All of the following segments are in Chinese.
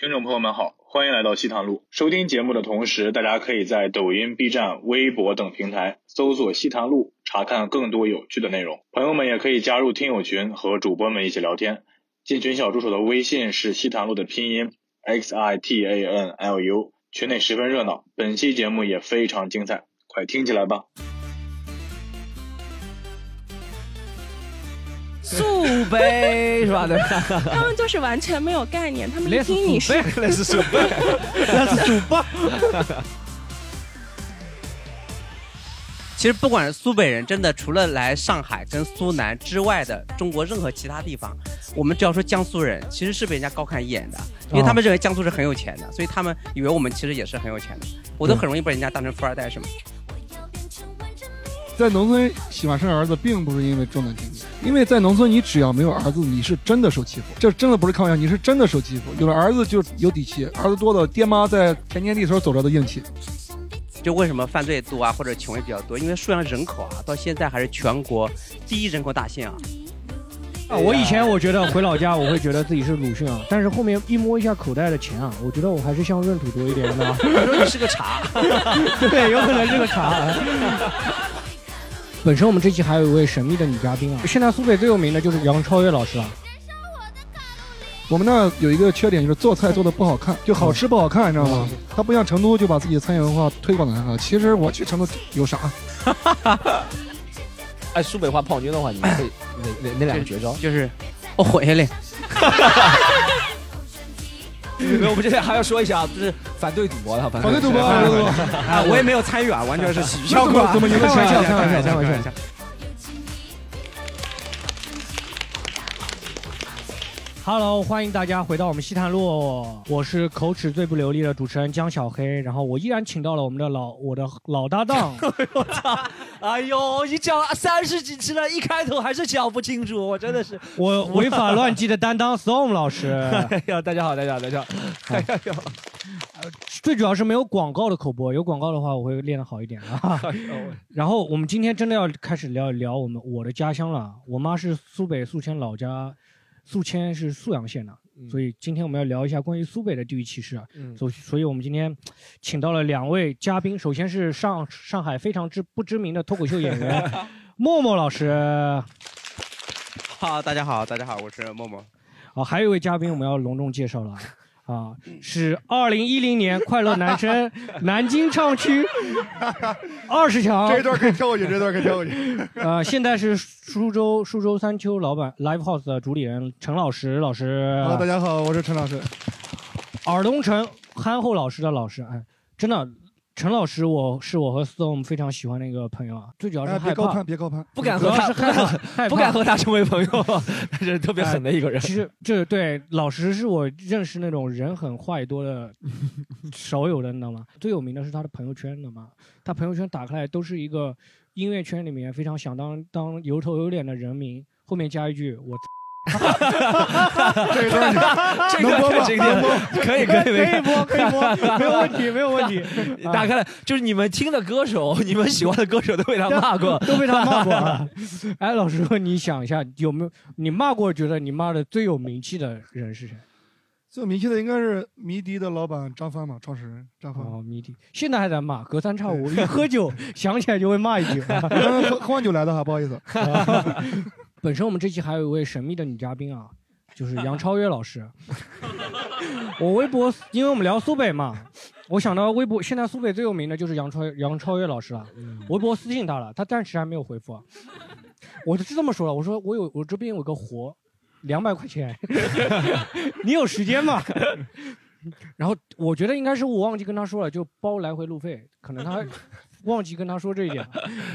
听众朋友们好，欢迎来到西塘路。收听节目的同时，大家可以在抖音、B 站、微博等平台搜索“西塘路”，查看更多有趣的内容。朋友们也可以加入听友群，和主播们一起聊天。进群小助手的微信是西塘路的拼音 x i t a n l u，群内十分热闹，本期节目也非常精彩，快听起来吧！素杯 是吧？对吧？ 他们就是完全没有概念，他们一那是听你祖辈是，那是祖辈，那是主办。 其实不管是苏北人，真的除了来上海跟苏南之外的中国任何其他地方，我们只要说江苏人，其实是被人家高看一眼的，因为他们认为江苏是很有钱的，所以他们以为我们其实也是很有钱的。我都很容易被人家当成富二代什么。在农村喜欢生儿子，并不是因为重男轻女，因为在农村，你只要没有儿子，你是真的受欺负，这真的不是开玩笑，你是真的受欺负。有了儿子就有底气，儿子多了，爹妈在田间地头走着都硬气。就为什么犯罪多啊，或者穷也比较多，因为数量人口啊，到现在还是全国第一人口大县啊。啊，我以前我觉得回老家我会觉得自己是鲁迅啊，但是后面一摸一下口袋的钱啊，我觉得我还是像闰土多一点的。你说你是个 茶，对，有可能是个茶。本身我们这期还有一位神秘的女嘉宾啊，现在苏北最有名的就是杨超越老师了。我们那儿有一个缺点就是做菜做的不好看，就好吃不好看，你知道吗？它不像成都就把自己的餐饮文化推广的很好。其实我去成都有啥？哎，苏北话胖妞的话，你会哪哪哪两个绝招？哦就是我混下来。没有，我们这里还要说一下，就是反对赌博的，反反对赌博，反对赌博啊，我也没有参与啊，完全是喜剧效怎果么啊。怎么你们开玩笑，想开玩笑，啊开玩笑。Hello，欢迎大家回到我们西坛路，我是口齿最不流利的主持人江小黑，然后我依然请到了我们的老我的老搭档，哎呦，你讲了三十几期了，一开头还是讲不清楚，我真的是。我违法乱纪的担当 Storm 老师，哎呀，大家好，大家好，大家好。哎呦，最主要是没有广告的口播，有广告的话我会练得好一点啊。哎呦，然后我们今天真的要开始聊一聊我们我的家乡了。我妈是苏北宿迁老家，宿迁是宿阳县的，所以今天我们要聊一下关于苏北的地域歧视啊。嗯所、所以我们今天请到了两位嘉宾，首先是上上海非常知不知名的脱口秀演员 默默老师，好，大家好，大家好，我是默默。啊，还有一位嘉宾我们要隆重介绍了啊。啊，嗯是二零一零年快乐 男声南京唱区二十啊强，这一段可以跳过去，这一段可以跳过去。 呃，现在是苏州苏州三丘老板 Live House 的主理人陈老师老师，啊 Hello，大家好，我是陈 老师。耳东陈憨厚老师的老师，哎，真的，陈老师我是我和 Storm 非常喜欢的一个朋友啊，最主要是哎，别害高怕，攀，别高攀。不敢主和要是他，害怕，害怕哎不敢。和他成为朋友， 但是特别狠的一个人。其实这对老师是我认识那种人狠话也 多的少有的，你知道吗？最有名的是他的朋友圈，你知道吗？他朋友圈打开来都是一个音乐圈里面非常响当当、有头有脸的人名，后面加一句我 这一段这能播吗个这个可以可以可可以以。播，可以 啊播，没有问题，没有问题。打开了，就是你们听的歌手，你们喜欢的歌手都被他骂过。 都被他骂过 啊了。 哎，老师，你想一下，有没有你骂过觉得你骂的最有名气的人是谁？最有名气的应该是迷笛的老板张帆嘛，创始人张帆。哦，谜底，现在还在骂，隔三差五一喝酒想起来就会骂一句。刚 刚喝喝完酒来的哈，不好意思。 本身我们这期还有一位神秘的女嘉宾啊，就是杨超越老师。我微博，因为我们聊苏北嘛，我想到微博，现在苏北最有名的就是杨超杨超越老师了。微博私信他了，他暂时还没有回复啊。我就是这么说了，我说我有我这边有个活，两百块钱，你有时间吗？然后我觉得应该是我忘记跟他说了，就包来回路费，可能 他忘记跟他说这一点了。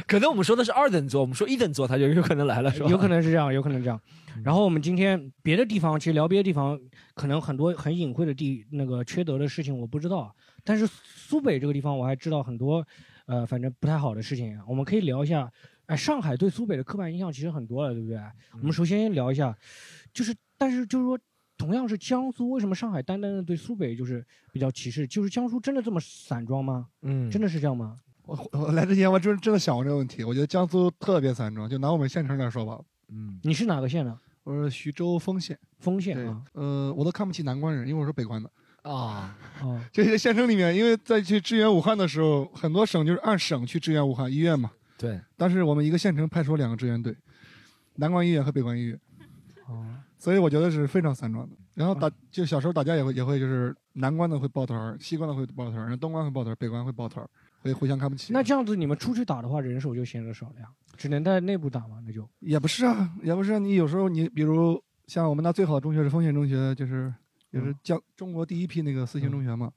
可能我们说的是二等座，我们说一等座他就有可能来了，是吧？嗯有可能是这样，有可能这样。然后我们今天别的地方，其实聊别的地方，可能很多很隐晦的地那个缺德的事情我不知道，啊但是苏北这个地方我还知道很多，呃，反正不太好的事情。我们可以聊一下，哎，上海对苏北的刻板印象其实很多了，对不对？我嗯们首先聊一下，就是但是就是说，同样是江苏，为什么上海单单的对苏北就是比较歧视？就是江苏真的这么散装吗？嗯，真的是这样吗？我我来之前我真真的想过这个问题，我觉得江苏特别散装，就拿我们县城来说吧，嗯，你是哪个县的？啊我是徐州丰县，丰对县啊，，呃，我都看不起南关人，因为我是北关的， 啊哦，这些县城里面，因为在去支援武汉的时候，很多省就是按省去支援武汉医院嘛。对，当时我们一个县城派出两个支援队，南关医院和北关医院。哦，所以我觉得是非常散装的。然后打就小时候打架也会也会就是南关的会抱团儿，西关的会抱团儿，然后东关会抱团儿，北关会抱团儿，会互相看不起。那这样子你们出去打的话，人手就显得少了呀，只能在内部打嘛，那就也不是啊，也不是啊、你有时候你比如像我们那最好的中学是丰县中学，就是也嗯是江、中国第一批那个四星中学嘛。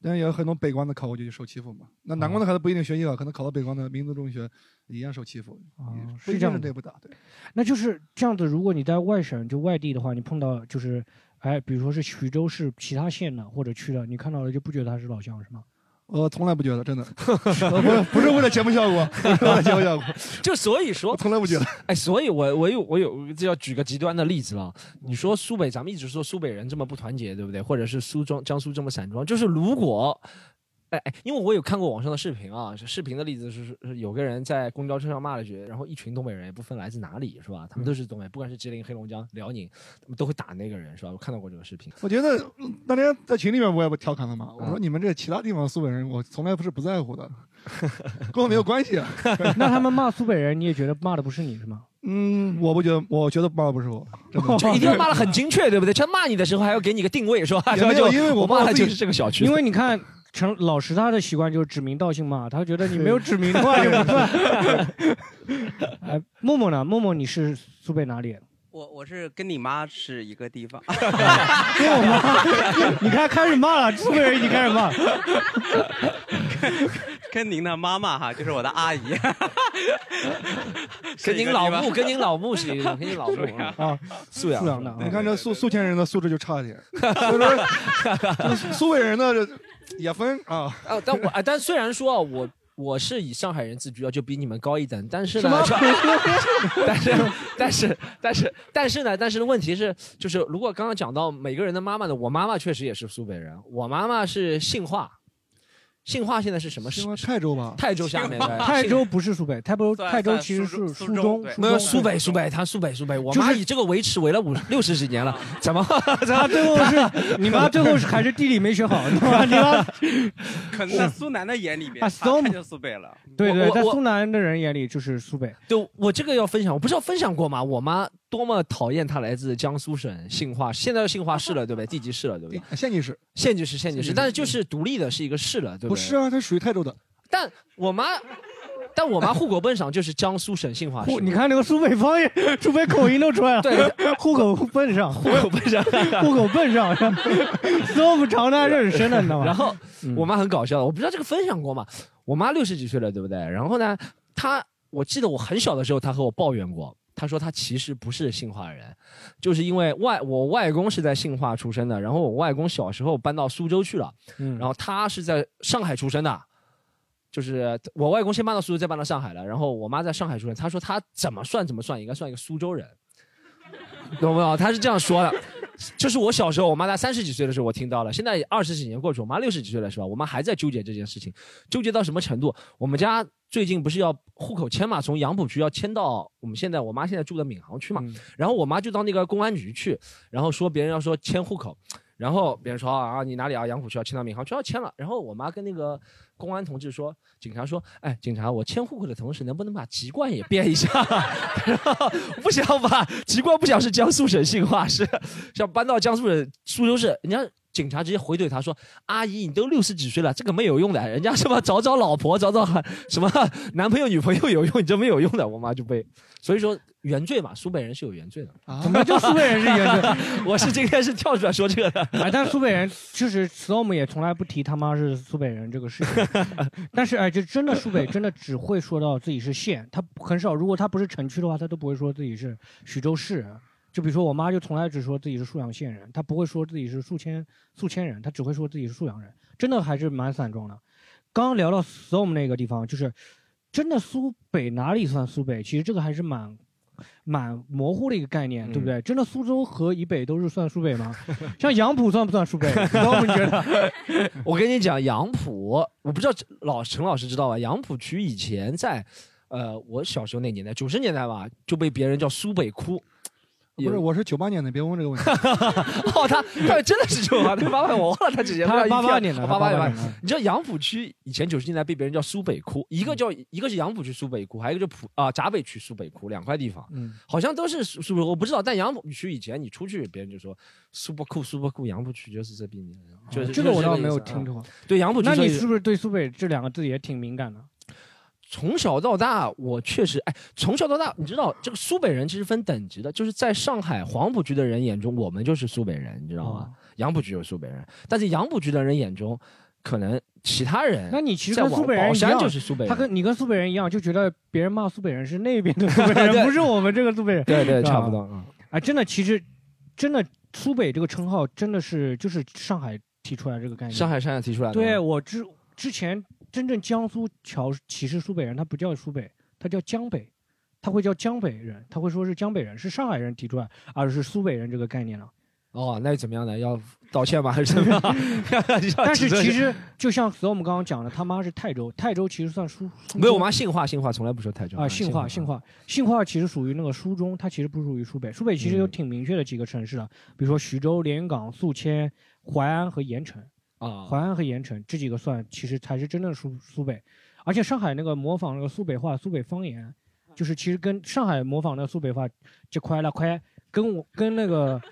但是也有很多北关的考过去就受欺负嘛。那南啊关的孩子不一定学习好，可能考到北关的民族中学一样受欺负，也不一定哦是这样内部打。 对，那就是这样子。如果你在外省就外地的话，你碰到就是，哎，比如说是徐州市其他县的或者区的，你看到了就不觉得他是老乡是吗？我从来不觉得，真的，我不是不是为了节目效果，不是为了节目效果。 就所以说，从来不觉得。哎，所以我我有我有这要举个极端的例子了。你说苏北，咱们一直说苏北人这么不团结，对不对？或者是苏庄江苏这么散装，就是如果。哎哎，因为我有看过网上的视频啊，视频的例子是是有个人在公交车上骂了一句，然后一群东北人也不分来自哪里，是吧？他们都是东北，不管是吉林、黑龙江、辽宁，他们都会打那个人，是吧？我看到过这个视频。我觉得嗯那天在群里面我也不调侃他嘛，我嗯说你们这其他地方苏北人，我从来不是不在乎的，跟我没有关系。啊 那他们骂苏北人，你也觉得骂的不是你是吗？嗯，我不觉得，我觉得骂的不是我，真的哦就一 定要骂的很精确，对不对？他骂你的时候还要给你个定位，是吧？也没然后 有，就因为我爸骂爸的自己就是这个小区，因为你看。陈老师他的习惯就是指名道姓骂，他觉得你没有指名的话就不 算。 哎，默默呢？默默你是苏北哪里？我我是跟你妈是一个地 方，因为我妈， 你看开始骂了，苏北人已经开始骂了。 跟您的妈妈哈，就是我的阿姨，跟您老穆，跟您老 穆是一个，跟跟 您老穆啊，素养素养的啊。对你看这宿宿迁人的素质就差一 点，所以说就是苏北人呢这也分啊。啊，但我啊，但虽然说啊我我是以上海人自居啊，就比你们高一等，但是什呢么， 但是但是但是但是呢，但是问题是，就是如果刚刚讲到每个人的妈妈呢，我妈妈确实也是苏北人，我妈妈是杏化，杏化现在是什么？因为泰州吧，泰州下面的泰杏州不是苏北，泰州泰州其实是苏中，没有苏北。北，苏北，他苏北，苏北，哎我就是妈以这个维持维了五六十几年了，怎么？ 他最后是，你妈最后是还是地理没学 好，你妈你妈嗯可能在苏南的眼里边，啊他苏他就苏北了。对对，我在我苏南的人眼里就是苏北。对我这个要分享，我不是要分享过吗？我妈多么讨厌她来自江苏省杏花，现在是杏花市了，对不对？地级市了，对不对？哎县级市县级市，县级市，但是就是独立的，是一个市了，对不对？是啊，它属于泰州的。但我妈，但我妈户口本上就是江啊苏省杏花市户，。你看那个苏北方言、 苏北口音都出来了。对，户口奔上，户口奔上，户口奔 上，所我们长沙哦认识深了，你知道吗？嗯然后我妈很搞笑的，我不知道这个分享过吗？我妈六十几岁了，对不对？然后呢，她我记得我很小的时候，她和我抱怨过，她说她其实不是杏花人，就是因为外我外公是在杏花出生的，然后我外公小时候搬到苏州去了，嗯然后她是在上海出生的。就是我外公先搬到苏州，再搬到上海了。然后我妈在上海出生，她说她怎么算怎么算，应该算一个苏州人。懂不懂？他是这样说的，就是我小时候，我妈在三十几岁的时候，我听到了。现在二十几年过去，我妈六十几岁了，是吧？我妈还在纠结这件事情，纠结到什么程度？我们家最近不是要户口迁嘛，从杨浦区要迁到我们现在我妈现在住的闵行区嘛。然后我妈就到那个公安局去，然后说别人要说迁户口，然后别人说啊你哪里啊杨浦区要迁到闵行区要迁了，然后我妈跟那个公安同志说，警察说，哎，警察，我迁户口的同时能不能把籍贯也变一下？然后 不想把籍贯不想是江苏省杏花市， 想搬到江苏省苏州市，人家。警察直接回怼他说：“阿姨，你都六十几岁了，这个没有用的。人家什么找找老婆，找找什么男朋友、女朋友有用，你这没有用的。”我妈就被，所以说原罪嘛，苏北人是有原罪的。啊怎么就苏北人是原罪？ 我是今天是跳出来说这个 的。哎，但苏北人确实，Storm 也从来不提他妈是苏北人这个事情。但是哎，就真的苏北真的只会说到自己是县，他很少，如果他不是城区的话，他都不会说自己是徐州市。啊就比如说我妈就从来只说自己是沭阳县人，她不会说自己是宿迁宿迁人，她只会说自己是沭阳人，真的还是蛮散装的。刚聊到 Storm 那个地方，就是真的苏北哪里算苏北？其实这个还是蛮蛮模糊的一个概嗯念，对不对？真的苏州和以北都是算苏北 吗？像杨浦算不算苏北？我们觉得， 我跟你讲，杨浦，我不知道老陈老师知道吧？杨浦区以前在，呃，我小时候那年代，九十年代吧，就被别人叫苏北窟。不是，我是九八年的，别问这个问题。 哦，他他真的是九八八八，我忘了他几年，他不知道一88票年的哦他八88八年年的。你知道杨浦区以前九十年代被别人叫苏北窟，一个叫一个是杨浦区苏北窟，还有一个就浦啊闸北区苏北窟，两块地方，嗯好像都是苏苏北，我不知道。但杨浦区以前你出去，别人就说苏北库苏北库，杨浦区就是这逼名，就是这个我就是倒意思没有啊听过。对杨浦区那所你以，是不是对苏北这两个字也挺敏感的？从小到大，我确实哎，从小到大，你知道这个苏北人其实分等级的，就是在上海黄浦区的人眼中，我们就是苏北人，你知道哦吗？杨浦区就是苏北人，但是杨浦区的人眼中，可能其他人，那你其实在跟往苏北人宝一样山就是苏北人，他跟你跟苏北人一样，就觉得别人骂苏北人是那边的苏 北对人，不是我们这个苏北人。对对是吧差不多嗯啊，真的，其实真的苏北这个称号真的是就是上海提出来这个概念。上海上海提出来的，对我之之前真正江苏乔歧视苏北人，他不叫苏北，他叫江北，他会叫江北人，他会说是江北人，是上海人提出来，而是苏北人这个概念了。哦，那又怎么样呢？要道歉吗？还是 怎么样？ 但是其实就像 storm 刚刚讲的，他妈是泰州，泰州其实算苏，苏没有，我中妈姓华，姓华从来不说泰州啊，杏化，杏化，杏化其实属于那个苏中，它其实不属于苏北。苏北其嗯实有挺明确的几个城市的，比如说徐州、连云港、宿迁、淮安和盐城。啊淮安和盐城这几个算，其实才是真正的苏苏北。而且上海那个模仿那个苏北话、苏北方啊言，就是其实跟上海模仿那个苏北话，这快了快，跟我跟那个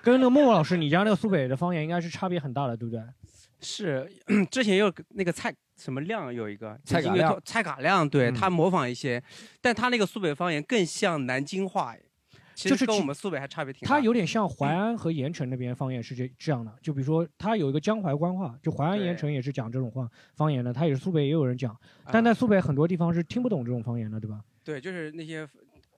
跟那个莫老师你家那个苏北的方言应该是差别很大的，对不对？是之前有那个蔡什么亮有一个蔡就嘎是因为亮他蔡嘎亮，嗯对、他模仿一些，但他那个苏北方言更像南京话，其就是实跟其我们苏北还差别挺大。它有点像淮安和盐城那边方言是这这样的，就比如说它有一个江淮官话，就淮安盐城也是讲这种话方言的，它也是苏北也有人讲，但在苏北很多地方是听不懂这种方言的，对吧？对，就是那些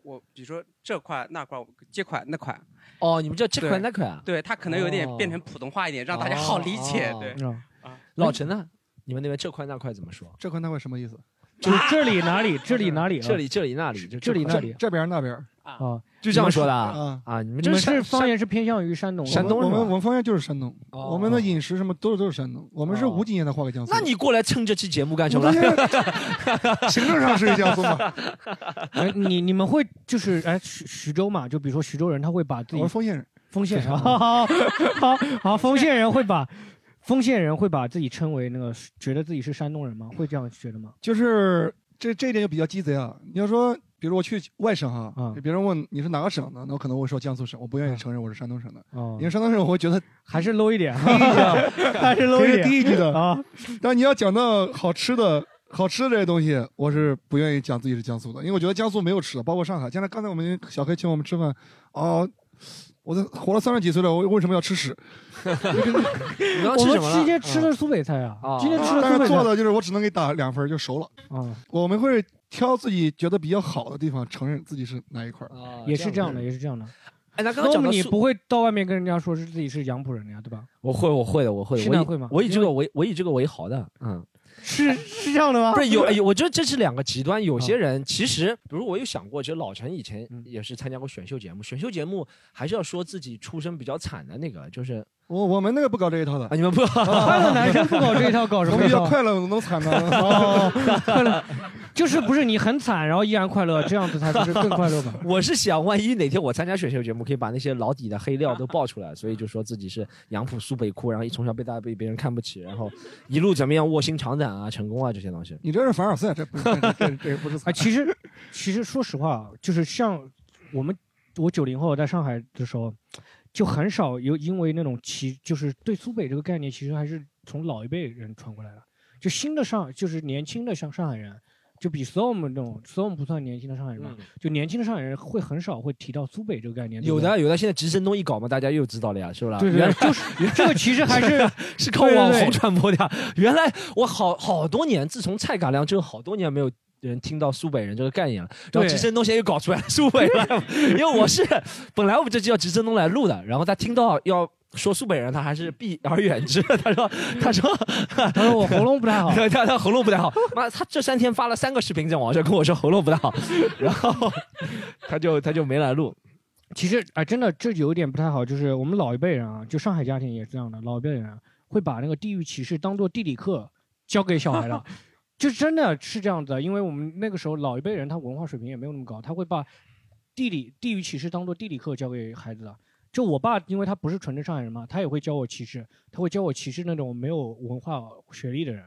我比如说这块那块这块那块，哦，你们叫这对块那块啊？对他可能有点哦变成普通话一点，让大家好理解。哦对，嗯啊老陈呢？你们那边这块那块怎么说？这块那块什么意思？就是这里哪里，这里哪里啊，这里这里那里，就这里块那里这边儿那边儿啊，就这样说的你们啊是啊！你们你这们山是方言是偏向于山东的吗，我们我们我们方言就是山东，哦我们的饮食什么都是都是山东，我们是五几年的话给江苏。那你过来蹭这期节目干什么？ 行政上是一江苏吗？哎你你们会就是哎徐徐州嘛，就比如说徐州人他会把自己我是丰县人，丰县人， 好好好好，丰县人会把丰县人会把自己称为那个觉得自己是山东人吗？会这样觉得吗？就是这这一点就比较鸡贼啊。你要说，比如我去外省哈，嗯就别人问你是哪个省的，那我可能会说江苏省，我不愿意承认我是山东省的，哦因为山东省我会觉得 还是 low 一点，啊还 还是 low 一点第一级的啊。但你要讲到好吃的。好吃的这些东西，我是不愿意讲自己是江苏的，因为我觉得江苏没有吃的，包括上海。现在刚才我们小黑请我们吃饭，哦，我都活了三十几岁了，我为什么要吃屎？ 我们刚吃什么了今天吃的苏北菜啊，今天吃的但苏是北做的菜就是我只能给打两分儿，就熟了。啊，我们会挑自己觉得比较好的地方，承认自己是哪一块儿。也是这样的，也是这样的。哎，那刚刚那讲么到你苏不会到外面跟人家说是自己是杨浦人的呀，对吧？ 我会，我会的，我会的。西我南以会吗我以这个为我以这个为豪的，嗯，是是这样啊的吗？不是有，哎呦，我觉得这是两个极端。有些嗯人其实，比如我有想过，其实老陈以前也是参加过选秀节目，选秀节目还是要说自己出身比较惨的那个，就是我我们那个不搞这一套的，啊，你们不快乐男生不搞这一套，搞什么我们一套要快乐，能惨呢？哦，快乐， 就是不是你很惨，然后依然快乐，这样子 才就是更快乐吧？我是想，万一哪天我参加选秀节目，可以把那些老底的黑料都爆出来，所以就说自己是杨浦苏北哭，然后一从小被大家被别人看不起，然后一路怎么样卧薪尝胆啊，成功啊这些东西。你这是凡尔赛，这不是 这这这不是啊，其实其实说实话，就是像我们我九零后在上海的时候，就很少有因为那种歧，就是对苏北这个概念，其实还是从老一辈人传过来的。就新的上，就是年轻的像上海人，就比 storm 那种 storm 不算年轻的上海人吧，就年轻的上海人会很少会提到苏北这个概念。对不 嗯有对的有的，现在直升东一搞嘛，大家又知道了呀，是不啦？对对原来 就是这个其实还是是 靠对对网对红传播的呀。原来我好好多年，自从蔡嘎亮之后，好多年没有。人听到苏北人这个概念了，然后对直升东现在又搞出来了苏北 了，因为我是本来我们这就要直升东来录的，然后他听到要说苏北人，他还是避而远之。他说，他说，嗯他说我喉咙不太好 对，他他喉咙不太好。妈，他这三天发了三个视频在网上跟我说喉咙不太好，然后他就他就没来录。其实啊、真的这有一点不太好，就是我们老一辈人啊，就上海家庭也是这样的，老一辈人啊会把那个地域歧视当做地理课教给小 孩的，就真的是这样子的。因为我们那个时候老一辈人他文化水平也没有那么高，他会把地理地域歧视当做地理课教给孩子的。就我爸，因为他不是纯正上海人嘛，他也会教我歧视，他会教我歧视那种没有文化学历的人，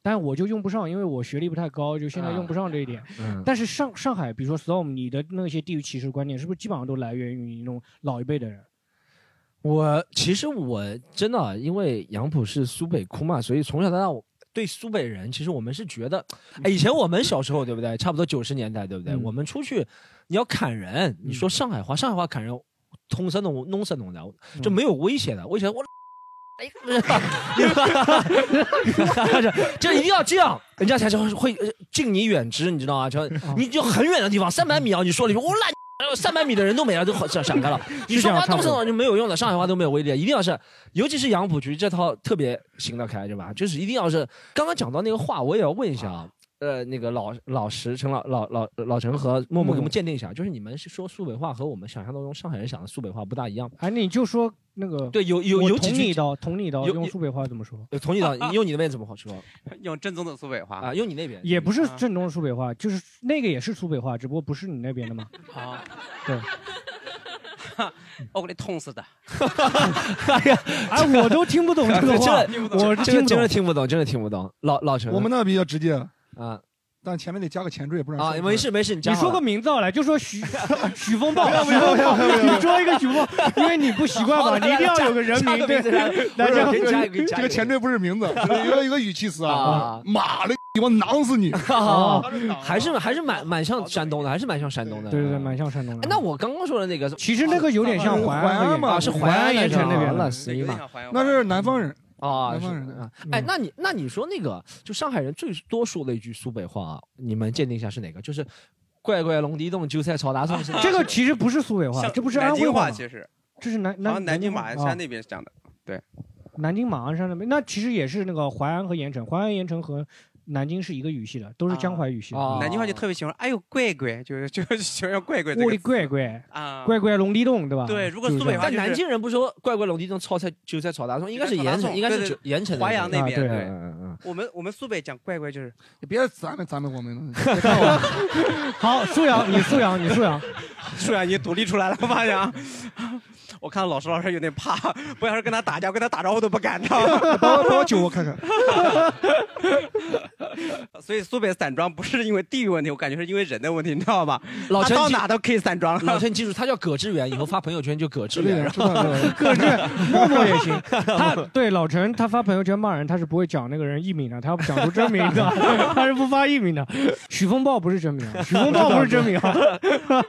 但我就用不上，因为我学历不太高，就现在用不上这一点。嗯但是上上海，比如说 storm，你的那些地域歧视观念，是不是基本上都来源于那种老一辈的人？我其实我真的啊因为杨浦是苏北哭嘛，所以从小到大我对苏北人，其实我们是觉得，哎，以前我们小时候对不对？差不多九十年代对不对？嗯我们出去你要砍人，你说上海话，上海话砍人，通声弄弄声弄的，就没有威胁的，威胁我。呃 这一定要这样，人家才就会呃敬你远之，你知道吗？就哦你就很远的地方，三百米啊，你说了一句我烂，然后三百米的人都没了，就好闪闪开了。你说话动不动就没有用的，上海话都没有威力，一定要是，尤其是杨浦区这套特别行得开，对吧？就是一定要是，刚刚讲到那个话，我也要问一下啊。呃，那个老老石陈老老老老陈和默默给我们鉴定一下，嗯就是你们是说苏北话和我们想象当中上海人想的苏北话不大一样。哎，你就说那个对，有有我有几捅句你一刀，捅你一刀，有用有苏北话怎么说？啊呃，同意的，你用你那边怎么好说 用正宗的苏北话啊？用你那边也不是正宗的苏北话，就是那个也是苏北话，只不过不是你那边的 嘛。啊，对，我给你痛死的。 哎，我都听不懂这个话 真的，我真的不真懂。的听不懂，真的听不懂。老老陈，我们那比较直接啊，但前面得加个前缀，不然啊说不没事没事，你你讲好说了个名字好了，就说徐许 风暴，没有没有没有没有没有你说一个许风，因为你不习惯嘛，你一定要有个人名，对，来 来这这样样这个前缀不是名字，有一个语气词啊啊，妈哦的，我囊死你！啊，还是还是蛮蛮像山东的，还是蛮像山东的。对对对，蛮像山东哎的。那我刚刚说的那个，其实那个有点像淮淮安那安边嘛啊是淮淮安啊安盐城那边了，的。死嘛。那是南方人，啊，南是方人啊，哎，嗯那你那你说那个，就上海人最多说的一句苏北话啊，你们鉴定一下是哪个？就是“怪怪龙地洞，韭菜炒大蒜”是哪这个其实不是苏北话，这不是安南徽京话话，吗，其实这是南好南像南京马鞍山那那边讲的。南京马鞍山那边，那其实也是那个淮安和盐城，淮安盐城和南京是一个语系的，都是江淮语系的。嗯啊南京话就特别喜欢，哎呦乖乖，就是就是喜欢乖乖这我的个词乖乖，啊，乖乖龙地洞，对吧？对如果就是苏北这样话但就是南京人不说“怪怪龙地洞，炒菜韭菜炒大蒜”，应该是盐城，应该是对对盐城华阳那边。啊对嗯嗯嗯。我们我们苏北讲乖乖就是你别咱们咱们我 们了，好，苏阳，你苏阳，你苏 阳，素养已经独立出来了，我发现啊， 我看到老师老师有点怕，不要是跟他打架，跟他打招呼都不敢的。把我 把我酒我看看。所以苏北散装不是因为地域问题，我感觉是因为人的问题，你知道吧？老他陈到记哪都可以散装老了。陈，你记住，他叫葛志远，以后发朋友圈就葛志对远。呀，然知后道知 道。葛志 默默也行。他对老陈，他发朋友圈骂人，他是不会讲那个人艺名的，他要不讲出真名 的，他是不发艺名的。许风暴不是真名啊， 许风暴不是真名啊。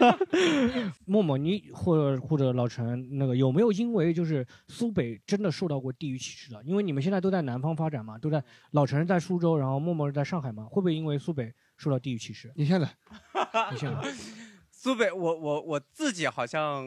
默默，你或者或者老陈，那个有没有因为就是苏北真的受到过地域歧视的？因为你们现在都在南方发展嘛，都在老陈是在苏州，然后默默是在上海嘛，会不会因为苏北受到地域歧视？啊你先来，你信吗？苏北，我我我自己好像，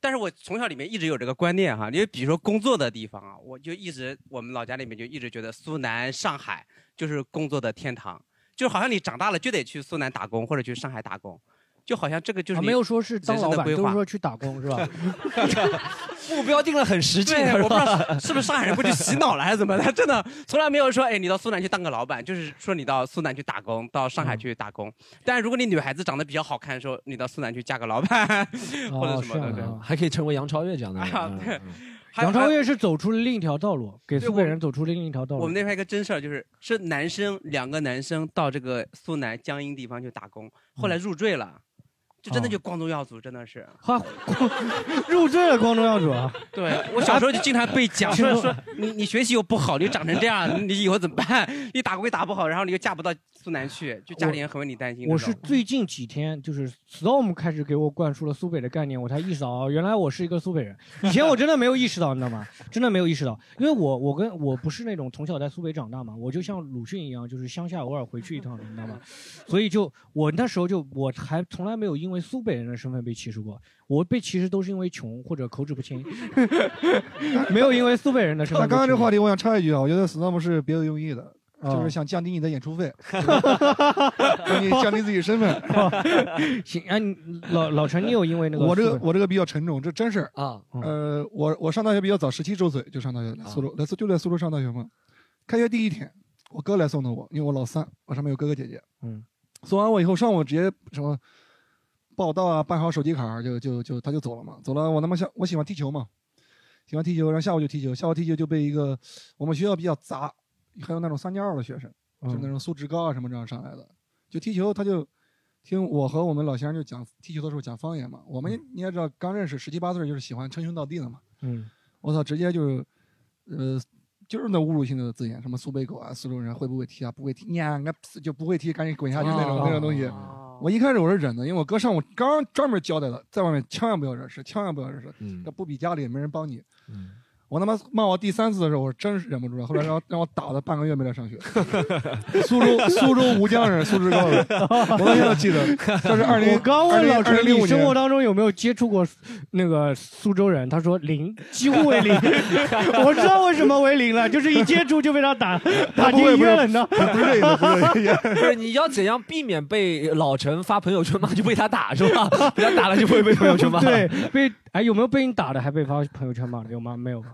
但是我从小里面一直有这个观念哈，因为比如说工作的地方啊，我就一直我们老家里面就一直觉得苏南、上海就是工作的天堂，就好像你长大了就得去苏南打工或者去上海打工，就好像这个就是啊你没有说是当老板，人生的规都划是说去打工是吧？目标定了很实际，对，是我不知吧？道是不是上海人过去洗脑了还是怎么的， 真的从来没有说，哎，你到苏南去当个老板，就是说你到苏南去打工，到上海去打工。但是如果你女孩子长得比较好看，说你到苏南去嫁个老板， 或 者哦什是么的，对。啊。还可以成为杨超越这样的 人。啊嗯对嗯还杨超越是走出了另一条道路，给对苏我北们人走出了另一条道路。我们那边一个真事儿，就是是男生两个男生到这个苏南江阴地方去打工，后来入赘了，就真的哦就光宗耀祖，真的是。哈 入赘了光宗耀祖啊！对我小时候就经常被 讲听说说说你你学习又不好，你长成这样，你以后怎么办？ 你打工也打不好，然后你又嫁不到苏南去，就家里人很为你担心。我这是种最近几天就是 Storm 开始给我灌输了苏北的概念，我才意识到啊，原来我是一个苏北人。以前我真的没有意识到，你知道吗？真的没有意识到，因为我我跟我不是那种从小在苏北长大嘛，我就像鲁迅一样，就是乡下偶尔回去一趟的，你知道吗？所以就我那时候就我还从来没有因为苏北人的身份被歧视过，我被歧视都是因为穷或者口齿不清，没有因为苏北人的身 那份被歧视过。刚刚这话题我想插一句啊，我觉得 storm 是别有用意的。啊就是想降低你的演出费，让你降低自己身份。行啊，你老老陈，你有因为那个我这个苏北嗯我这个比较沉重，这真事儿。啊，呃，我我上大学比较早，十七周岁就上大学，来苏啊州，来苏就在苏州上大学嘛。开学第一天，我哥来送的我，因为我老三，我上面有哥哥姐姐。嗯，送完我以后，上午直接什么。报到啊，办好手机卡儿就就就他就走了嘛，走了我他妈想我喜欢踢球嘛，喜欢踢球，然后下午就踢球，下午踢球就被一个我们学校比较杂，还有那种三加二的学生，就是那种素质高啊什么这样上来的，就踢球他就听我和我们老先生就讲踢球的时候讲方言嘛，我们你也知道刚认识十七八岁就是喜欢称兄道弟的嘛， 嗯，我操，直接就是，呃，就是那侮辱性的字眼，什么苏北狗啊，苏州人会不会踢啊？不会踢，娘个屁就不会踢，赶紧滚下去那种、那种东西。我一开始我是忍的，因为我哥上午刚专门交代了，在外面千万不要惹事，千万不要惹事，嗯这不比家里也没人帮你。嗯我他妈骂我第三次的时候，我真是忍不住了。后来让我让我打了半个月没来上学。苏州苏州吴江人，素 质高人，我到现在都记得。这是二零我刚问老二陈，零零你五生活年。当中有没有接触过那个苏州人？他说零，几乎为 零。我知道为什么为零了，就是一接触就被他打打进医院了，你知道？ 不是你要怎样避免被老陈发朋友圈骂就被他打是 吧？ 被他打了就不会被朋友圈骂。对，被哎有没有被你打的还被发朋友圈骂的有吗？没有吧？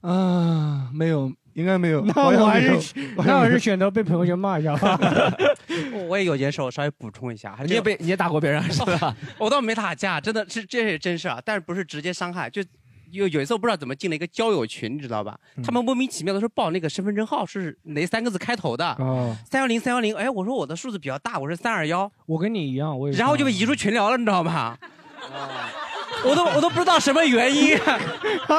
啊，没有，应该没有。那好像我还没有是那我还是选择被朋友圈骂一下 吧。我也有件事，我稍微补充一下。你也被你也打过别人是吧？哦我倒没打架，真的是这是真事啊，但是不是直接伤害，就有有一次我不知道怎么进了一个交友群，你知道吧？嗯他们莫名其妙的说报那个身份证号是哪三个字开头的，哦，三幺零三幺零，哎，我说我的数字比较大，我是三二幺，我跟你一样，我也是然后就被移出群聊了，你知道吗？啊我都我都不知道什么原因，啊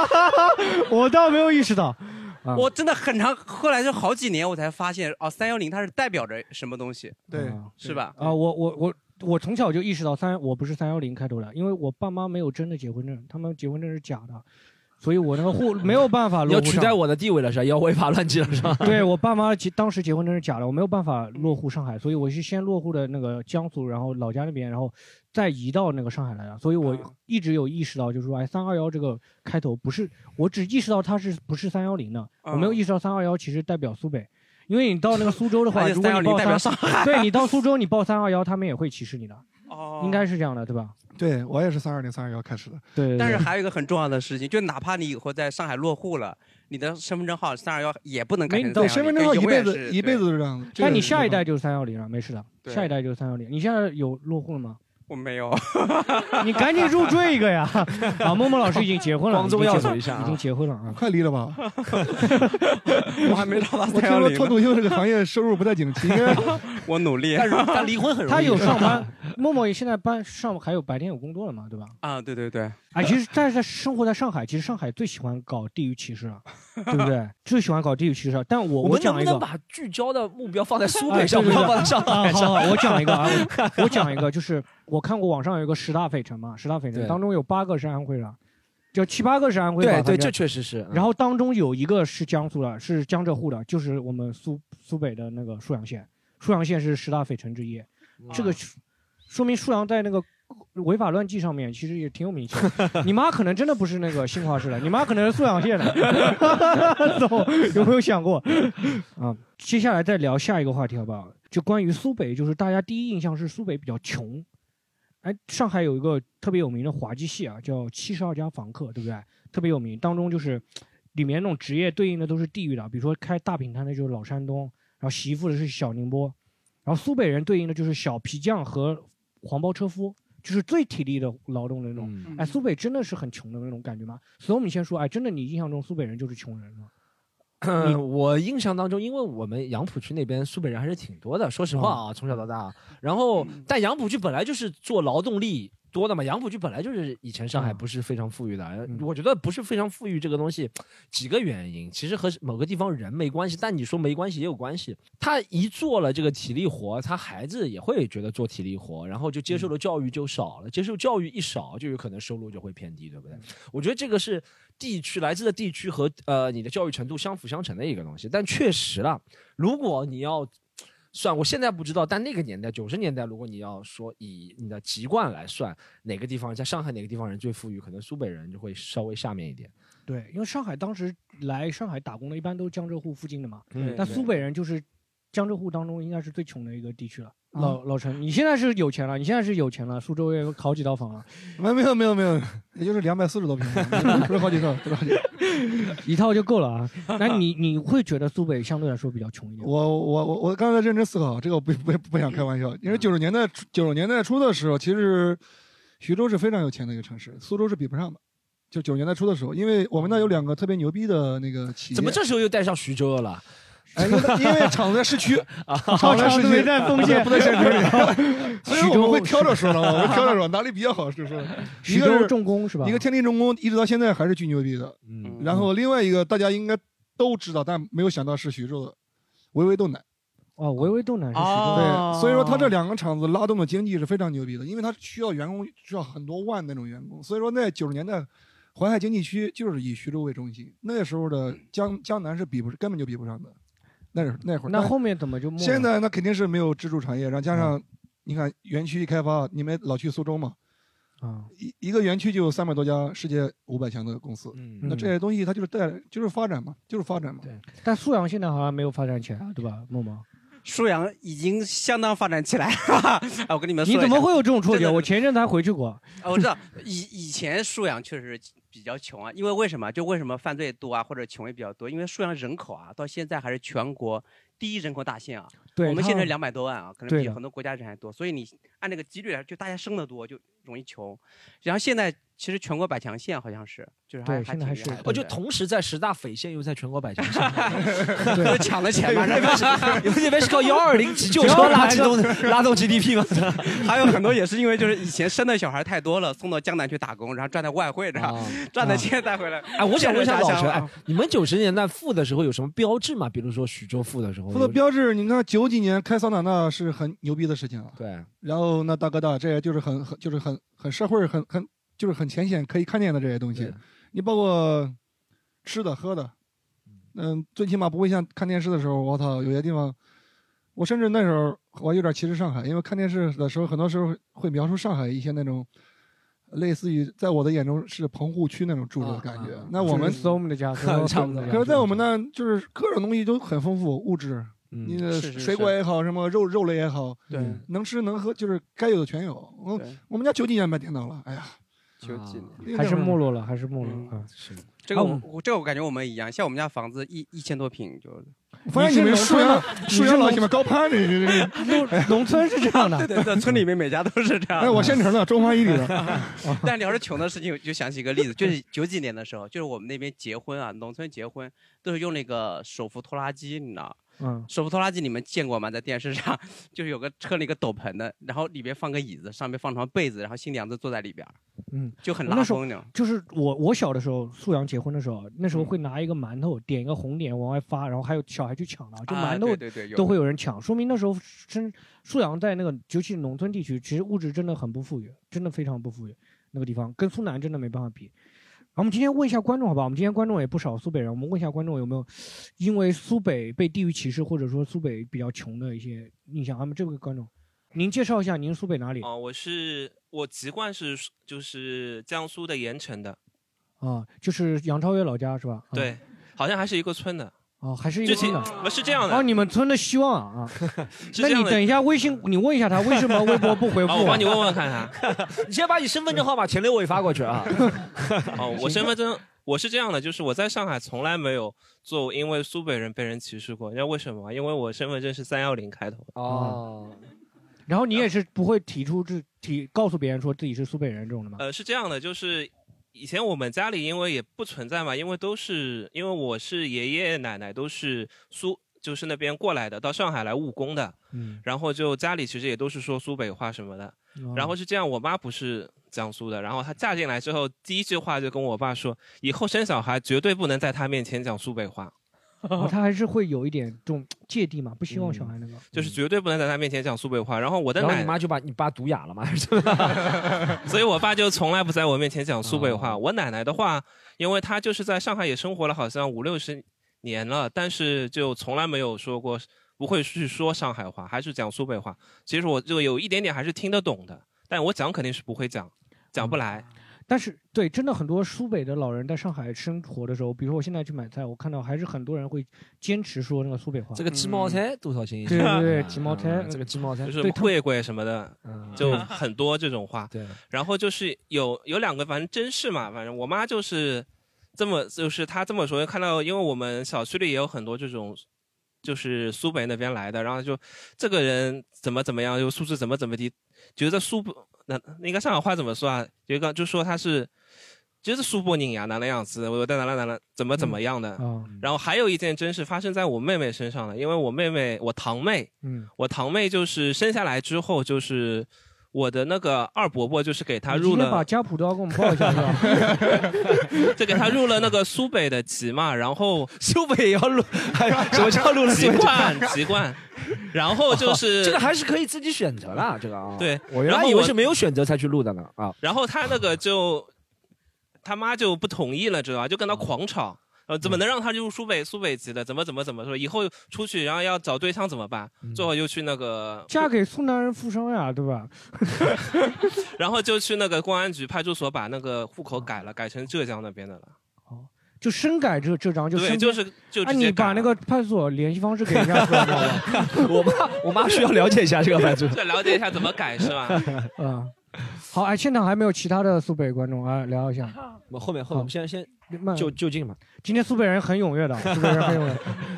我倒没有意识到。啊我真的很长，后来就好几年我才发现，哦，三幺零它是代表着什么东西，对，是吧？啊，我我我我从小就意识到三，我不是三幺零开头的，因为我爸妈没有真的结婚证，他们结婚证是假的，所以我那个户没有办法你落 要户取上代。我的地位了是吧？要违法乱纪了 是吧？对我爸妈结当时结婚证是假的，我没有办法落户上海，所以我是先落户的那个江苏，然后老家那边，然后再移到那个上海来的。所以啊我一直有意识到，就是说，哎，三二幺这个开头不是，我只意识到它是不是三幺零的，啊我没有意识到三二幺其实代表苏北。因为你到那个苏州的话，而且如果你320报哎代表三上 海，对你到苏州你报三二幺，他们也会歧视你的。哦应该是这样的，对吧？对我也是三二零、三二幺开始的。对但是还有一个很重要的事情，就哪怕你以后在上海落户了，你的身份证号三二幺也不能改成321。对身份证号就一永辈远子是一辈子都是这样的。这但个你是下一没办代就是三幺零了，没事的，对下一代就是三幺零。你现在有落户了吗？我没有，你赶紧 入赘一个呀！啊，默默老师已经结婚了，光宗已经耀结祖婚一下啊已经结婚了啊法。快离了吧！ 我还没到达三我听幺说零。脱口秀这个行业收入不太景气，应该我努力。但离婚很容易。他有上 班，默默现在班上还有白天有工作了嘛，对吧？啊，对对对， 啊，其实但是在生活在上海，其实上海最喜欢搞地域歧视了，对不对？最喜欢搞地域歧视了。但我我们能讲不一个能，把聚焦的目标放在苏哎北上，不对对对要放在上啊海好上？好，我讲一个 啊，我我讲一个，就是我看过网上有一个十大匪城嘛，十大匪城对当中有八个是安徽的，就七八个是安徽对的。对，这确实是。嗯然后当中有一个是江苏的，是江浙沪的，就是我们苏苏北的那个沭阳县。沭阳县是十大匪城之一，这个是说明沭阳在那个违法乱纪上面其实也挺有名气的。你妈可能真的不是那个新华市的，你妈可能是沭阳县的， 走有没有想过？啊，接下来再聊下一个话题好不好？就关于苏北，就是大家第一印象是苏北比较穷。哎，上海有一个特别有名的滑稽戏啊，叫《七十二家房客》，对不对？特别有名，当中就是里面那种职业对应的都是地域的，比如说开大饼摊的就是老山东，然后洗衣服的是小宁波，然后苏北人对应的就是小皮匠和黄包车夫，就是最体力的劳动的那种。哎，苏北真的是很穷的那种感觉吗？所以我们先说，哎，真的你印象中苏北人就是穷人吗？嗯，我印象当中，因为我们杨浦区那边苏北人还是挺多的，说实话啊，从小到大。然后，但杨浦区本来就是做劳动力多的嘛，杨浦区本来就是以前上海不是非常富裕的。啊我觉得不是非常富裕这个东西，几个原因，其实和某个地方人没关系，但你说没关系也有关系。他一做了这个体力活，他孩子也会觉得做体力活，然后就接受的教育就少了，接受教育一少，就有可能收入就会偏低，对不对？我觉得这个是地区来自的地区和呃你的教育程度相辅相成的一个东西。但确实啦，如果你要算，我现在不知道，但那个年代九十年代，如果你要说以你的籍贯来算，哪个地方在上海哪个地方人最富裕，可能苏北人就会稍微下面一点。对，因为上海当时来上海打工的，一般都是江浙沪附近的嘛。嗯但苏北人就是江浙沪当中应该是最穷的一个地区了。啊老老陈，你现在是有钱了，你现在是有钱了，苏州也有好几套房啊了，没没有没有没有，也就是两百四十多平，不是好几套，不是好几套。一套就够了啊。那你你会觉得苏北相对来说比较穷一点？我我我我刚才认真思考，这个我不不不想开玩笑，因为九十年代九十年代初的时候，其实徐州是非常有钱的一个城市，苏州是比不上的。就九十年代初的时候，因为我们那有两个特别牛逼的那个企业，怎么这时候又带上徐州了？ 哎，因为因为厂子在市区 啊，，厂子在市区，不在县城里 所以我们会挑着 说了，我们挑着说哪里比较好，就是说徐一个州是重工是吧？一个天地重工一直到现在还是巨牛逼的，嗯，然后另外一个大家应该都知道，但没有想到是徐州的维维豆奶。哦，维维豆奶是徐州哦的对，所以说它这两个厂子拉动的经济是非常牛逼的，因为它需要员工，需要很多万那种员工，所以说在九十年代，淮海经济区就是以徐州为中心，那时候的江江南是比不根本就比不上的，那是那会儿。那但后面怎么就没了嗯现在那肯定是没有支柱产业，然后加上你看园区一开发，你们老去苏州嘛，啊，一一个园区就有三百多家世界五百强的公司，嗯那这些东西它就是带就是发展嘛，就是发展嘛。但沭阳现在好像没有发展起来啊，对吧，梦梦？沭阳已经相当发展起来了。 哎，我跟你们说一你下，怎么会有这种错真觉？的我前一阵才回去过。啊，我知道，以以前沭阳确实比较穷啊，因为为什么？就为什么犯罪多啊，或者穷也比较多？因为沭阳人口啊，到现在还是全国第一人口大县啊。对我们现在它两百多万啊，可能对比的很多国家人还多。所以你按这个几率来，就大家生的多，就容易穷。然后现在其实全国百强县好像是，就是还还挺厉害的哦我就同时在十大匪县又在全国百强县， 对抢了钱嘛你们那边 是你们那边是靠幺二零急救车拉动拉动 GDP 吗？ 还有很多也是因为就是以前生的小孩太多了，送到江南去打工，然后赚的外汇，然后赚的钱带回来。哦哎，我想问一下老现在啊陈，家啊乡哎，你们九十年代富的时候有什么标志吗？比如说徐州富的时候，它的标志，你看九几年开桑塔纳是很牛逼的事情啊。对。然后那大哥大，这也就是很很就是很很社会很很就是很浅显可以看见的这些东西。你包括吃的喝的，嗯，最起码不会像看电视的时候，我操，有些地方，我甚至那时候我有点歧视上海，因为看电视的时候，很多时候会描述上海一些那种。类似于在我的眼中是棚户区那种住着的感觉，那我们搜我们的 家，啊差不多。可是，在我们嗯那，就是各种东西都很丰富，物质，嗯你的是是呃水果也好，什么肉肉类也好，对能吃能喝，就是该有的全有。我我们家九几年买电脑了，哎呀，九几年那个啊还是那会儿没落了，还是没落嗯了啊。是这个啊我我这个我感觉我们一样，像我们家房子一一千多平就，发现你们沭啊啊阳沭阳老铁们高攀，你这 这农哎农村是这样的 对对 对，村里面每家都是这样。哎，我县城的中华一里的， 但聊着穷的事情，我就想起一个例子，就是九几年的时候，就是我们那边结婚啊，农村结婚都是用那个手扶拖拉机，你知道。嗯，手扶拖拉机你们见过吗？在电视上，就是有个车里一个斗篷的，然后里边放个椅子，上面放床被子，然后新娘子坐在里 边，嗯，就很我拉那时候风那种。嗯就是我我小的时候，沭阳结婚的时候，那时候会拿一个馒头点一个红点往外发，然后还有小孩去抢的，就啊馒对对对头有都会有人抢，说明那时候真沭阳在那个尤其是农村地区，其实物质真的很不富裕，真的非常不富裕，那个地方跟苏南真的没办法比。然后我们今天问一下观众，好吧？我们今天观众也不少，苏北人，我们问一下观众有没有因为苏北被地域歧视，或者说苏北比较穷的一些印象？我们这位观众，您介绍一下您苏北哪里？哦、我是我籍贯是就是江苏的盐城的，啊，就是杨超越老家是吧？啊对，好像还是一个村的。哦，还是一个就挺村的，不是这样的哦，你们村的希望 啊啊！那这样你的哦等一下微信，你问一下他为什 么微博不回复？啊 好我帮你问问看看。你先把你身份证号码前六位发过 去啊。哦，我身份证我是这样的，就是我在上海从来没有做因为苏北人被人歧视过，你知道为什么吗？因为我身份证是三幺零开头。哦，然后你也是不会提出这提告诉别人说自己是苏北人这种的 吗？呃，是这样的，就是以前我们家里因为也不存在嘛，因为都是因为我是爷爷奶奶都是苏，就是那边过来的，到上海来务工的，嗯然后就家里其实也都是说苏北话什么的。嗯然后是这样，我妈不是江苏的，然后她嫁进来之后，第一句话就跟我爸说，以后生小孩绝对不能在她面前讲苏北话，哦他还是会有一点这种芥蒂嘛，不希望小孩那个。就是绝对不能在她面前讲苏北话。然后我的嗯然后奶你奶，妈就把你爸毒哑了嘛？ 所以我爸就从来不在我面前讲苏北话。我奶奶的话，因为她就是在上海也生活了好像五六十年了，但是就从来没有说过不会去说上海话，还是讲苏北话。其实我就有一点点还是听得懂的，但我讲肯定是不会讲，讲不来。但是对，真的很多苏北的老人在上海生活的时候，比如说我现在去买菜，我看到还是很多人会坚持说那个苏北话。这个鸡毛嗯菜多少钱一斤？对对对，鸡毛 菜，这个鸡毛菜就是对他们嗯贵贵什么的，就很多这 种话。对，然后就是有有两个，反正真是嘛，反正我妈就是这么，就是她这么说，看到因为我们小区里也有很多这种。就是苏北那边来的，然后就这个人怎么怎么样，又素质怎么怎么地，觉得苏北那那个上海话怎么说啊？有一个就说他是就是苏北人呀，哪能样子，我在哪哪哪哪怎么怎嗯么样的。哦然后还有一件真是发生在我妹妹身上了，因为我妹妹我堂妹，嗯，我堂妹就是生下来之后，就是我的那个二伯伯，就是给她你入今天把了，家谱都要给我们报一下是吧？ 就给她入了那个苏北的籍嘛，然后 苏北也要入，什么叫入了籍苏北哦贯籍贯，然后就是这个还是可以自己选择啦，这个啊。对我原然来后以为我是没有选择才去录的呢啊。然后他那个就他妈就不同意了，知道吧？就跟他狂吵，嗯呃，怎么能让他入苏北苏北籍的？怎么怎么怎么说？以后出去然后要找对象怎么办？嗯最后又去那个，嫁给苏南人富商呀，对吧？然后就去那个公安局派出所把那个户口改了，改成浙江那边的了。就深改这这张，就对深就是就啊，直接你把那个派出所联系方式给人家说好 吧？我妈， 我妈需要了解一下这个版主。再了解一下怎么改是吧？ 啊，好，哎，现场还没有其他的苏北观众啊，聊一下。 我后面后面，我们先先就就近嘛。今天苏北人很踊跃的，苏北人很 踊跃。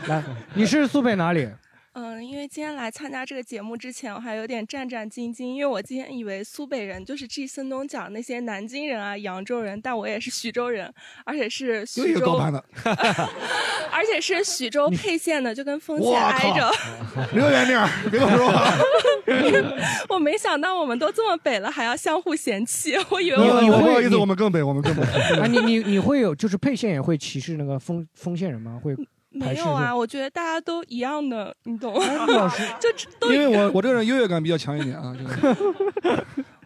来，你是苏北哪里？ 嗯，因为今天来参加这个节目之前，我还有点战战兢兢，因为我今天以为苏北人就是季森东讲那些南京人啊、扬州人，但我也是徐州人，而且是徐州，的， 而且是徐州沛县的，就跟丰县哇挨着。 离我远点儿，别跟我说话。 我没想到我们都这么北了，还要相互嫌弃，我以为我我你会不好意思，你我们更北，我们更北。 啊，你你你会有就是沛县也会歧视那个丰丰县人吗？会没排斥有啊，我觉得大家都一样的，你懂哎老吗？师 就因为 我我这个人优越感比较强一点 啊，就是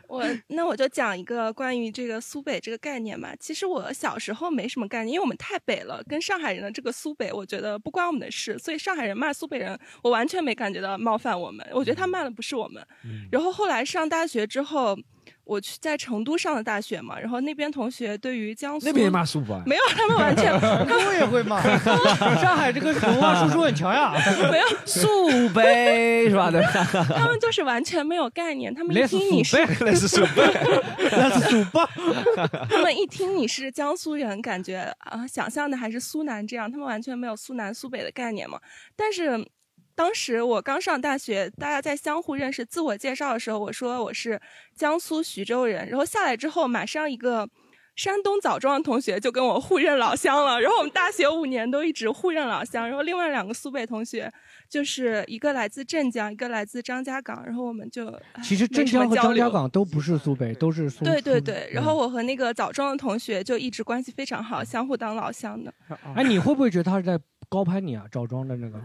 我那我就讲一个关于这个苏北这个概念吧。其实我小时候没什么概念，因为我们太北了，跟上海人的这个苏北，我觉得不关我们的事，所以上海人骂苏北人，我完全没感觉到冒犯我们。我觉嗯得他骂的不是我们。然后后来上大学之后，我去在成都上的大学嘛，然后那边同学对于江苏那边也骂苏北啊没有，他们 完全我也 会骂。 上海这个文化输出很强 呀，没 有苏北是吧？对吧？ 他们就是完全没有概念，他们一类似听你苏是北，类似 苏北，类似苏北。 他们一听你是江苏人，感觉啊、想象的还是苏南这样，他们完全没有苏南、苏北的概念嘛。但是当时我刚上大学，大家在相互认识、自我介绍的时候，我说我是江苏徐州人，然后下来之后，马上一个山东枣庄的同学就跟我互认老乡了。然后我们大学五年都一直互认老乡，然后另外两个苏北同学，就是一个来自镇江，一个来自张家港，然后我们就唉其实镇没什么江和交张流家港都不是苏北，都是苏。对对苏嗯对，然后我和那个枣庄的同学就一直关系非常好，相互当老乡的。 哎，你会不会觉得他是在高攀你啊？枣庄的那个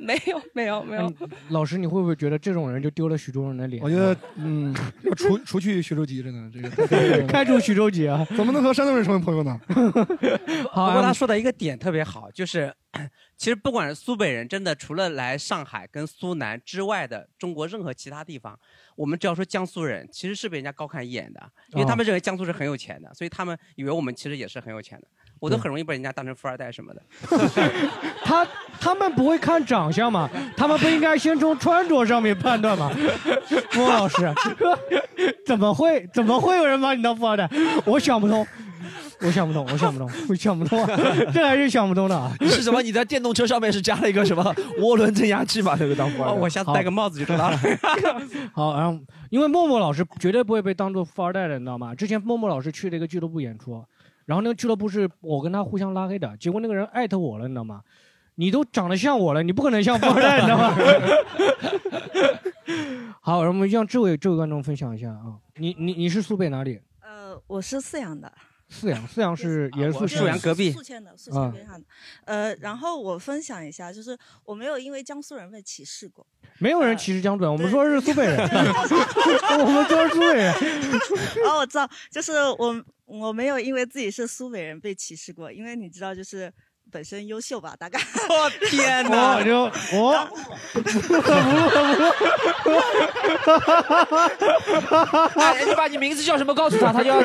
没有没有没有，老师，你会不会觉得这种人就丢了徐州人的脸？我觉得嗯，要除 除去徐州籍，真的这 个开除徐州籍啊，怎么能和山东人成为朋 友呢？不过他说的一个点特别好，就是其实不管是苏北人，真的除了来上海跟苏南之外的中国任何其他地方，我们只要说江苏人，其实是被人家高看一眼的，因为他们认为江苏是很有钱的，所以他们以为我们其实也是很有钱的。我都很容易被人家当成富二代什么的。他他们不会看长相吗？他们不应该先从穿着上面判断 吗？郭老师， 怎么会怎么会有人把你当富二代？我想不通，我想不通，我想不通，我想不通、 啊，这还是想不通的、啊。 是什么？你在电动车上面是加了一个什么涡轮增压器吧？那个当官的。哦我下次戴个帽子就知道了。好，然后因为默默老师绝对不会被当做富二代的，你知道吗？之前默默老师去了一个俱乐部演出，然后那个俱乐部是我跟他互相拉黑的，结果那个人艾特我了，你知道吗？你都长得像我了，你不可能像富二代，你知道吗？好，然后我们让这位这位观众分享一下啊，你你你是苏北哪里？呃，我是泗阳的，泗阳，泗阳是啊也是我就是苏宿迁的，宿迁啊边上的。呃，然后我分享一下，就是我没有因为江苏人被歧视过， 没有人歧视江准，我们说是苏北人， 我们说是苏北人。哦，我知道，就是我我没有因为自己是苏北人被歧视过，因为你知道，就是本身优秀吧，大概。哦我天哪我就我不录了不录了。哎，你把你名字叫什么告诉他，他就要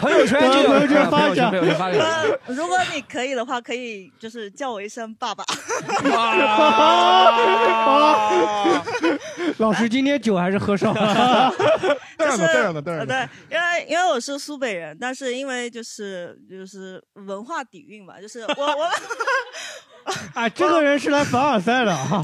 朋友圈就有朋友圈发一下朋友圈发一下。呃如果你可以的话，可以就是叫我一声爸爸。 老师今天酒还是喝少啊了， 但是当然了当然呃了当然了对，因为因为我是苏北人，但是因为就是就是文化底蕴吧，就是我 我哎，这个人是来凡尔赛的啊！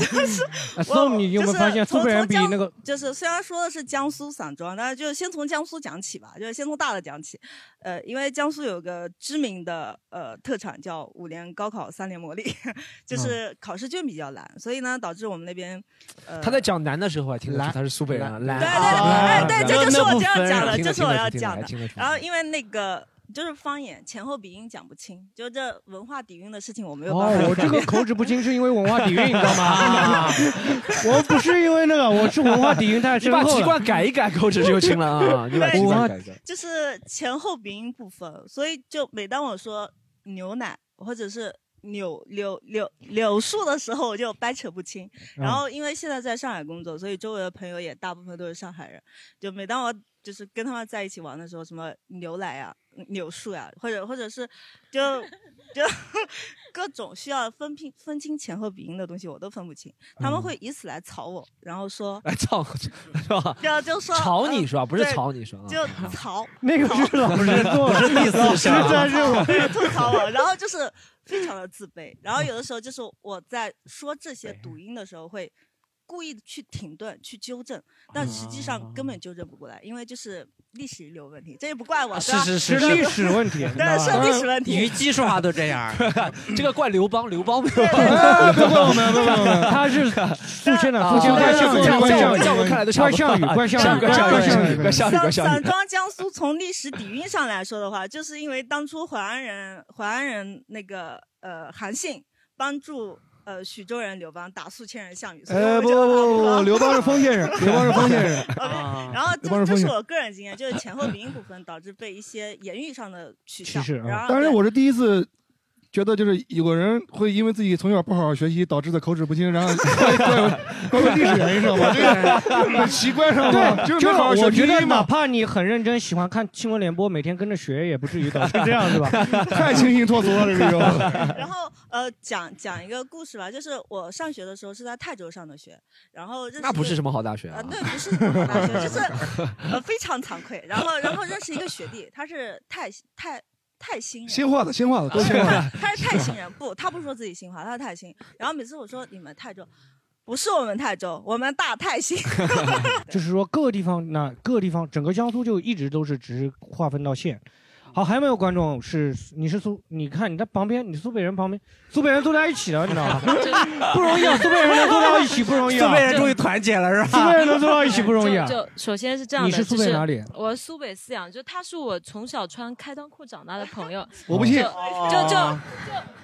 我哎宋，你有没有就是发现从苏北人比从江那个就是虽然说的是江苏散装，但是就先从江苏讲起吧，就是先从大的讲起。呃，因为江苏有个知名的呃特产叫五联高考三联模拟， 嗯就是考试卷比较难，所以呢导致我们那边呃他在讲男的时候，还听得出他是苏北人啊，对懒。对对，哎对，这就是我这样讲的，听这得是出我来要听得出讲来的啊听得出。来 然后因为那个。就是方言前后鼻音讲不清，就这文化底蕴的事情我没有办法改哦，变。我这个口齿不清是因为文化底蕴，你知 道吗？ 我不是因为那个，我是文化底蕴太深厚了。你把籍贯改一改口齿就清 了啊你把籍贯改一改就是前后鼻音不分，所以就每当我说牛奶或者是柳柳柳柳树的时候，我就掰扯不清。嗯然后因为现在在上海工作，所以周围的朋友也大部分都是上海人。就每当我就是跟他们在一起玩的时候，什么牛奶啊、柳树呀、或者或者是就 就各种需要分清分清前后鼻音的东西，我都分不清。他嗯们会以此来吵我，然后 说哎，操，是吧？就就说吵嗯你是吧？不是对吵你是吧？啊嗯就吵那个是老师做的，不是第四老师项啊在这我我会吐槽 我，然后就是非常的自卑，然后有的时候就是我在说这些读音的时候会。故意去停顿，去纠正，但实际上哦根本纠正不过来，因为就是历史遗留问题，这也不怪啊我，对吧 对，是 历史问题。语技术上都这样。这个怪刘邦，刘邦没有。别怪我们别怪我们他是宿迁的，宿迁怪项羽，在我在我看来都差怪不项羽，多怪项羽，怪项怪羽，项羽，怪项羽，怪散项散羽。装江苏从历史底蕴上来说的话，就是因为当初淮安人淮安人那个呃韩信帮助呃徐州人刘邦打宿迁人项羽，所以哎，我不就、不不不，刘邦是丰县人，刘邦是丰县人。啊啊然后刘邦这这丰是县我个人经验，就是前后鼻音不分导致被一些言语上的取笑，然后啊当然我是第一次。觉得就是有个人会因为自己从小不好好学习，导致的口齿不清，然后 怪怪怪历史原因上吧，这个很奇怪上吧，对，就是没好好我学觉拼得音哪嘛，？怕你很认真，喜欢看新闻联播，每天跟着学，也不至于搞成这样，是吧太清新脱俗了这个就然后呃，讲讲一个故事吧，就是我上学的时候是在泰州上的学，然后认识那不一是个什么好大学啊啊，对，不是什么好大学，就 是呃非常惭愧。然后然后认识一个学弟，他是泰泰泰兴人，，新化的新化的都新化的他是泰兴人，不，他不说自己兴化，他是泰兴。然后每次我说你们泰州，不是我们泰州，我们大泰兴。就是说各个地方，那各个地方，整个江苏就一直都是只是划分到县。好，还有没有观众是你是苏？你看你在旁边，你苏北人旁边，苏北人坐在一起了，你知道吗？不容易啊，苏北人能坐到一起不容易啊。苏北人终于团结了，是吧？苏北人能坐到一起不容易啊。就就首先是这样的，你是苏北哪里就是我苏北泗阳，就他是我从小穿开裆裤长大的朋友 。我不信就就就哦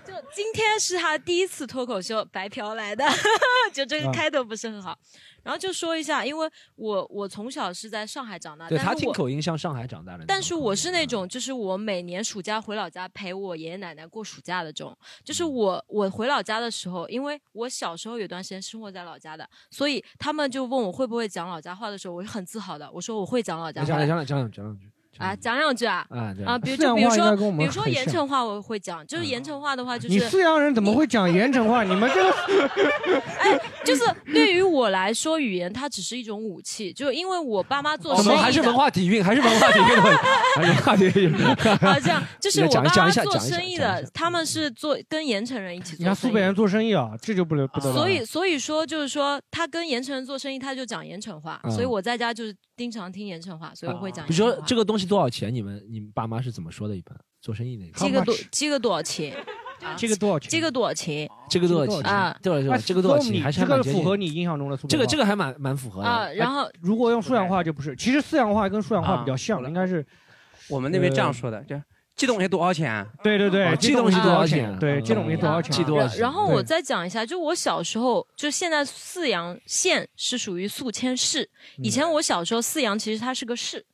就就今天是他第一次脱口秀，白嫖来的， 就这个啊开头不是很好。然后就说一下，因为我我从小是在上海长大，对但是他听我口音像上海长大的，但是我是那种，就是我每年暑假回老家陪我爷爷奶奶过暑假的这种。就是嗯我我回老家的时候，因为我小时候有段时间生活在老家的，所以他们就问我会不会讲老家话的时候，我是很自豪的，我说我会讲老家讲话讲讲讲讲两句。啊，讲两句啊啊对 比如四就比如川话应该跟我说们比如说很盐像城话我会讲，就是盐嗯城话的话就你是泗阳人怎么会讲盐城话？你们这个就是对于我来说，语言它只是一种武器，就因为我爸妈做我生们意哦还是的文化底蕴，还是文化底蕴的问题，还是文化底蕴。啊，这样就是我讲爸一讲妈一下，做讲一下嗯生。意的，他们是做跟盐城人一起做你生看苏意北人做生意啊，这就不能不得了。所以所以说就是说，他跟盐城人做生意，他就讲盐城话，嗯所以我在家就是经常听盐城话，所以啊我会讲比盐如城说话。这个东西多少钱？你们你们爸妈是怎么说的？一般做生意那个，这个多这个多少钱？啊这个多少钱这个多少钱？这个多少钱？啊？对吧对吧？这个多少钱？还是这还蛮个接符近合你印象中的苏北这个话这个还蛮蛮符合的啊然后哎如果用沭阳话就不是，其实泗阳话跟沭阳话比较像，应该是 我们那边这样说的，这这东西多少钱？对对对啊，这这东西多少钱啊对，这东西多少钱？然然后我再讲一下，就我小时候，就现在泗嗯阳县是属于宿迁市，以前我小时候泗阳其实它是个市。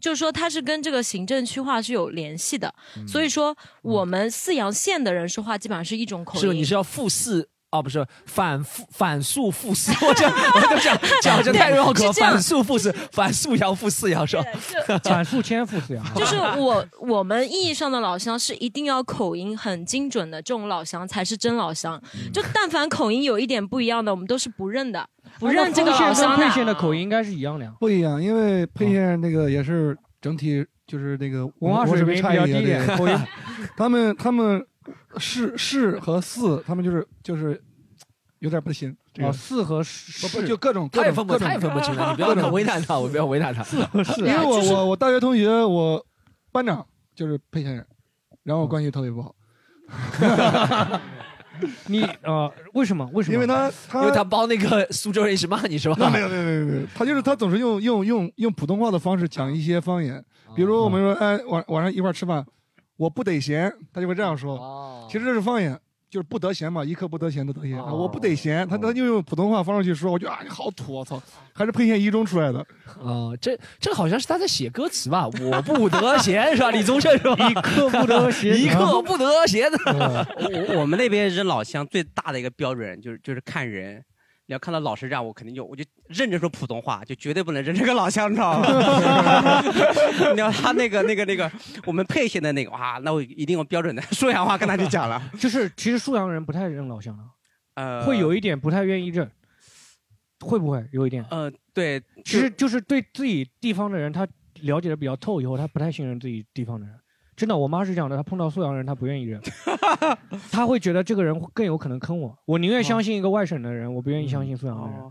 就是说它是跟这个行政区划是有联系的。嗯所以说我们泗阳县的人说话基本上是一种口音。是你是要复四哦，不是反复反诉复四， 我这我就讲讲这太绕口了，是这样反诉复四，反诉阳复四啊阳是吧？反复千复四阳， 就是我我们意义上的老乡是一定要口音很精准的，这种老乡才是真老乡。就但凡口音有一点不一样的，我们都是不认哦的，不认这个老乡沛的。县的口音应该是一样的呀。不一样，因为沛县那个也是整体就是那个嗯文化水平差异啊比较低一点对口音 他们他们是是和四，他们就是就是有点不行。这个哦，四和是不不就各种他也各种分不各种他也分不清了，你各不要种为难他，我不 要为难他。啊 因为我我我大学同学，我班长就是沛县人，然后我关系特别不好。嗯 你呃，为什么？为什么？因为他他 因为他帮那个苏州人一直骂你是吧？那没有没有没有没有，他就是他总是用用用用普通话的方式讲一些方言，比如我们说哎晚晚上一块儿吃饭，我不得闲，他就会这样哦说。其实这是方言，就是不得闲嘛，一刻不得闲的得闲。啊我不哦得闲，他他就用普通话方式去说，我就啊好土，我操，还是沛县一中出来的。啊，这这好像是他在写歌词 吧？我不得闲是吧？李宗盛是吧？一刻不得 闲一刻不得闲我我们那边是老乡最大的一个标准就是就是看人。你要看到老师这样，我肯定就我就认真说普通话，就绝对不能扔这个老乡，你知道吗？ 你要他那个那个那个，我们沛县的那个哇，那我一定用标准的 说阳话跟他去讲了。 就是其实沭阳人不太认老乡啊了，呃，会有一点不太愿意认，会不会有一点？呃，对，其实就是对自己地方的人，他了解的比较透以后，他不太信任自己地方的人。真的，我妈是这样的，她碰到沭阳人，她不愿意 认，她会觉得这个人更有可能坑我。我宁愿相信一个外省的人，我不愿意相信沭阳的人。啊，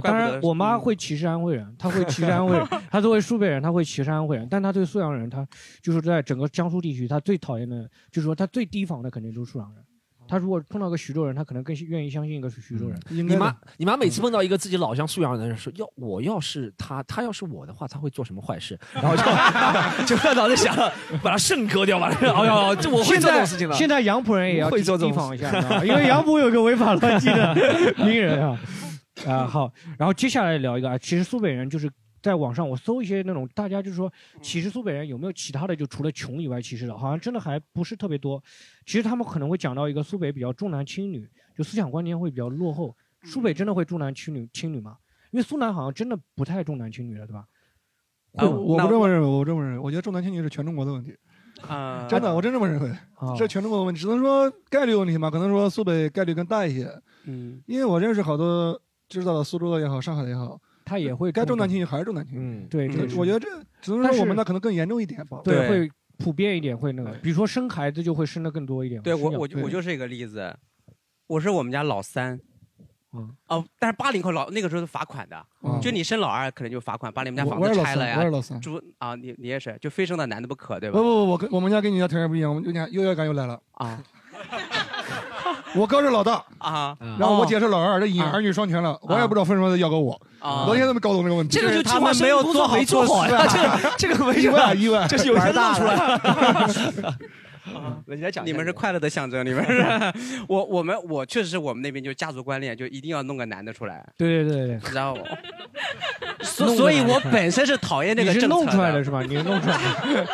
当怪不得然，嗯我妈会歧视安徽人，她会歧视安徽 人，她作为苏北人，她会歧视安徽人，但她对沭阳人，她就是在整个江苏地区，她最讨厌的，就是说她最提防的肯定就是沭阳人。她如果碰到个徐州人，她可能更愿意相信一个徐州人。你妈，你妈每次碰到一个自己老乡素养的人说，要我要是他，他要是我的话，他会做什么坏事？然后就 就在脑子想，把他肾割掉吧。 哎呀，这我会现做这在种事情了。现在杨浦人也要会做这提种防一下，事你知 道吗因为杨浦有个违法乱纪的名人啊。啊、好，然后接下来聊一个啊，其实苏北人就是在网上我搜一些那种大家就是说歧视苏北人有没有其他的，就除了穷以外歧视的，好像真的还不是特别多。其实他们可能会讲到一个苏北比较重男轻女，就思想观念会比较落后。苏北真的会重男轻女轻女吗？因为苏南好像真的不太重男轻女了，对吧？会吗呃我不这么认为，我不这么认为，我觉得重男轻女是全中国的问题。啊真的，我真这么认为哦，嗯这是全中国的问题，只能说概率问题嘛，可能说苏北概率更大一些。嗯，因为我认识好多知道的苏州的也好，上海的也好，他也会该重重男轻女还是重男轻女。嗯，对这个我觉得这只能但说是我们那可能更严重一点吧。对，会普遍一点，会那个，比如说生孩子就会生的更多一点嘛。对我生养我就我就是一个例子，我是我们家老三，啊嗯，哦，但是八零后老那个时候是罚款的，就你生老二可能就罚款，把你们家我房我子是老拆三了呀我是老三，住啊，你你也是，就非生的男的不可，对不吧？不不，我跟我们家跟你家条件不一样，我们家优越感又来了啊。 我哥是老大，啊，嗯然后我姐是老二，这一儿女双全了，我也不知道分什么要搞我，啊我到现在都没搞懂这个问题。这个就计划生育工作没做好呀，啊这个这 个没意外啊意外，这是有些漏出来了。人家讲， 你们是快乐的象征，你们是我我们我确实是我们那边就家族观念，就一定要弄个男的出来，对对对对，然后所弄个所以，男的我出来本身是讨厌那个你是政弄出策来的是吧？你是弄出来的。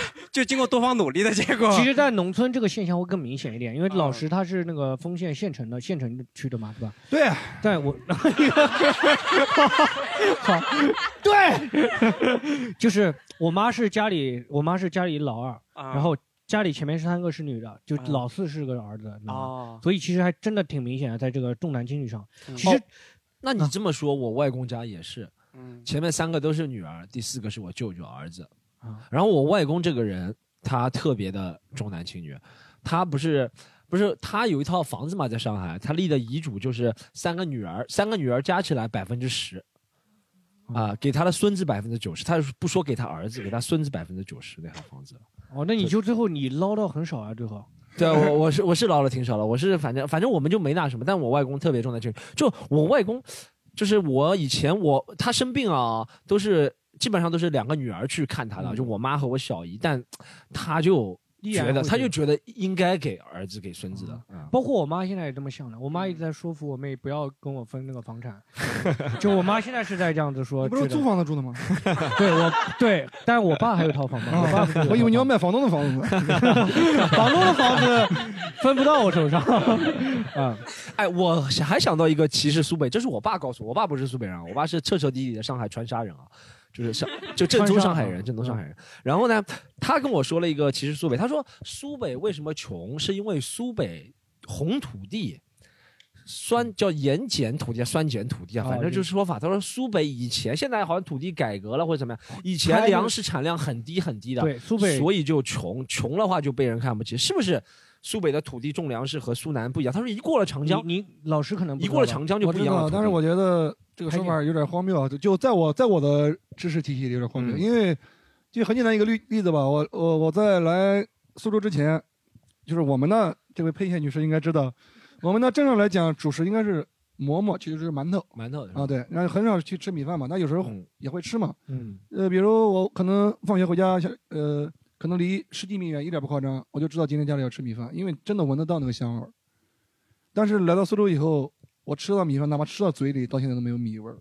就经过多方努力的结果。啊其实，在农村这个现象会更明显一点，因为老石他是那个丰县县城的县城区的嘛，对吧？对。但 我， 好，对，就是我妈是家里，我妈是家里老二，啊然后家里前面三个是女的，就老四是个儿子，你知道吗啊哦所以其实还真的挺明显的，在这个重男轻女上，其哦实那你这么说，我外公家也是嗯，前面三个都是女儿，第四个是我舅舅儿子。然后我外公这个人，他特别的重男轻女，他不是不是他有一套房子嘛，在上海，他立的遗嘱就是三个女儿，三个女儿加起来百分之十。啊，给他的孙子百分之九十，他不说给他儿子，给他孙子百分之九十那套房子。哦，那你就最后你捞到很少啊，最后。对， 我我是我是捞了挺少了，我是反正反正我们就没那什么，但我外公特别重男轻女，就我外公，就是我以前我他生病啊，都是基本上都是两个女儿去看他的，就我妈和我小姨，但他就嗯依然觉得会他觉就觉得应该给儿子给孙子的，嗯包括我妈现在也这么想的，我妈一直在说服我妹不要跟我分那个房产，就我妈现在是在这样子说。 你不是觉得租房子住的吗？ 哦对我对，但是我爸还有套房嘛，我爸不是有我以为你要卖房东的房子。房东的房子分不到我手上。啊，哎，我想还想到一个歧视苏北，这是我爸告诉我，我爸不是苏北人啊，我爸是彻彻底底的上海川沙人啊，就是上就正宗上海啊人，嗯正宗上海人。然后呢，他跟我说了一个歧视苏北，他说苏北为什么穷，是因为苏北红土地。酸叫盐碱土地，酸碱土地啊，哦。反正就是说法。他说苏北以前，现在好像土地改革了或者怎么样，以前粮食产量很低很低的，对苏北所以就穷，穷的话就被人看不起，是不是？苏北的土地种粮食和苏南不一样，他说一过了长江，你 老师可能一过了长江就我不知一样道，了。但是我觉得这个说法有点荒谬啊！就就在我在我的知识体系里有点荒谬，嗯因为就很简单一个例例子吧。我我我在来苏州之前，就是我们那这位佩倩女士应该知道，我们那正常来讲主食应该是馍馍，其实就是馒头馒头啊，对，然后很少去吃米饭嘛，那有时候也会吃嘛。嗯，呃，比如我可能放学回家，想呃，可能离十几米远，一点不夸张，我就知道今天家里要吃米饭，因为真的闻得到那个香味儿。但是来到苏州以后，我吃到米饭，哪怕吃到嘴里，到现在都没有米味儿。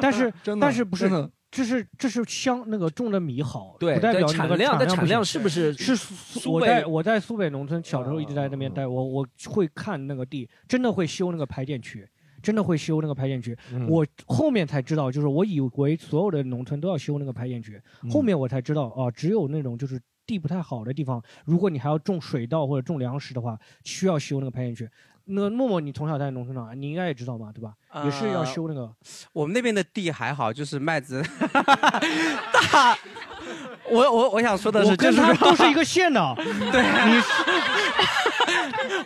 但是 真的但是不真是的？这是 这是香那个种的米好，对不代表但你那产个量但产产量是是不是是苏苏？我北啊在我在苏北农村小时候一直在那边待，我我会看那个地，真的会修那个排电区，真的会修那个排电区。嗯我后面才知道，就是我以为所有的农村都要修那个排电区，嗯后面我才知道啊，只有那种就是。地不太好的地方，如果你还要种水稻或者种粮食的话，需要修那个排电区。那默默，你从小在农村长，你应该也知道嘛，对吧？也是要呃修那个。我们那边的地还好，就是麦子大。我我我想说的我是，就跟是他说都是一个县 的，对，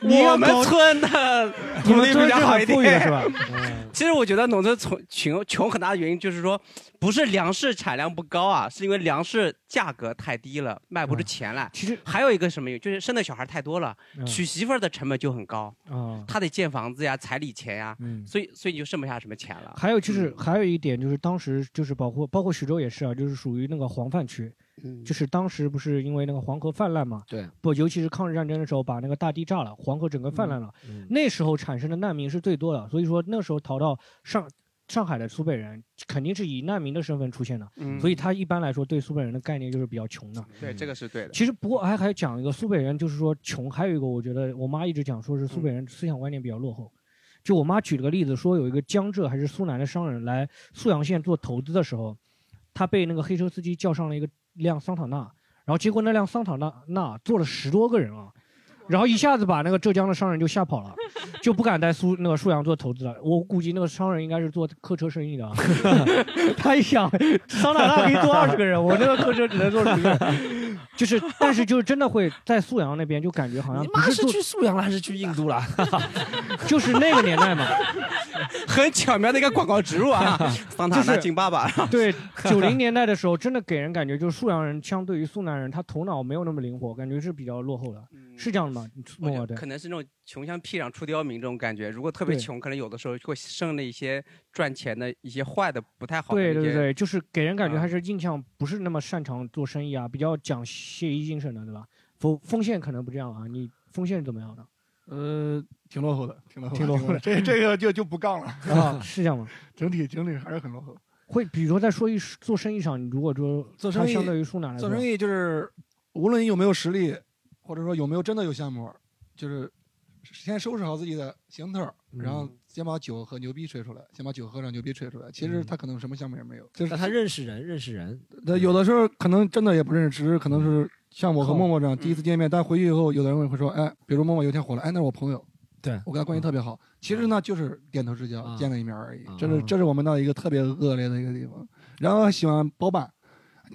你我要搞们村的你土们地村比较是好很一富裕的点，是吧？嗯其实我觉得农村穷穷穷很大的原因就是说，不是粮食产量不高啊，是因为粮食价格太低了，卖不出钱来。嗯其实还有一个什么原因，就是生的小孩太多了，嗯娶媳妇儿的成本就很高，啊。他得建房子呀、彩礼钱呀，嗯所以所以你就剩不下什么钱了。还有就是还有一点就是当时就是包括包括徐州也是啊，就是属于那个黄泛区，就是当时不是因为那个黄河泛滥嘛，对，不，尤其是抗日战争的时候，把那个大地炸了，黄河整个泛滥了，嗯那时候产生的难民是最多的，所以说那时候逃到上上海的苏北人肯定是以难民的身份出现的，嗯所以他一般来说对苏北人的概念就是比较穷的，对，这个是 对的。其实不过还还讲一个苏北人，就是说穷，还有一个我觉得我妈一直讲说是苏北人思想观念比较落后。就我妈举了个例子，说有一个江浙还是苏南的商人来沭阳县做投资的时候，他被那个黑车司机叫上了一个一辆桑塔纳，然后结果那辆桑塔纳那坐了十多个人啊，然后一下子把那个浙江的商人就吓跑了，就不敢在苏那个沭阳做投资了。我估计那个商人应该是做客车生意的啊， 他一想桑塔纳可以坐二十个人，我那个客车只能坐十个人，就是但是就是真的会在沭阳那边就感觉好像你不妈是是做去沭阳了还是去印度了？ 就是那个年代嘛，，很巧妙的一个广告植入啊桑塔就纳是金爸爸。 对，九零年代的时候，真的给人感觉就是沭阳人相对于苏南人，他头脑没有那么灵活，感觉是比较落后的，嗯是这样的吗？默默对可。能是那种穷乡僻壤出刁民这种感觉。如果特别对穷，可能有的时候会剩了一些赚钱的一些坏的、不太好的一对对些。对，就是给人嗯感觉还是印象不是那么擅长做生意啊，比较讲协议精神的，对吧？丰丰县可能不这样啊，你丰县是怎么样的？呃，挺落后的，挺落后的，挺落后的这这个就就不杠了 啊，是这样吗？整体整体还是很落后。会比如说在说一做生意上，你如果说做生它意相对于苏南来说，做生意就是无论你有没有实力，或者说有没有真的有项目，就是先收拾好自己的行头，嗯然后先把酒和牛逼吹出来，先把酒喝上，牛逼吹出来。其实他可能什么项目也没有，就是但他认识人，认识人，那嗯有的时候可能真的也不认识，只是可能是像我和默默这样第一次见面，但回去以后，有的人会说，哎，比如默默有一天火了，哎，那是我朋友，对我跟他嗯关系特别好。其实呢，就是点头之交，见了一面而已啊。这是这是我们那一个特别恶劣的一个地方。然后还喜欢包办，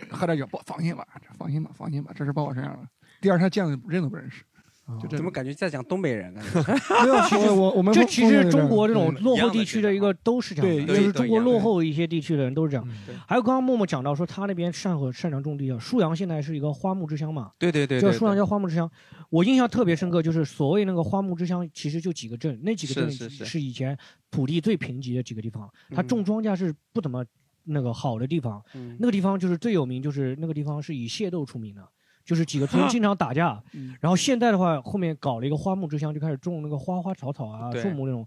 喝点酒，不放心吧，这放心吧，放心吧，这事包我身上了。第二天见了认都不认识，啊就这哦怎种么感觉在讲东 北 人呢？啊没有其实我我们这后其实后面中国这这样种对落后一样的地区啊的一个都是这样的，嗯对就都是中一国落 后嗯一些地区的人都是这样。还有刚刚默默讲到说他那边擅和擅长种地啊，沭阳现在是一个花木之乡嘛，对对对叫对沭阳叫花木之乡。我印象特别深刻，就是所谓那个花木之乡，其实就几个镇，那几个镇是是是是以前土地最贫瘠的几个地方，它种庄稼是不怎么那个好的地方。嗯那个地方就是最有名，就是那个地方是以械斗出名的。就是几个 村经常打架 嗯然后现在的话，后面搞了一个花木之乡，就开始种那个花花草草啊、对树木那种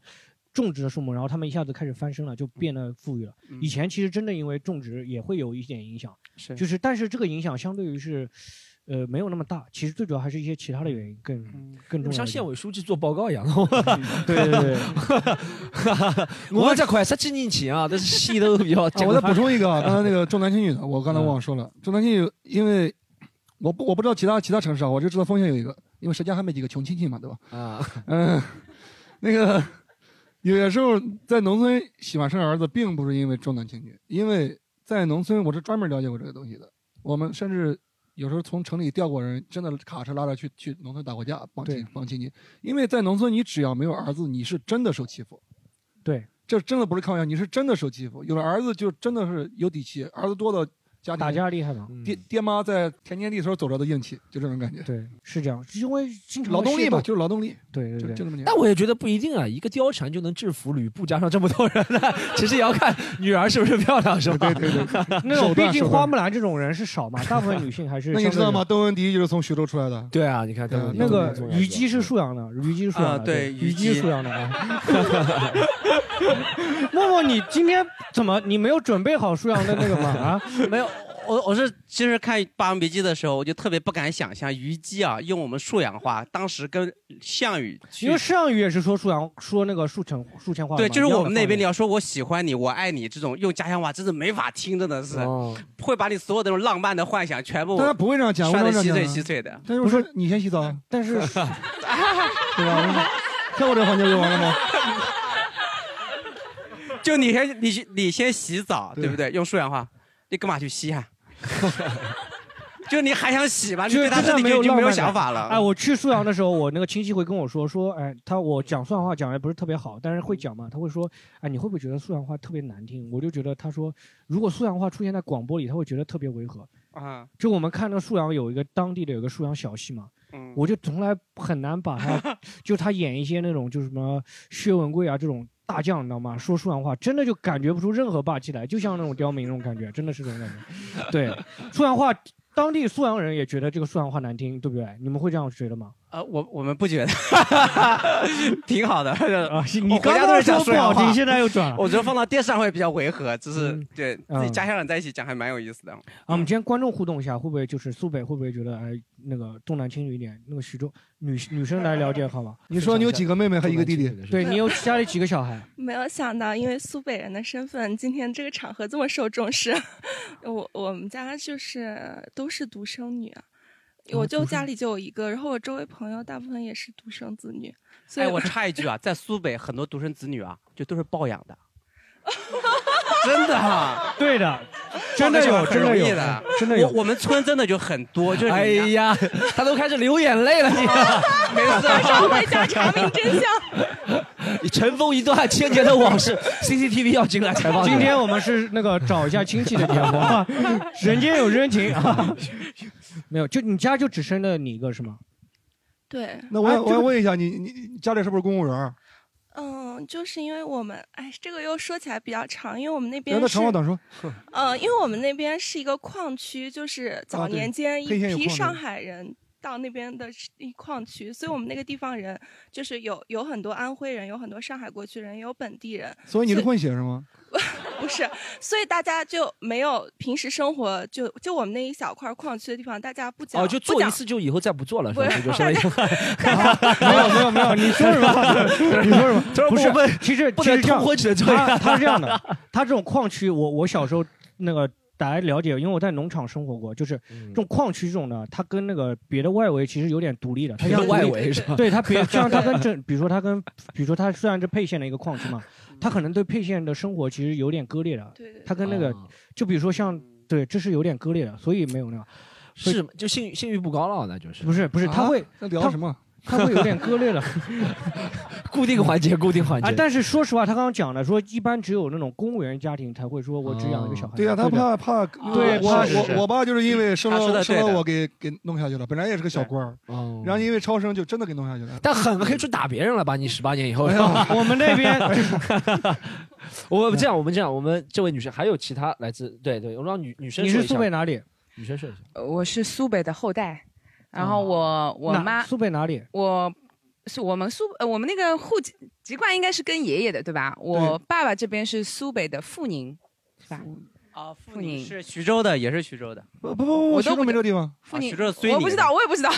种植的树木，然后他们一下子开始翻身了，就变得富裕了。嗯以前其实真的因为种植也会有一点影响，是就是但是这个影响相对于是。呃，没有那么大，其实最主要还是一些其他的原因更、嗯更重要一点。像县委书记做报告 一样。对对对， 我这块十几年前啊，但是戏都比较啊。我再补充 一个，啊，刚才那个重男轻女的，我刚才嗯忘了说了，重男轻女，因为我不我不知道其他其他城市啊，我就知道丰县有一个，因为石家还没几个穷亲戚嘛，对吧？ 啊，嗯，那个有时候在农村喜欢生儿子，并不是因为重男轻女，因为在农村我是专门了解过这个东西的，我们甚至。有时候从城里调过人，真的卡车拉着去去农村打过架，帮亲帮亲戚，因为在农村你只要没有儿子，你是真的受欺负。对，这真的不是开玩笑，你是真的受欺负。有了儿子就真的是有底气，儿子多的家庭打架厉害嘛。嗯爹爹妈在田间地头走着的硬气，就这种感觉。对，是这样，因为经常劳动力嘛，是就是劳动力。对对就就这么简单。但我也觉得不一定啊，一个貂蝉就能制服吕布，加上这么多人呢，其实也要看女儿是不是漂亮，是吧？对对 对那种毕竟花木兰这种人是少嘛，大部分女性还是。 那你知道吗？？邓文迪就是从徐州出来的。对啊，你看邓文那个虞姬是沭阳的，虞姬是沭阳的，啊对虞虞姬姬是沭阳的啊。 默默，你今天怎么你没有准备好沭阳的那个吗？ 啊，没有，我我是其实看《霸王别姬》的时候，我就特别不敢想象虞姬啊用我们沭阳话，当时跟项羽去因为项羽也是说沭阳，说那个沭城沭城话的嘛。对，就是我们那边一你样的要说我喜欢你，我爱你这种用家乡话，真的没法听，真的是、会把你所有的那种浪漫的幻想全部大家不会这样讲，摔我得这稀样碎讲稀碎的。他就说你先洗澡，但 是对吧？跳过这个环节不就完了吗？ 就你先你去你先洗澡，对不对？用沭阳话，你干嘛去洗啊？ 就你还想洗吗？你就对是他这真的里没有就就浪没有漫想感法了。哎，我去沭阳的时候，我那个亲戚会跟我说说，哎，他我讲沭阳话讲的不是特别好，但是会讲嘛。他会说，哎，你会不会觉得沭阳话特别难听？我就觉得他说，如果沭阳话出现在广播里，他会觉得特别违和。啊，就我们看那个沭阳有一个当地的有个沭阳小戏嘛，嗯我就从来很难把他，就他演一些那种就是什么薛文贵啊这种大将，你知道吗？说沭阳话真的就感觉不出任何霸气来，就像那种刁民那种感觉，真的是这种感觉。对，沭阳话，当地沭阳人也觉得这个沭阳话难听，对不对？你们会这样觉得吗？呃，我我们不觉得， 挺好的。你刚刚说不好听现在又转了 我觉得放到电视上会比较违和，只是嗯对嗯自己家乡人在一起讲还蛮有意思的。啊，我们今天观众互动一下，会不会就是苏北会不会觉得哎那个重男轻女一点？那个徐州女女生来了解好吗？你说你有几个妹妹和一个弟弟对你有家里几个小孩？没有想到，因为苏北人的身份，今天这个场合这么受重视。 我我们家就是都是独生女啊，我就家里就有一个，然后我周围朋友大部分也是独生子女，所以哎，我插一句啊，在苏北很多独生子女啊，就都是抱养的，真的 啊，对的，真的有，很真容的易有的，， 真的有。我我们村真的就很多，就是哎 呀，他都开始流眼泪了，你没事马上回家查明真 相。你尘封一段千年的往事，CCTV 要进来采访你。今天我们是那个找一下亲戚的节目啊，人间有真情啊。 没有，就你家就只生了你一个是吗？ 对。那我想我啊想就问一下，你你你家里是不是公务员儿？嗯，就是因为我们，哎，这个又说起来比较长，因为我们那边那是长话短说。呃，因为我们那边是一个矿区，就是啊早对年间一沛县有批矿的上海人到那边的是一矿区，所以我们那个地方人就是有有很多安徽人，有很多上海过去人，也有本地人。所以你是混血是吗？不是，所以大家就没有平时生活就就我们那一小块矿区的地方，大家不 讲哦，就不做讲一次就以后再不做了，是吧？不这是就相当于 没有没有没有，你说什 么？你说什么？这不是我们，其实不其能实这样通婚只能做一他个他是这样的，他这种矿区，我我小时候那个大家了解，因为我在农场生活过，就是嗯这种矿区这种的，它跟那个别的外围其实有点独立的，它别的像独立外围是吧 对它别像它 跟这，比如说它跟，比如说它虽然是沛县的一个矿区嘛，嗯它可能对沛县的生活其实有点割裂的，它跟那个哦就比如说像对，这是有点割裂的，所以没有那个。所以 是就性性欲不高了，那就是啊不是不是，他会那聊什么？他会有点割裂了。固定环节，固定环节。啊，但是说实话，他刚刚讲了，说一般只有那种公务员家庭才会说，我只养一个小孩。嗯对呀、他的啊怕怕对我是是我我爸就是因为生他说了得生对了的我给给弄下去了，本来也是个小官儿，然后因为超生就真的给弄下去了。但狠可以去打别人 了吧？你十八年以后哎呀，我们那 边我们这样，我们这样，我们这位女生还有其他来自对对，我让女女生你说是一下苏北哪里？女生说一下。呃我是苏北的后代，然后我、我哪妈哦苏北哪里？我是我们苏呃我们那个户籍籍贯应该是跟爷爷的对吧？我爸爸这边是苏北的阜宁，是吧？啊，阜宁是徐州的，也是徐州的。不不不，我都不没这地方。啊阜宁、徐州的睢宁我不知道，我也不知道。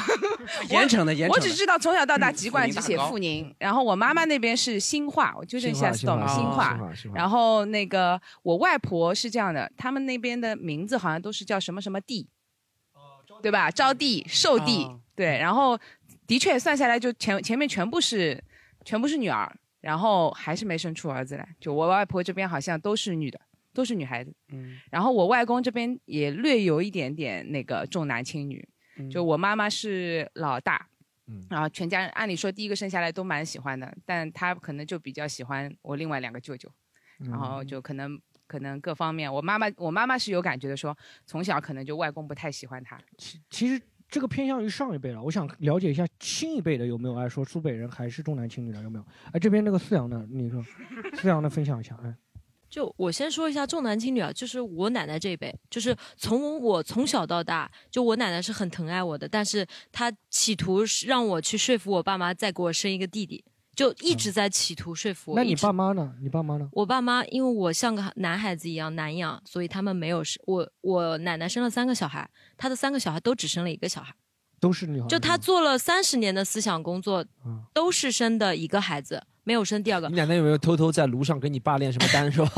盐城的盐城的我只知道从小到大籍贯只写嗯阜宁，然后我妈妈那边是新化，我纠正一下新化 Storm 新新化化哦新化新。化然后那个我外婆是这样的，他们那边的名字好像都是叫什么什么地，对吧？招娣、寿娣，对。然后的确算下来，就前前面全部是全部是女儿，然后还是没生出儿子来。就我外婆这边好像都是女的，都是女孩子。嗯然后我外公这边也略有一点点那个重男轻女，就我妈妈是老大，然后全家人按理说第一个生下来都蛮喜欢的，但她可能就比较喜欢我另外两个舅舅，嗯然后就可能可能各方面，我妈妈我妈妈是有感觉的说，从小可能就外公不太喜欢她，其实这个偏向于上一辈了，我想了解一下新一辈的有没有爱说苏北人还是重男轻女的有没有？哎，这边那个四阳的，你 说四阳的分享一下，哎，就我先说一下重男轻女啊，就是我奶奶这一辈，就是从我从小到大，就我奶奶是很疼爱我的，但是她企图是让我去说服我爸妈再给我生一个弟弟，就一直在企图说服我。那你一直爸妈呢？你爸妈呢？我爸妈因为我像个男孩子一样难养，所以他们没有生我。我奶奶生了三个小孩，她的三个小孩都只生了一个小孩，都是哦女孩子就吗，她做了三十年的思想工作，嗯都是生的一个孩子，没有生第二个 你。奶奶有没有偷偷在炉上给你爸练什么 丹是吧？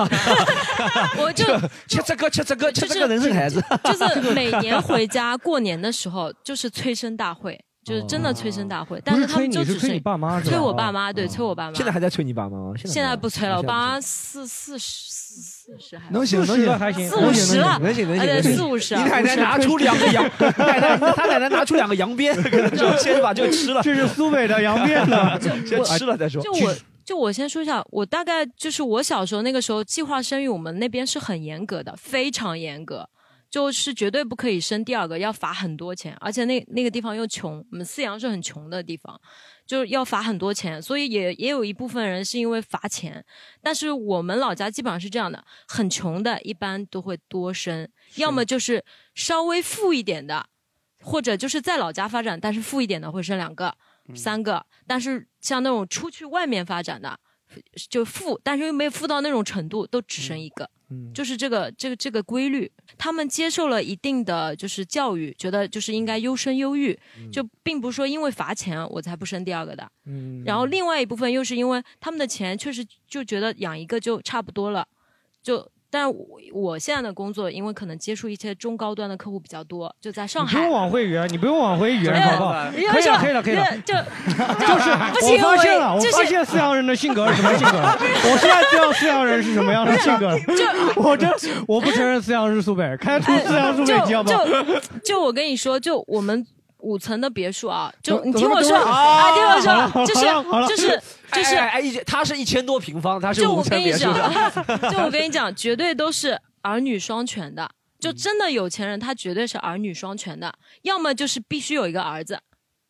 我就 切这个切这个切就是这个能生孩子， 就是每年回家过年的时候，就是催生大会，就是真的催生大会。但哦不是他们催你就是只催是你爸妈是吧哦催我爸妈，对，催我爸妈。 现在还在催你爸妈吗？现在不催了，我爸妈妈四四十四四十还能行四能十行还能行四五十了，能行能行啊对能行四五十。你奶奶拿出两个羊，奶奶他奶奶拿出两个羊鞭，可能就先把这个吃了。这是苏北的羊鞭 呢就先我吃了再说。就我就我先说一下，我大概就是我小时候那个时候计划生育，我们那边是很严格的，非常严格，就是绝对不可以生第二个，要罚很多钱，而且那那个地方又穷，我们四阳是很穷的地方，就是要罚很多钱，所以也也有一部分人是因为罚钱，但是我们老家基本上是这样的，很穷的一般都会多生，要么就是稍微富一点的，或者就是在老家发展，但是富一点的会生两个、嗯三个，但是像那种出去外面发展的，就富，但是又没有富到那种程度，都只嗯生一个。就是这个这个这个规律，他们接受了一定的就是教育，觉得就是应该嗯优生优育，就并不是说因为罚钱我才不生第二个的。嗯然后另外一部分又是因为他们的钱确实就觉得养一个就差不多了，就但我我现在的工作，因为可能接触一些中高端的客户比较多，就在上你不海用。往回圆，你不用往回圆，好不好？因为可以了，因为可以了，可以了。就 就是 不行我发现了，我我就是发现四阳人的性格是什么性格了。我现在知道四阳人是什么样的性格了。啊我这我不承认四阳是苏北人，开除四阳苏北节目。哎呃就就就我跟你说，就我们五层的别墅啊，就等你听我等说会儿哦啊，听我说，好了就是好了好了就是就是哎哎哎，一千他是一千多平方，他是就五我层跟你别墅讲的。，就我跟你讲，绝对都是儿女双全的。嗯就真的有钱人，他绝对是儿女双全的，要么就是必须有一个儿子，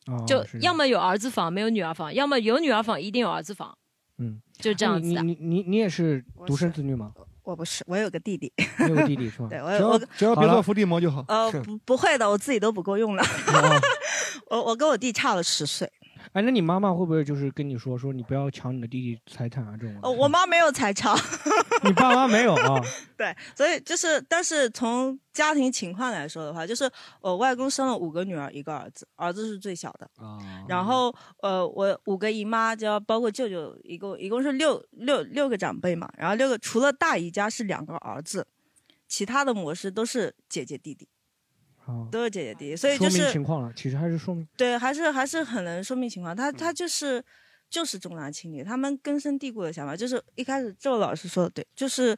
哦就要么有儿子房没有女儿房，要么有女儿房一定有儿子房，嗯，就这样子啊你的。你你你也是独生子女吗？我不是，我有个弟弟，你有个弟弟是吧对我只有要我只要别做伏地魔就好。呃不不会的，我自己都不够用了。 我我跟我弟差了十岁，哎，那你妈妈会不会就是跟你说说你不要抢你的弟弟财产啊这种啊？呃我妈没有才差。你爸妈没有啊？ 对，所以就是，但是从家庭情况来说的话，就是我外公生了五个女儿，一个儿子，儿子是最小的。哦然后呃，我五个姨妈，就要包括舅舅，一共一共是六六六个长辈嘛。然后六个除了大姨家是两个儿子，其他的模式都是姐姐弟弟，哦都是姐姐弟弟。 所以说就明是情况了，其实还是说明对，还是还是很能说明情况。他嗯他就是就是重男轻女，他们根深蒂固的想法就是一开始周老师说的对，就是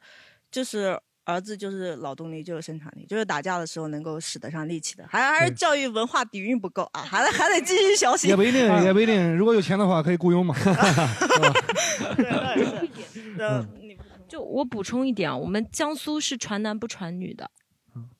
就是儿子就是劳动力，就是生产力，就是打架的时候能够使得上力气的，还还是对教育文化底蕴不够啊，还得还得继续啊小心。也不一定，也不一定。如果有钱的话，可以雇佣嘛。呃 嗯就我补充一点啊，我们江苏是传男不传女的，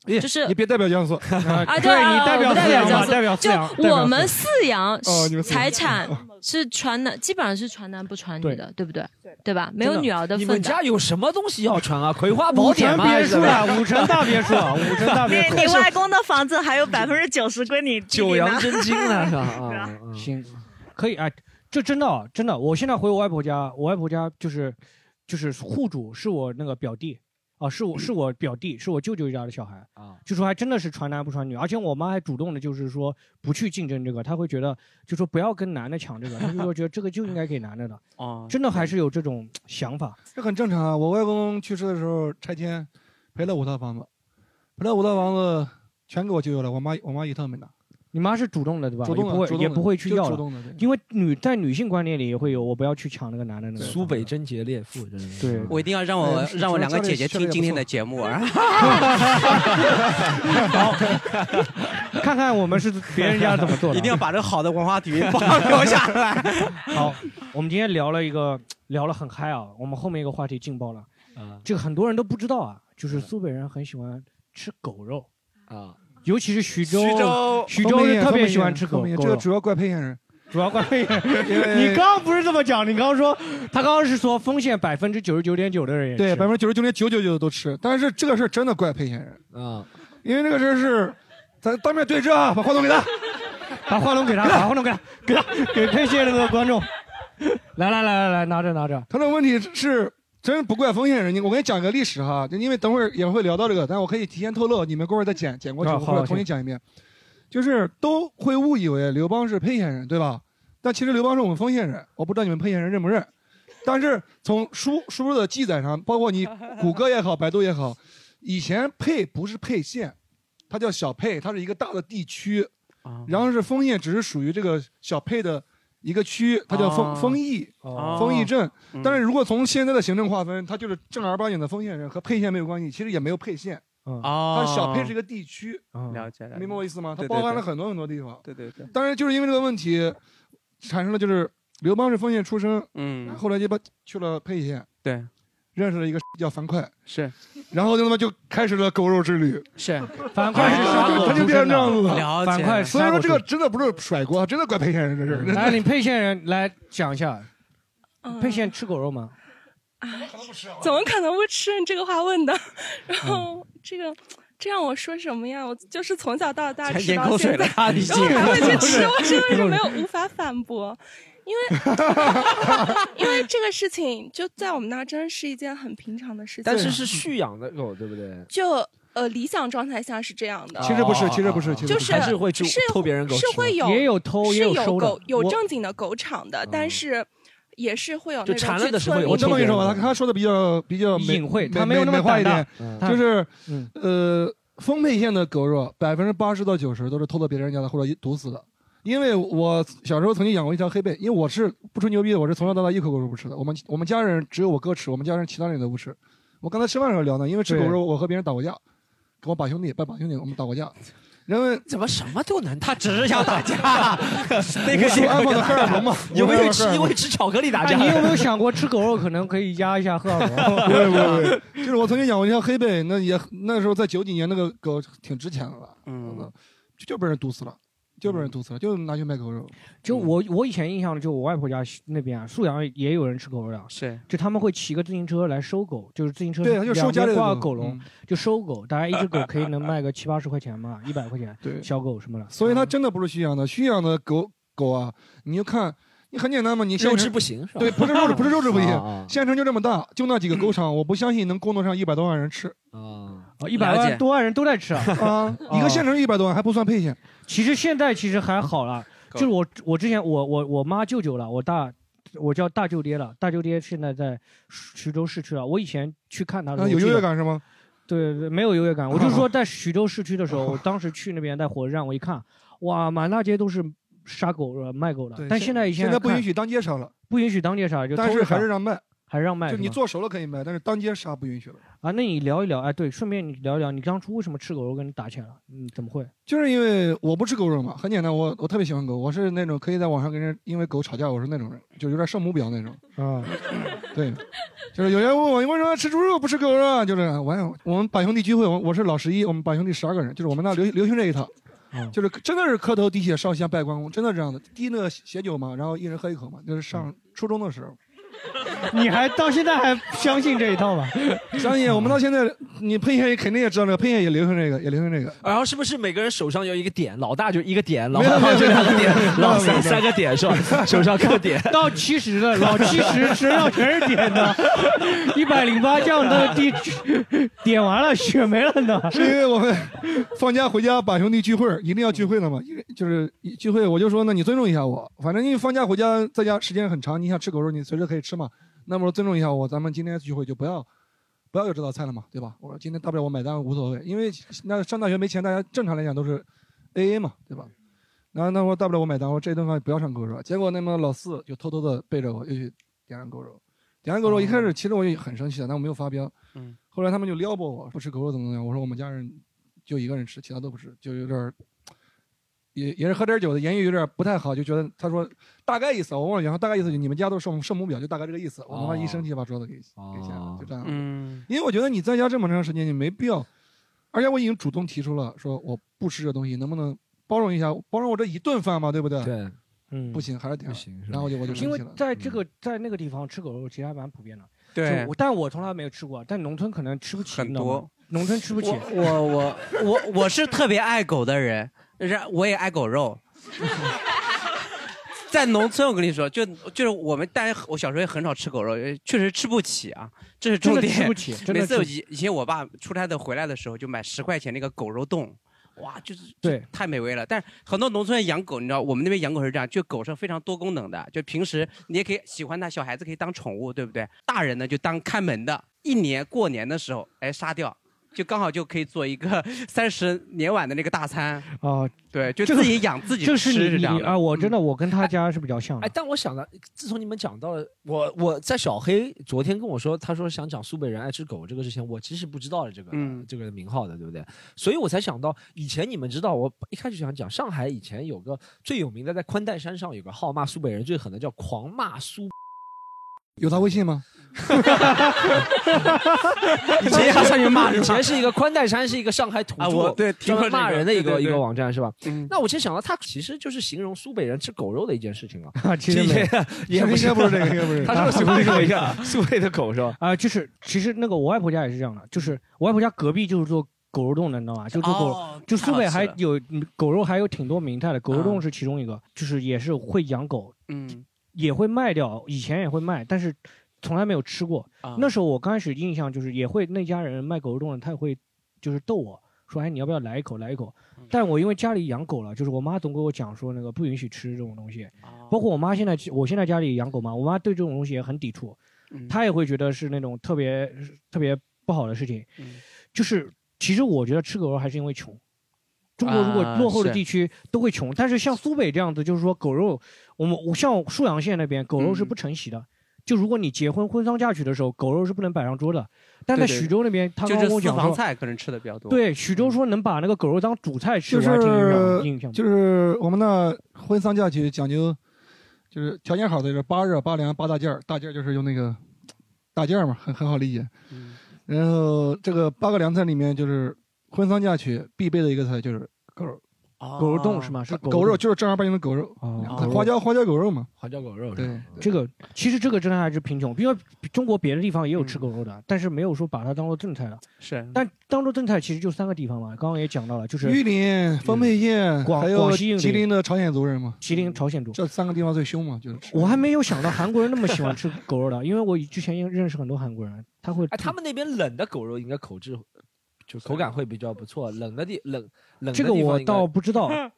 哎就是你别代表江苏啊，啊对啊，你代表我不代四表阳吧江苏代表四阳代就表我四们阳四阳哦你们四阳财产是传男，基本上是传男不传女的，对不对？对吧？ 没有真女儿的你份们的。家有什么东西要传啊？《葵花宝典》吗？五城别墅啊还是什么五城大别墅啊五城大别 你外公的房子还有百分之九十归你弟弟九阳拿真经 呢对啊行，可以啊，这真的啊真的，我现在回我外婆家，我外婆家就是就是户主是我那个表弟啊，是我是我表弟，是我舅舅家的小孩啊，就说还真的是传男不传女，而且我妈还主动的就是说不去竞争这个，她会觉得就说不要跟男的抢这个，她就说觉得这个就应该给男的的，哦真的还是有这种想法，这很正常啊。我外公去世的时候拆迁，赔了五套房子，赔了五套房子全给我舅舅了，我妈我妈一套没拿。你妈是主动的对吧？主动的啊也不主会动的也不会去就要主动的对因为女在女性观念里也会有我不要去抢那个男的那个。苏北贞洁烈妇，真的是对我一定要让我哎是让我两个这里姐姐这里也听不今天的错节目啊！ 看看我们是别人家怎么做的， 一定要把这个好的文化底蕴保留下来。 好，我们今天聊了一个聊了很嗨啊，我们后面一个话题劲爆了，啊嗯这个很多人都不知道啊，就是苏北人很喜欢吃狗肉，啊，尤其是徐州，徐徐州人特别喜欢吃方狗便面狗这个肉。主要怪沛县人，主要怪沛县因为你刚刚不是这么讲，你刚刚说他刚刚是说丰县百分之九十九点九的人也对，吃百分之九十九点九九九都吃。但是这个事儿真的怪沛县人啊，因为这个事儿是咱当面对质啊，把话筒给他， 把话筒给 他，把话筒给他，给他给沛县那个观众。来来来来来，拿着拿着。他的问题是真不怪丰县人，你我给你讲个历史哈，就因为等会儿也会聊到这个，但我可以提前透露，你们过会儿再剪剪过去，啊我好过来好重行新讲一遍。就是都会误以为刘邦是沛县人，对吧？但其实刘邦是我们丰县人，我不知道你们沛县人认不认。但是从书书的记载上，包括你谷歌也好，百度也好，以前沛不是沛县，它叫小沛，它是一个大的地区，啊然后是丰县，只是属于这个小沛的一个区，它叫丰哦丰邑，哦丰邑镇嗯。但是如果从现在的行政划分，它就是正儿八经的丰县人，和沛县没有关系，其实也没有沛县。啊啊哦它小沛是一个地区，嗯了解了解，明白我意思吗？它对对包含对了很多很多地方。对对对，当然，就是因为这个问题，产生了就是刘邦是丰县出生，嗯，后来就把去了沛县，对，认识了一个叫樊哙，是，然后就他妈就开始了狗肉之旅，是樊哙哙是杀狗哎他就变成这样子出身的哦了解樊哙是所以杀说狗这个真的不是甩锅，真的怪沛县人这事儿。来，你沛县人来讲一下，沛县吃狗肉吗？怎么可能不吃？你这个话问的， 然后这个。这让我说什么呀？我就是从小到大还吃咽到口水现在，了他已然后经还会去吃，咽口我水真的是没有无法反驳，因为因为这个事情就在我们那儿真是一件很平常的事情。但是是蓄养的狗，对不对？就呃理想状态下是这样的，其实不是其实不是其实就不是还是会去是偷别人狗是吃会有也有偷是也有收的狗有我正经的狗场的，但是也是会有那就种馋去了的时村候有里我这么跟你说吧，面他他说的比较比较美隐晦美他没有那么美化一点胆大嗯，就是嗯呃，丰沛县的狗肉百分之八十到九十都是偷到别人家的或者毒死的。因为我小时候曾经养过一条黑背，因为我是不吹牛逼的，我是从小到大一口狗肉不吃的。我们我们家人只有我哥吃，我们家人其他人都不吃。我刚才吃饭的时候聊呢，因为吃狗对肉我和别人打过架，跟我把兄弟拜把兄弟我们打过架，然后怎么什么都能？他只是想打 架，那个我喜欢放的荷尔蒙嘛因我为喜欢放的荷尔吃蒙因为吃巧克力打架。哎你有没有想过吃狗肉可能可以压一下荷尔 蒙？ 不会不会，不会就是我曾经养过一条黑背，那也那时候在九几年，那个狗挺值钱的了，嗯，就就被人毒死了，就被人毒死了，就拿去卖狗肉。嗯就我我以前印象，就我外婆家那边啊，沭阳也有人吃狗肉的，是，就他们会骑个自行车来收狗，就是自行车对他啊就收家里的两边挂狗狗笼嗯，就收狗，大概一只狗可以能卖个七八十块钱嘛，一百块钱，对，小狗什么的。所以它真的不是驯养的，驯养的狗狗啊，你就看，你 很简单嘛，你现肉成质不行是吧对，不是肉质，不是肉质不啊啊行，县城就这么大，就那几个狗场，我不相信能供 得上一百多万人吃。啊，哦一百了万解多万人都在吃啊！ 啊，一个县城一百多万还不算沛县。其实现在其实还好啦，就是我我之前我我我妈舅舅了，我大我叫大舅爹了，大舅爹现在在徐州市区了。我以前去看他的时候，啊有我记得优越感是吗？对对，没有优越感。我就 说在徐州市区的时候，我当时去那边带火车站，我一看，哇，满大街都是杀狗的、卖狗的对。但现在现在不允许当街杀了，不允许当街杀，就但偷是着还是杀让卖，还是让卖。就是你吗做熟了可以卖，但是当街杀不允许了。啊，那你聊一聊，哎，对，顺便你聊一聊，你当初为什么吃狗肉跟你打起来了？你怎么会？就是因为我不吃狗肉嘛，很简单，我我特别喜欢狗，我是那种可以在网上跟人因为狗吵架，我是那种人，就有点圣母婊那种。啊，对，就是有人问我，你为什么要吃猪肉不吃狗肉啊？就是我我们板兄弟聚会，我我是老十一，我们板兄弟十二个人，就是我们那流流行这一套，啊就是真的是磕头滴血烧香拜关公，真的这样的，滴那个血酒嘛，然后一人喝一口嘛，就是上初中的时候。嗯 你还到现在还相信这一套吗？相信我们到现在，你喷血肯定也知道这个，喷血也流行这个，也流行这个。然后是不是每个人手上有一个点？老大就一个点，老没有没二有就两个没有没有点，没有老没有 三三个点是吧？ 手上各点。到七十了，老七十身上全是点 的，一百零八降到第点完了，血没了呢。 是因为我们放假回家把兄弟聚会儿，一定要聚会的嘛，一个就是一聚会，我就说呢，你尊重一下我，反正因为放假回家在家时间很长，你想吃狗肉你随时可以吃嘛，那么我尊重一下我，咱们今天聚会就不要不要有这道菜了嘛，对吧？我说今天大不了我买单无所谓，因为那上大学没钱，大家正常来讲都是 A A 嘛，对吧？然后那我大不了我买单，我说这顿饭不要上狗肉，结果那么老四就偷偷的背着我又去点上狗肉，点上狗肉一开始其实我也很生气的，但我没有发飙。嗯，后来他们就撩拨我，不吃狗肉怎么怎么样。我说我们家人就一个人吃，其他都不吃，就有点儿也也是喝点酒的，言语有点不太好，就觉得他说大概意思，我忘了原话，大概意思就你们家都是圣母圣母婊，就大概这个意思。我他妈一生气把桌子给、哦给掀了，就这样。嗯，因为我觉得你在家这么长时间，你没必要，而且我已经主动提出了，说我不吃这东西，能不能包容一下，包容我这一顿饭嘛，对不对？对，嗯，不行，还是点儿，然后我就我就因生为气了。嗯在这个在那个地方吃狗肉其实还蛮普遍的，对就我但我从来没有吃过，但农村可能吃不起，很多，农村吃不起。我我我我是特别爱狗的人，然我也爱 狗肉。在农村，我跟你说，就就是我们，但是我小时候也很少吃狗肉，呃确实吃不起啊，这是重真的点。吃不起真的每次吃我不起以以前我爸出差的回来的时候，就买十块钱那个狗肉冻，哇，就是对，太美味了。但是很多农村养狗，你知道，我们那边养狗是这样，就狗是非常多功能的，就平时你也可以喜欢它，小孩子可以当宠物，对不对？大人呢就当看门的，一年过年的时候，哎，杀掉。就刚好就可以做一个 三十年晚的那个大餐，哦，对，就这个自己养自己这吃是是你这样你的啊，我真的我跟他家是比较像的嗯哎，。但我想了，自从你们讲到了呃我，我在小黑昨天跟我说，他说想讲苏北人爱吃狗这个之前，我其实不知道这个、嗯这个名号的，对不对？所以我才想到，以前你们知道，我一开始想讲上海以前有个最有名的，在宽带山上有个号骂苏北人最狠的叫狂骂苏。有他微信吗？以前要上去骂人，以前是一个宽带山是一个上海土 著，啊我对听 说专门这骂个人的一对个对一个对网站是吧？嗯那我先想到，它其实就是形容苏北人吃狗肉的一件事情啊 啊，其实没也也其实应该不是这个应应该该不是他说的是 一个苏北的狗是吧？啊，就是其实那个我外婆家也是这样的，就是我外婆家隔壁就是做狗肉冻的，你知道吗？就做狗肉，哦就太苏好北吃还了有嗯狗肉还有挺多名菜的，狗肉冻嗯是其中一个，就是也是会养狗， 嗯，也会卖掉，以前也会卖，但是从来没有吃过。啊那时候我刚开始印象就是也会那家人卖狗肉冻的，他也会就是逗我说，哎，你要不要来一口，来一口？嗯但我因为家里养狗了，就是我妈总给我讲说那个不允许吃这种东西，啊包括我妈现在我现在家里养狗嘛，我妈对这种东西也很抵触，嗯她也会觉得是那种特别特别不好的事情。嗯就是其实我觉得吃狗肉还是因为穷。中国如果啊落后的是地区都会穷，但是像苏北这样子，就是说狗肉，我们我像沭阳县那边狗嗯肉是不承袭的。就如果你结婚婚丧嫁娶的时候，狗肉是不能摆上桌的。但在对对徐州那边，他就刚刚是跟我私讲房说，菜可能吃的比较多。对，徐州说能把那个狗肉当主菜吃，就我还挺有印是象印象的。就是我们那婚丧嫁娶讲究，就是条件好的就是八热八凉八大件儿，大件儿就是用那个大件儿嘛，很很好理解。嗯然后这个八个凉菜里面，就是婚丧嫁娶必备的一个菜就是狗肉，哦狗肉冻是吗？是狗肉就是正儿八经的狗肉，狗肉花椒花椒狗肉嘛。花椒狗肉是吧哦这个其实这个真的还是贫穷，因为中国别的地方也有吃狗肉的，但是没有说把它当做正菜了。嗯是，但当做正菜其实就三个地方嘛，刚刚也讲到了，就是玉林、丰沛县，广还有广西应吉林林的朝鲜族人嘛，吉林朝鲜族，这三个地方最凶嘛，就是吃。我还没有想到韩国人那么喜欢吃狗肉的，因为我之前也认识很多韩国人，他 会哎，他们那边冷的狗肉应该口质就口感会比较不错，冷的地冷冷的这个地方我应该倒不知 道嗯，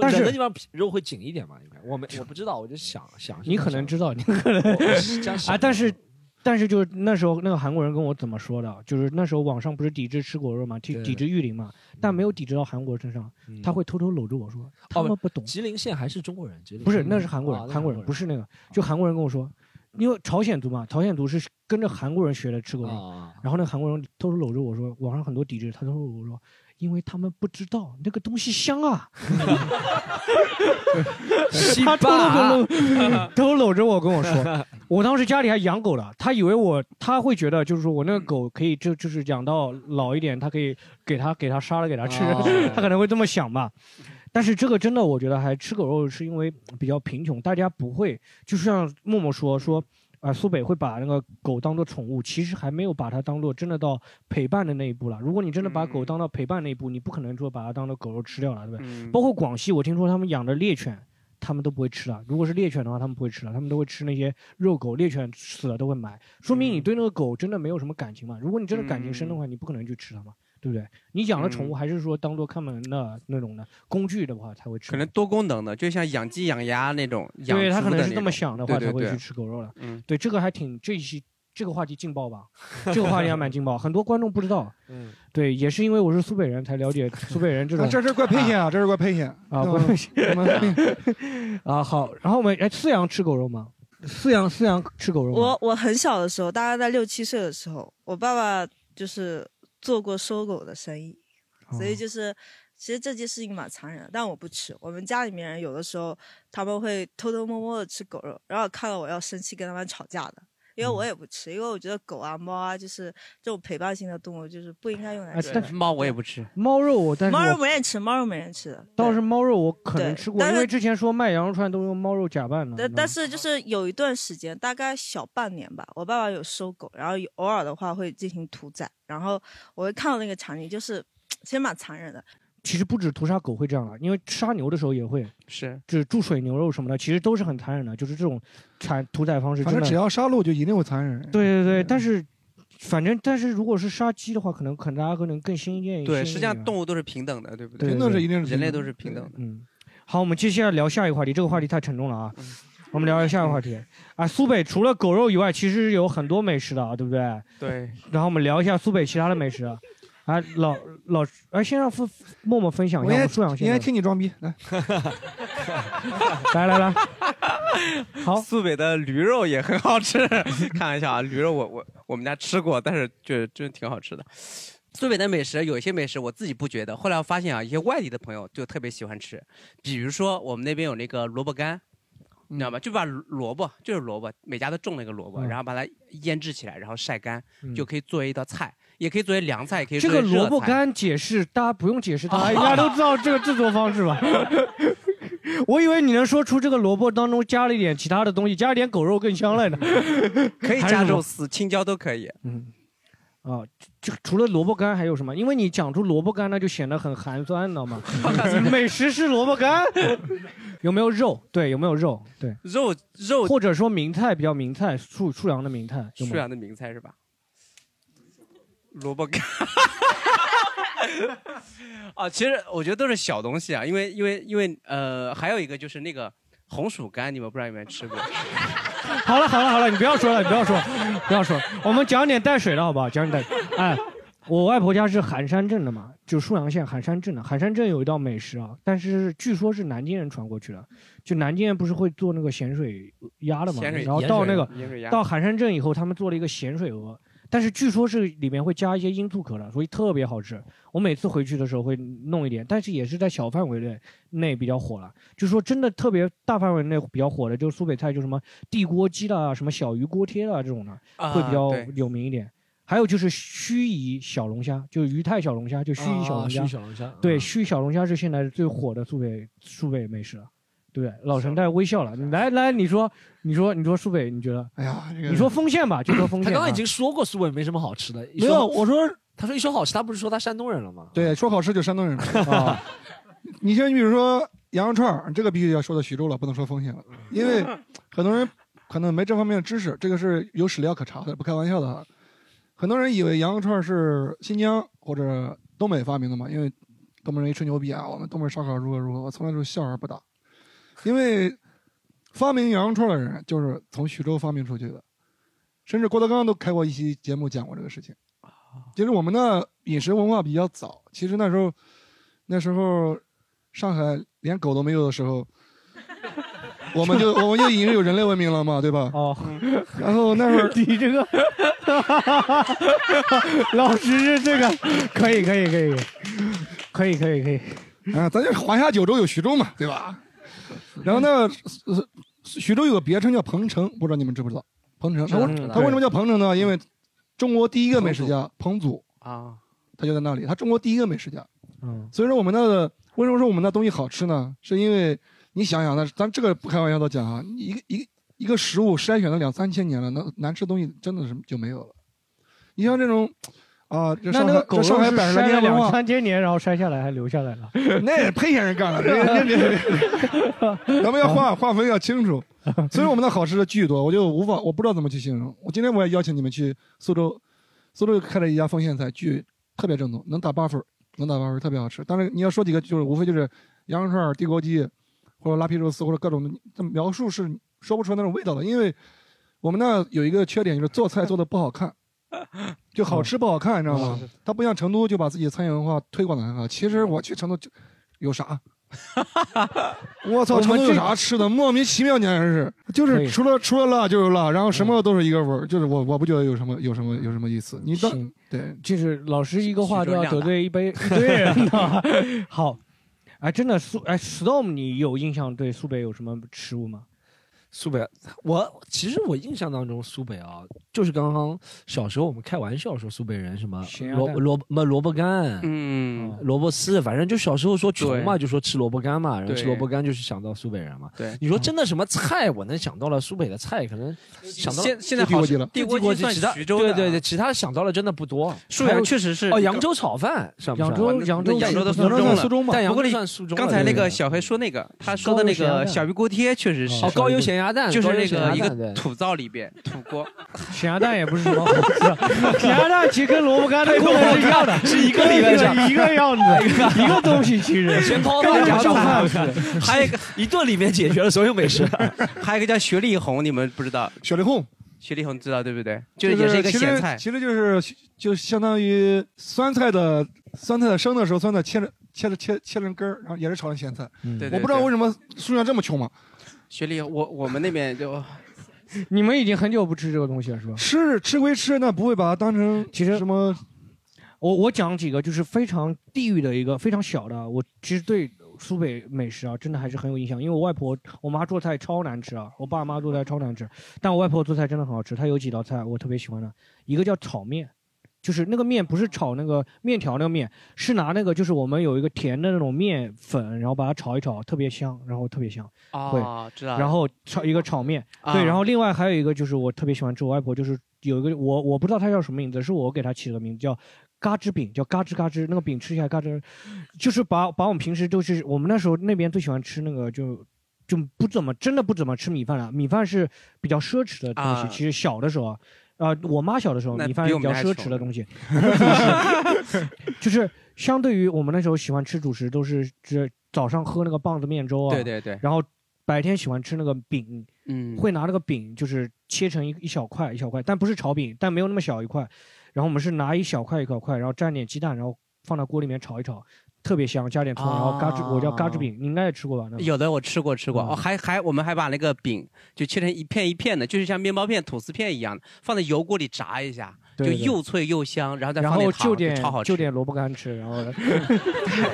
但冷是的地方皮肉会紧一点嘛，应该我没我不知道，我就想想你可能知道，你可能我我是这样想啊，但是但是就是那时候那个韩国人跟我怎么说的，就是那时候网上不是抵制吃狗肉嘛，抵对嗯抵制玉林嘛，但没有抵制到韩国身上，他会偷偷搂着我哦说，他们不懂，吉林县还是中国人，吉林不是嗯县哦那是韩国人，啊韩国人不是那个，就韩国人跟我说。因为朝鲜族嘛，朝鲜族是哦跟着韩国人学的吃狗肉，然后那个韩国人偷偷搂着我说，网上很多抵制，他偷偷搂着我说，因为他们不知道那个东西香 啊。西巴他偷偷跟搂，偷搂着我跟我 说，我当时家里还养狗了，他以为我，他会觉得就是说我那个狗可以就就是养到老一点，他可以给他给他杀了给他吃，他可能会这么想吧。但是这个真的，我觉得还吃狗肉是因为比较贫穷，大家不会，就像默默说说。啊、苏北会把那个狗当做宠物，其实还没有把它当做真的到陪伴的那一步了。如果你真的把狗当到陪伴那一步，你不可能说把它当做狗肉吃掉了，对不对？嗯包括广西，我听说他们养的猎犬，他们都不会吃了。如果是猎犬的话，他们不会吃了，他们都会吃那些肉狗。猎犬死了都会买，说明你对那个狗真的没有什么感情嘛。如果你真的感情深的话，你不可能去吃它嘛，对不对？你养了宠嗯物，还是说当做看门的那种的工具的话才会吃。可能多功能的，就像养鸡、养鸭那种。养对他猪可能的是那这么种想的对话对才会对去吃狗肉了。嗯，对，这个还挺这一期这个话题劲爆 吧？这个话题还蛮劲爆，很多观众不知道。嗯，对，也是因为我是苏北人才了解苏北人这 种。啊这是怪偏见啊，这是怪偏见啊，对吧不是我们嗯 啊，好，然后我们哎，四阳吃狗肉吗？四阳四阳吃狗肉吗？我我很小的时候，大概在六七岁的时候，我爸爸就是做过收狗的生意，哦所以就是其实这件事情蛮残忍的，但我不吃。我们家里面人有的时候他们会偷偷摸摸的吃狗肉，然后看到我要生气跟他们吵架的。因为嗯我也不吃，因为我觉得狗啊、猫啊，就是这种陪伴性的动物，就是不应该用来哎吃。但是猫我也不吃，猫肉我但是猫肉我没人吃，猫肉没人吃的。倒是猫肉我可能对吃过，但因是为之前说卖羊肉串都用猫肉假扮的。但但是就是有一段时间，大概小半年吧，我爸爸有收狗，然后有偶尔的话会进行屠宰，然后我会看到那个场景，就是其实蛮残忍的。其实不止屠杀狗会这样了，因为杀牛的时候也会，是就是注水牛肉什么的，其实都是很残忍的，就是这种残屠宰方式。反正只要杀戮就一定会残忍。嗯对对对，但是反正但是如果是杀鸡的话，可能可能大家可能更新鲜一些。对，实际上动物都是平等的，对不对对对？对平等是一定是人类平等都是平等的。嗯，好，我们接下来聊下一个话题，这个话题太沉重了啊。嗯我们聊聊下一个话题啊，苏北除了狗肉以外，其实有很多美食的啊，对不对？对。然后我们聊一下苏北其他的美食啊。啊，老老，哎，先让付默默分享一我下我先们素养先应生该听你装逼来。 来来来，好，苏北的驴肉也很好吃。 开玩笑啊，驴肉我我我们家吃过，但是就是真的挺好吃的。苏北的美食有一些美食我自己不觉得，后来我发现啊，一些外地的朋友就特别喜欢吃，比如说我们那边有那个萝卜干。你知道吧？就把萝卜，就是萝卜，每家都种了一个萝卜，嗯然后把它腌制起来，然后晒干，嗯就可以作为一道菜，也可以作为凉菜，也可以这作个为萝热卜菜干解释，大家不用解释， 大家应该都知道这个制作方式吧？我以为你能说出这个萝卜当中加了一点其他的东西，加一点狗肉更香了呢。 可以还加是什么肉丝、青椒都可以。嗯，啊，就除了萝卜干还有什么？因为你讲出萝卜干，那就显得很寒酸，你知道 吗？美食是萝卜干，有没有肉？对，有没有肉？对，肉肉或者说名菜比较名菜，数数量的名菜，有舒吗阳的名菜是吧？萝卜干。 啊，其实我觉得都是小东西啊，因为因为因为呃，还有一个就是那个红薯干，你们不知道有没有 吃过？好了好了好了，你不要说了，你不要说，不要说，我们讲点带水的好不好？讲点带水。哎，我外婆家是韩山镇的嘛，就沭阳县韩山镇的。韩山镇有一道美食啊，但是据说是南京人传过去的。就南京人不是会做那个咸水鸭的嘛，咸水然后盐到那水个盐水鸭到韩山镇以后，他们做了一个咸水鹅，但是据说是里面会加一些罂粟壳的，所以特别好吃。我每次回去的时候会弄一点，但是也是在小范围内内比较火了。就说真的特别大范围内比较火的，就是苏北菜，就什么地锅鸡啦、什么小鱼锅贴啦这种的，啊会比较对有名一点。还有就是盱眙小龙虾，就是鱼太小龙虾，就盱眙小龙虾。啊盱眙小龙虾对，盱眙小龙虾是现在最火的苏北苏北美食了，对不对？老陈在微笑了，你来来，你说，你说，你说苏北，你觉得？哎呀，你说丰县吧，就说丰县他啊。刚刚已经说过苏北没什么好吃的，一没有说我说他说一说好吃，他不是说他山东人了吗？对，说好吃就山东人啊。你像你比如说羊肉串儿，这个必须要说到徐州了，不能说丰县了，因为很多人可能没这方面的知识，这个是有史料可查的，不开玩笑的啊。很多人以为羊肉串儿是新疆或者东北发明的嘛，因为东北人一吹牛逼啊，我们东北烧烤如何如何，我从来就是笑而不答，因为发明羊肉串儿的人就是从徐州发明出去的，甚至郭德纲都开过一期节目讲过这个事情。啊就是我们的饮食文化比较早，其实那时候，那时候上海连狗都没有的时候，我们就我们就已经有人类文明了嘛，对吧？哦， 然后那会儿你这 个老师是这个，可以可以可以，可以可以可以，啊，咱就是华夏九州有徐州嘛，对吧？然后呢，呃徐州有个别称叫彭城，不知道你们知不知道？彭城，知它道为知道它为什么叫彭城呢？因为中国第一个美食家彭祖啊，他就在那里，他中国第一个美食家。嗯，所以说我们的为什么说我们的东西好吃呢？是因为你想想，那咱这个不开玩笑的讲啊，一个一个一个食物筛选了两三千年了，那难吃的东西真的是就没有了。你像这种啊，这那上那海个狗这肉是上海百十来筛了年文两化，三千年，然后筛下来还留下来了。 那也配闲人干了，人家别别别，咱们要划划分要清楚。所以我们的好吃的巨多，我就无法我不知道怎么去形容。我今天我也邀请你们去苏州，苏州开了一家丰县菜，巨特别正宗，能打八分儿，能打八分儿，特别好吃。但是你要说几个，就是无非就是羊肉串儿、地沟鸡，或者拉皮肉丝，或者各种的描述是说不出那种味道的，因为我们那有一个缺点就是做菜做的不 好看。就好吃不好看，你知道吗？它不像成都就把自己餐饮文化推广的很好。其实我去成都就 有啥？我操，我们成都有这啥吃的？莫名其妙，简直是，就可是以除了除了辣就是辣，然后什么都是一个味儿，就是我我不觉得有什么有什么有什么意思。你当对，就是老师一个话许就多要量得大罪一 杯啊一堆啊 人呢。好，哎，真的苏哎，storm，你有印象对苏北有什么食物吗？苏北，我其实我印象当中苏北啊，就是刚刚小时候我们开玩笑说苏北人什么咸鸭萝蛋萝什么萝卜干，嗯，哦萝卜丝，反正就小时候说穷嘛，对就说吃萝卜干嘛，然后对吃萝卜干就是想到苏北人嘛。对你说真的什么菜，我能想到了苏北的菜，可能想到现现在好像地地锅锅鸡鸡算其他徐州的对对对，其他想到了真的不多。沭阳确实是哦，扬州炒饭算不算？扬州那扬州那扬州的扬州中了算苏州嘛，但不扬过州你算苏州了。刚才那对个对对小黑说那个，他说的那高油咸个鸭蛋小鱼锅贴确实是哦高油咸鸭蛋就是高油那咸个鸭一蛋个对土灶里边土锅，咸鸭蛋也不是什么好吃，啊 咸鸭蛋其实跟萝卜干的功能是一样的，是一个理论上一个样子，一个东西其 实。先抛跟饭夹夹上饭饭是。还有一个一顿里面解决了所有 美食。还有一个叫雪里红，你们不知道？雪里红，雪里红知道对不对？就也是一个其实咸菜，其实就是就相当于酸菜的酸菜的生的时候，酸菜切着切着切切成根儿，然后也是炒成咸菜。对对我不知道对为什么苏阳这么 穷嘛，雪里我我们那边就你们已经很久不吃这个东西了，是吧？吃吃归吃，那不会把它当成其实什么。我我讲几个就是非常地域的一个非常小的，啊我其实对苏北美食啊，真的还是很有印象。因为我外婆我妈做菜超难吃啊，我爸妈做菜超难吃，但我外婆做菜真的很好吃。她有几道菜我特别喜欢的，一个叫炒面，就是那个面不是炒那个面条那个面，是拿那个就是我们有一个甜的那种面粉，然后把它炒一炒，特别香，然后特别香。哦会知道了然后炒一个炒面，啊对，然后另外还有一个就是我特别喜欢吃，我外婆就是有一个我我不知道它叫什么名字，是我给它起的名字叫。嘎吱饼叫嘎吱嘎吱，那个饼吃起来嘎吱，就是把把我们平时就是我们那时候那边最喜欢吃那个就就不怎么真的不怎么吃米饭了，啊米饭是比较奢侈的东西。啊其实小的时候啊，呃，我妈小的时候那米饭比是我比们较还奢穷侈的东西， 就是相对于我们那时候喜欢吃主食，都是这早上喝那个棒子面粥啊，对对对然后白天喜欢吃那个饼，嗯会拿那个饼就是切成一一小块一小块，但不是炒饼，但没有那么小一块，然后我们是拿一小块一小块，然后蘸点鸡蛋，然后放到锅里面炒一炒，特别香，加点葱，然后嘎吱，我叫嘎吱饼，你应该也吃过吧？那个啊有的我吃过吃过，哦，还还我们还把那个饼就切成一片一片的，就是像面包片、吐司片一样的，放在油锅里炸一下，就对对又脆又香，然后再然放后点就糖，点就超好吃就。点萝卜干吃， 然后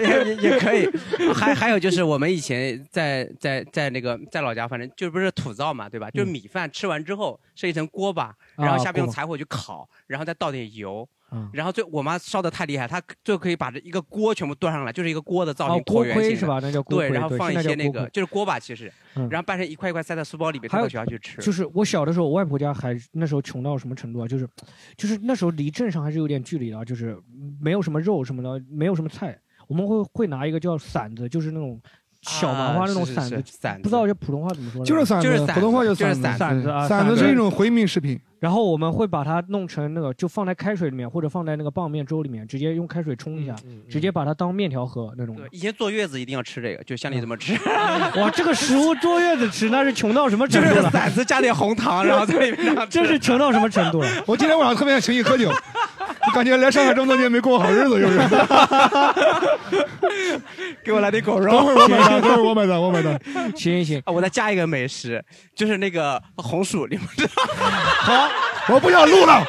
也也可以。还还有就是我们以前在在在那个在老家，反正就不是土灶嘛，对吧？就是米饭吃完之后是一层锅巴，嗯啊然后下面用锅巴柴火去烤，然后再倒点油嗯。 然后最我妈烧的太厉害，她最后可以把这一个锅全部端上来，就是一个锅的造哦型，锅椭圆盔形的是吧那叫锅对，盔然后对放现在一些叫那锅个盔就是锅巴，其实嗯，然后掰成一块一块塞在书包里面，还带有到学校去吃。就是我小的时候，我外婆家还那时候穷到什么程度啊？就是，就是那时候离镇上还是有点距离的啊，就是没有什么肉什么的，没有什么菜，我们会会拿一个叫馓子，就是那种小麻花那种啊是是馓是子，馓子不知道这普通话怎么说来着，就是馓子，普通话就是馓馓馓子啊，馓子是一种回民食品。然后我们会把它弄成那个，就放在开水里面，或者放在那个棒面粥里面，直接用开水冲一下，嗯直接把它当面条喝那种的。以前坐月子一定要吃这个，就像你这么吃， 哇，这个食物坐月子吃那是穷到什么程度了？馓子加点红糖，然后在里面让它吃这是穷到什么程度了？我今天晚上特别想请你喝酒， 我感觉来上海这么多年没过好日子，就是。 给我来 点狗肉。等会 儿我买单，等会儿我买单，我买单。 行行，啊我再加一个美食，就是那个红薯，你们知 道？好，我不想录了。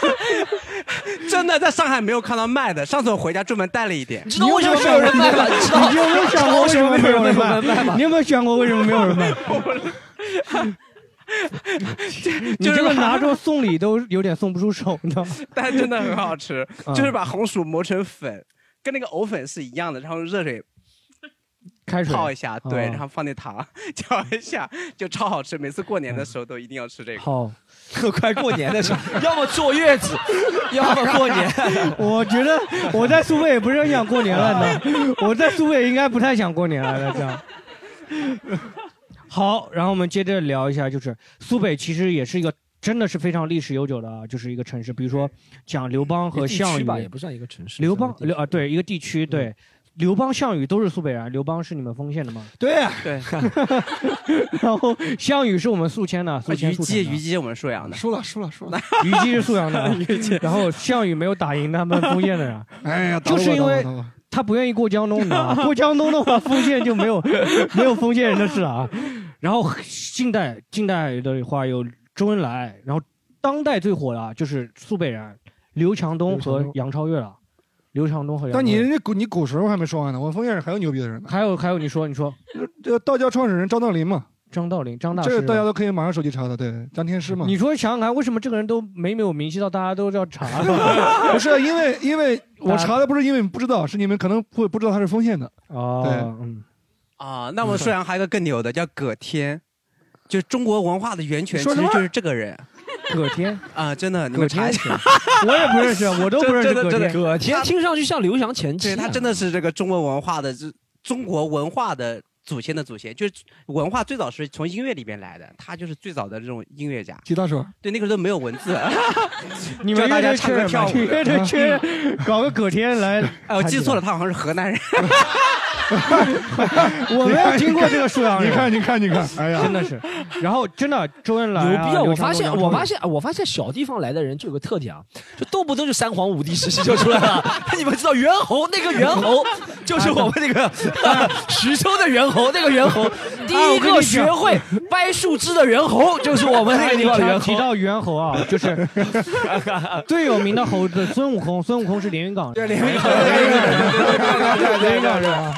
真的，在上海没有看到卖的，上次我回家专门带了一点。你你有没有想过为什么没有人卖？你有没有想过为什么没有人卖？ 你这个拿着送礼都有点送不出手，你知道 吗？但真的很好吃， 嗯就是把红薯磨成粉，跟那个藕粉是一样的，然后用热水开水泡一下，对，哦然后放点糖 搅一下，就超好吃。每次过年的时候都一定要吃这个。好，快过年的时 候，要么坐月子，要么过年。 我觉得我在苏北也不是很想过年了，你知道吗？我在苏北应该不太想过年了，这样。好，然后我们接着聊一下，就是苏北其实也是一个真的是非常历史悠久的啊，就是一个城市。比如说讲刘邦和地区项羽吧也不算一个城市刘算邦刘啊，对，一个地区对。刘邦、项羽都是苏北人，刘邦是你们丰县的吗？对 对，然后 项羽是我们宿迁的，宿迁虞宿姬，迁的虞姬我们沭阳的。输了，输了，输了。虞姬是沭阳 虞姬的，啊 然后项羽没有打赢他们丰县的人，哎呀打就我是因为 打我打我他不愿意过江东，你知 道吗？过江东的话， 丰县就没有没有丰县人的事了啊。然后近代近代的话有周恩来，然后当代最火的啊就是苏北人刘强东和杨超越了，刘强东和杨超越。但你人家古你古时候还没说完呢，我封建人还有牛逼的人呢。还有还有，你说你说，这个道教创始人张道陵嘛，张道陵张大这师个嘛大家都可以马上手机查的，对，张天师嘛。你说想想看，为什么这个人都没没有名气到大家都要查？ 不是因为因为我查的不是因为你不知道，是你们可能会不知道他是丰县的。对哦，嗯，啊，那我们沭阳还有一个更牛的，叫葛天，就是中国文化的源泉，你其说实什么就是这个人葛天啊，真的，你们查一下。我也不认识，啊我都不认识真的葛真的天。葛天听上去像刘翔前啊对他真的是这个中国文化的，这中国文化的祖先的祖先，就是文化最早是从音乐里边来的，他就是最早的这种音乐家。吉他手，对，那个时候没有文字， 你们教大乐家队缺人唱歌跳吗？舞你的。啊乐队缺人，搞个葛天来。啊哎，我记错了，他好像是河南人。 我没有听过这个沭阳人。你看你看你看哎呀真的是。然后哦真的周恩来啊，牛逼啊！刘我强发东现，我发现，，我发现小地方来的人就有个特点啊，就动不动就三皇五帝时期就出来了。 你们知道猿猴那个猿猴，就是我们 那个徐州的猿猴，那个猿猴 第啊我一跟你讲个学会掰树枝的猿猴，就是我们那个地方的 猿哎提猴。到猿猴啊，就是最有名的猴子孙悟空，孙悟空是连云港人，对连云港人，连云港人啊。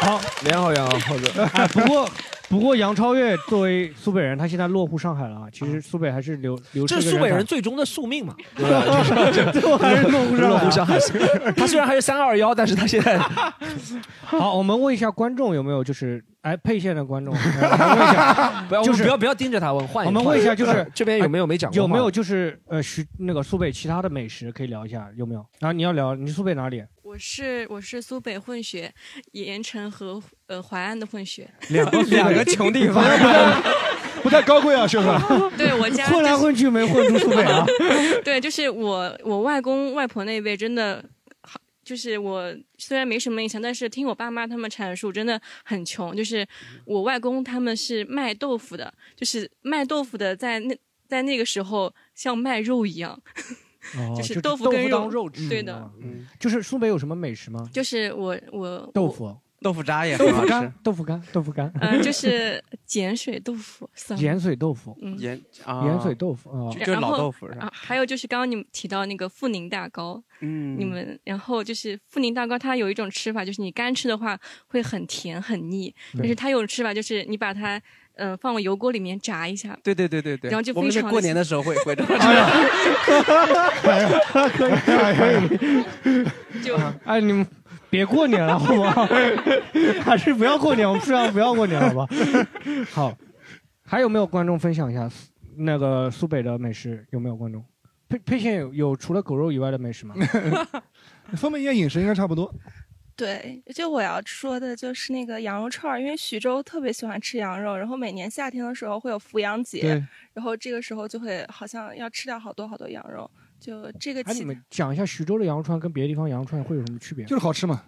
好，连好杨猴子哎，不过不过杨超越作为苏北人，他现在落户上海了啊。其实苏北还是留留这是苏北人最终的宿命嘛？ 最后还是落户上海。啊落户上啊 海。他虽然还是三二幺，但是他现 在好，我们问一下观众有没有就是哎沛县的观 众，哎我们问一下，不要就是不要不要盯着他问，换一我个们问一下，就是这边有没有没讲过话？有没有就是呃，徐那个苏北其他的美食可以聊一下，有没有？然后你要聊，你是苏北哪里？我是我是苏北混血，盐城和呃淮安的混血。 两个两个穷地方，不太高贵啊，兄弟。 对 我家混来混去没混出苏北 啊。 对，就是我我外公外婆那辈真的，就是我虽然没什么印象，但是听我爸妈他们阐述，真的很穷。就是我外公他们是卖豆腐的，就是卖豆腐的在那在那个时候像卖肉一样， 哦是就豆豆腐跟肉，当肉吃。对的，就是苏北有什么美食吗？就是我我豆腐，豆腐渣也豆很好腐吃干，，豆腐干，豆腐干。 嗯，就是碱水豆腐，算了盐水豆腐，嗯盐盐水豆腐啊，然后啊。还有就是刚刚你们提到那个富宁大糕，嗯你们然后就是富宁大糕，它有一种吃法，就是你干吃的话会很甜很腻，对但是它有种吃法就是你把它嗯、呃放到油锅里面炸一下， 对对对对对，然后就我们非这常过地年的时候会会这么 可以可以，就 哎你们别过年了好不好？ 还是不要过年，我们沭阳不要过年好吧？好，还有没有观众分享一下苏那个苏北的美食？有没有观众？沛沛县有有除了狗肉以外的美食吗？ 方便面饮食应该差不多。对，就我要说的就是那个羊肉串儿，因为徐州特别喜欢吃羊肉，然后每年夏天的时候会有扶阳节对，然后这个时候就会好像要吃掉好多好多羊肉，就这个哎，期你们讲一下徐州的羊肉串跟别的地方羊肉串会有什么区别？就是好吃嘛。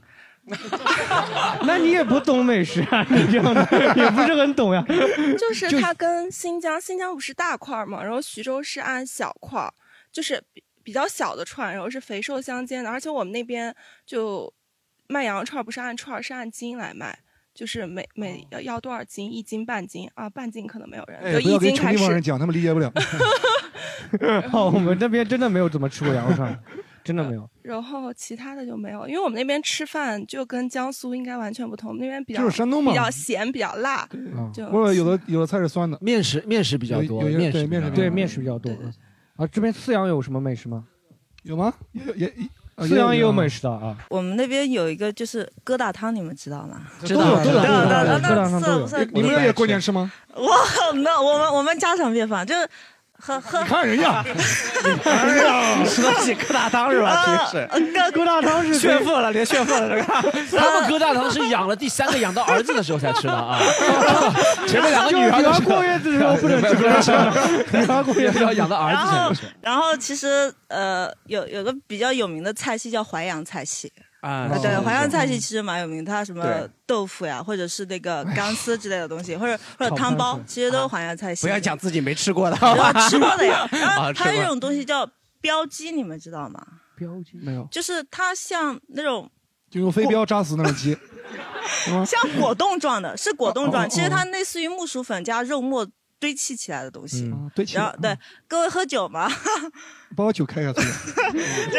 那你也不懂美食啊，你这样的也不是很懂呀。 就是它跟新疆，新疆不是大块儿嘛，然后徐州是按小块儿。就是比比较小的串，然后是肥瘦相间的，而且我们那边就卖羊肉串不是按串，是按斤来卖。就是每每要要多少斤，一斤半斤啊，半斤可能没有人，哦哎，就不要一跟斤城开里始帮。人讲，他们理解不了。 哦，我们那边真的没有怎么吃过羊肉串，真的没有。然后其他的就没有，因为我们那边吃饭就跟江苏应该完全不同，我们那边比较就是山东嘛比较咸，比较辣，就不是有的有的菜是酸的，面食面食比较多有面些食对比较面食多对面食比较多。啊，这边四阳有什么美食吗？有吗？也也啊四阳也有啊美食的啊。我们那边有一个就是疙瘩汤，你们知道吗？知道知道知道知那道知道那知道算不算？你们那也过年吃吗？我没有，我们我们家常便饭，就是喝喝。看 人家，哎呀吃得起疙瘩汤是吧？平时疙瘩汤是炫富了，连炫富了这个。 他们疙瘩糖是养了第三个养到儿子的时候才吃 的啊，前面两个女儿都就吃女儿过月子的时候不能吃 不能 吃，女儿过 月子要 养到儿然子才能后吃。，然后其实呃，有有个比较有名的菜系叫淮扬菜系啊呃对是，淮扬菜系其实蛮有名，它什么对豆腐呀，或者是那个钢丝之类的东西，或者或者炒汤包饭，其实都是淮扬菜系。不要讲自己没吃过的，。对吃过的呀 然后啊，吃还有一种过。东西叫标鸡，你们知道吗？标记没有，就是它像那种就用飞镖扎死那种 鸡，是吗？像果冻状的，是果冻哦哦状，其实哦它类似于木薯粉加肉末堆砌起来的东西。嗯堆砌然后对各位喝酒吗？ 把我酒开下去。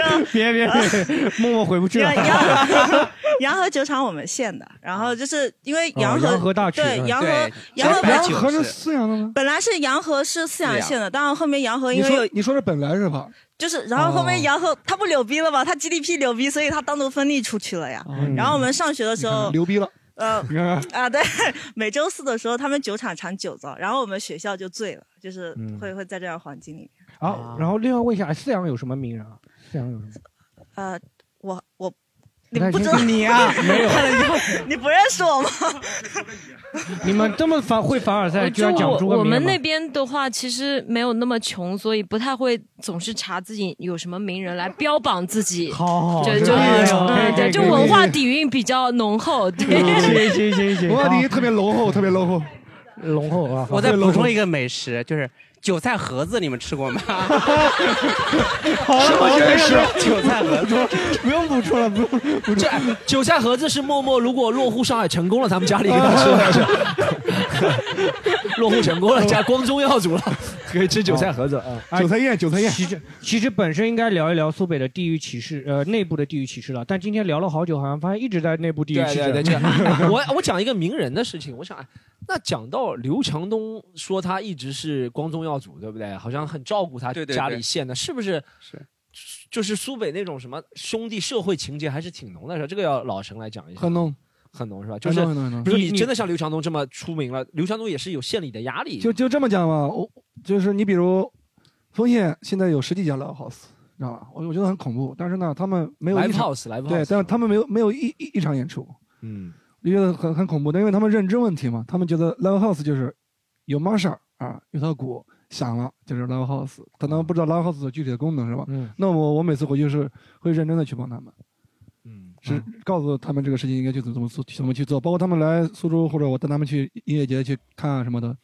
呃 别别别，默默回不去了。 洋河酒厂我们县的，然后就是因为洋河、哦洋河大曲对嗯洋河对洋河白酒洋河是泗阳的吗？本来是洋河是泗阳县的，当然后面洋 河你因为说有你说是本来是吧？就是，然后后哦面洋河它不牛逼了吗？它 GDP 牛逼，所以它单独分立出去了呀。嗯然后我们上学的时候，牛逼了。呃你看看啊，对，每周四的时候他们酒厂产酒糟，然后我们学校就醉了，就是嗯会、会在这样环境里面。啊，然后另外问一下，四阳有什么名人啊？四阳有什么？ 呃，我我你那不知是道 你啊没有看了以后你不认识我吗？你们这么凡会凡尔赛，哎居然讲不出我个呃我名们人吗那边的话，其实没有那么穷，所以不太会总是查自己有什么名人来标榜自己。 好好对，好就是哎呦嗯，可以可对，以就可以文化底蕴比较浓厚。对，嗯行行行行文化啊第一特别浓厚，特别浓厚。龙后啊，我再补 充一个美食，就是韭菜盒子，你们吃过吗？好了好了没有没有什么人是韭菜盒子？不用补充了，不用补充。韭菜盒子是默默如果落户上海成功了，咱们家里给他吃了是。 落户成功了，家光宗 耀祖了，可以吃韭菜盒 子啊。哎其实其实本身应该聊一聊苏北的地域歧视，呃，内部的地域歧视了。但今天聊了好久，好像发现一直在内部地域歧视。对对对，这 我我讲一个名人的事情，我想，哎那讲到刘强东说他一直是光宗耀祖，对不对？好像很照顾他对对对家里县的，是不是？是。就是苏北那种什么兄弟社会情节还是挺浓的，是吧这个要老陈来讲一下。很浓，很浓是吧？很就是浓很浓很浓不是你你你真的像刘强东这么出名了？刘强东也是有县里的压力，就就这么讲吧，我就是你比如，丰县现在有十几家 live house，知道吧？我我觉得很恐怖，但是呢，他们没有一 Live 场 house, live 对 house，但是他们没有没有一一一场演出，嗯，我觉得很很恐怖的，因为他们认知问题嘛，他们觉得 live house 就是有 Marshall 啊，有套鼓响了就是 live house，可能不知道 live house 的具体的功能是吧？嗯，那我我每次回去是会认真的去帮他们。嗯，是告诉他们这个事情应该去怎么怎么做，怎么去做，包括他们来苏州或者我带他们去音乐节去看啊什么的，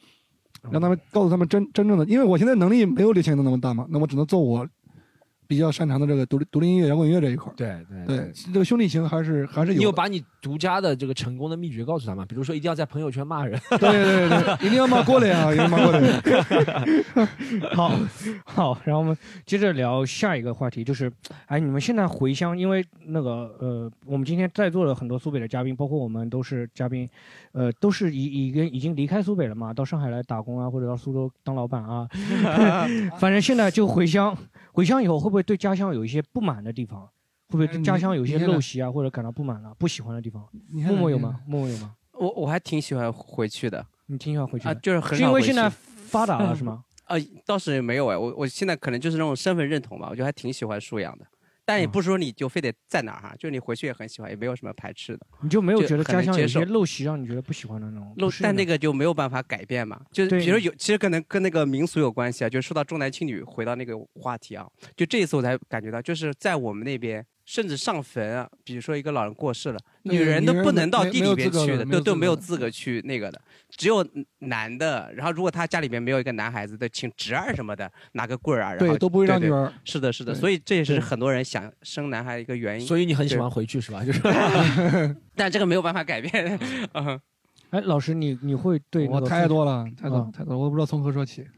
让他们告诉他们真真正的，因为我现在能力没有刘强东那么大嘛，那我只能做我比较擅长的这个独立独立音乐、摇滚乐这一块儿。对对对，这个兄弟情还是还是你有有的。把你独家的这个成功的秘诀告诉他吗？比如说一定要在朋友圈骂人， 对对对，一定要骂郭磊啊，一定要骂郭磊。 好好，然后我们接着聊下一个话题，就是，哎，你们现在回乡，因为那个呃，我们今天在座的很多苏北的嘉宾，包括我们都是嘉宾，呃，都是已已经已经离开苏北了嘛，到上海来打工啊，或者到苏州当老板 啊，反正现在就回乡，回乡以后会不会对家乡有一些不满的地方？会不会对家乡有一些嗯你先来陋习啊，或者感到不满了、不喜欢的地方？你先来默默有你先吗？默默有吗？我我还挺喜欢回去的。你挺喜欢回去的啊，就是很是因少为回现去在发达了是吗？ 呃，倒是没有哎，我我现在可能就是那种身份认同吧，我觉得还挺喜欢沭阳的，但嗯也不是说你就非得在哪儿哈，就你回去也很喜欢，也没有什么排斥的。你就没有就觉得家很能乡接有一些受陋习让你觉得不喜欢的那种？漏不，适应但的那个就没有办法改变嘛。就是对比如说有，其实可能跟那个民俗有关系啊。就是说到重男轻女，回到那个话题啊，就这一次我才感觉到，就是在我们那边，甚至上坟啊，比如说一个老人过世了，对女人都女人不能没到没地没有里边资格去的的，没有都都资没有格的资格去那个的，只有男的。然后如果他家里边没有一个男孩子的，请侄儿什么的拿个棍儿啊，然对后都不会让对女儿是的，是的，对所以这也是对很多人想生男孩的一个原因。 所以你很喜对欢回去是吧？就是 但这个没有办法改变。 嗯哎，老师，你你会对我那个太村多了，太多了嗯太多了，我都不知道从何说起。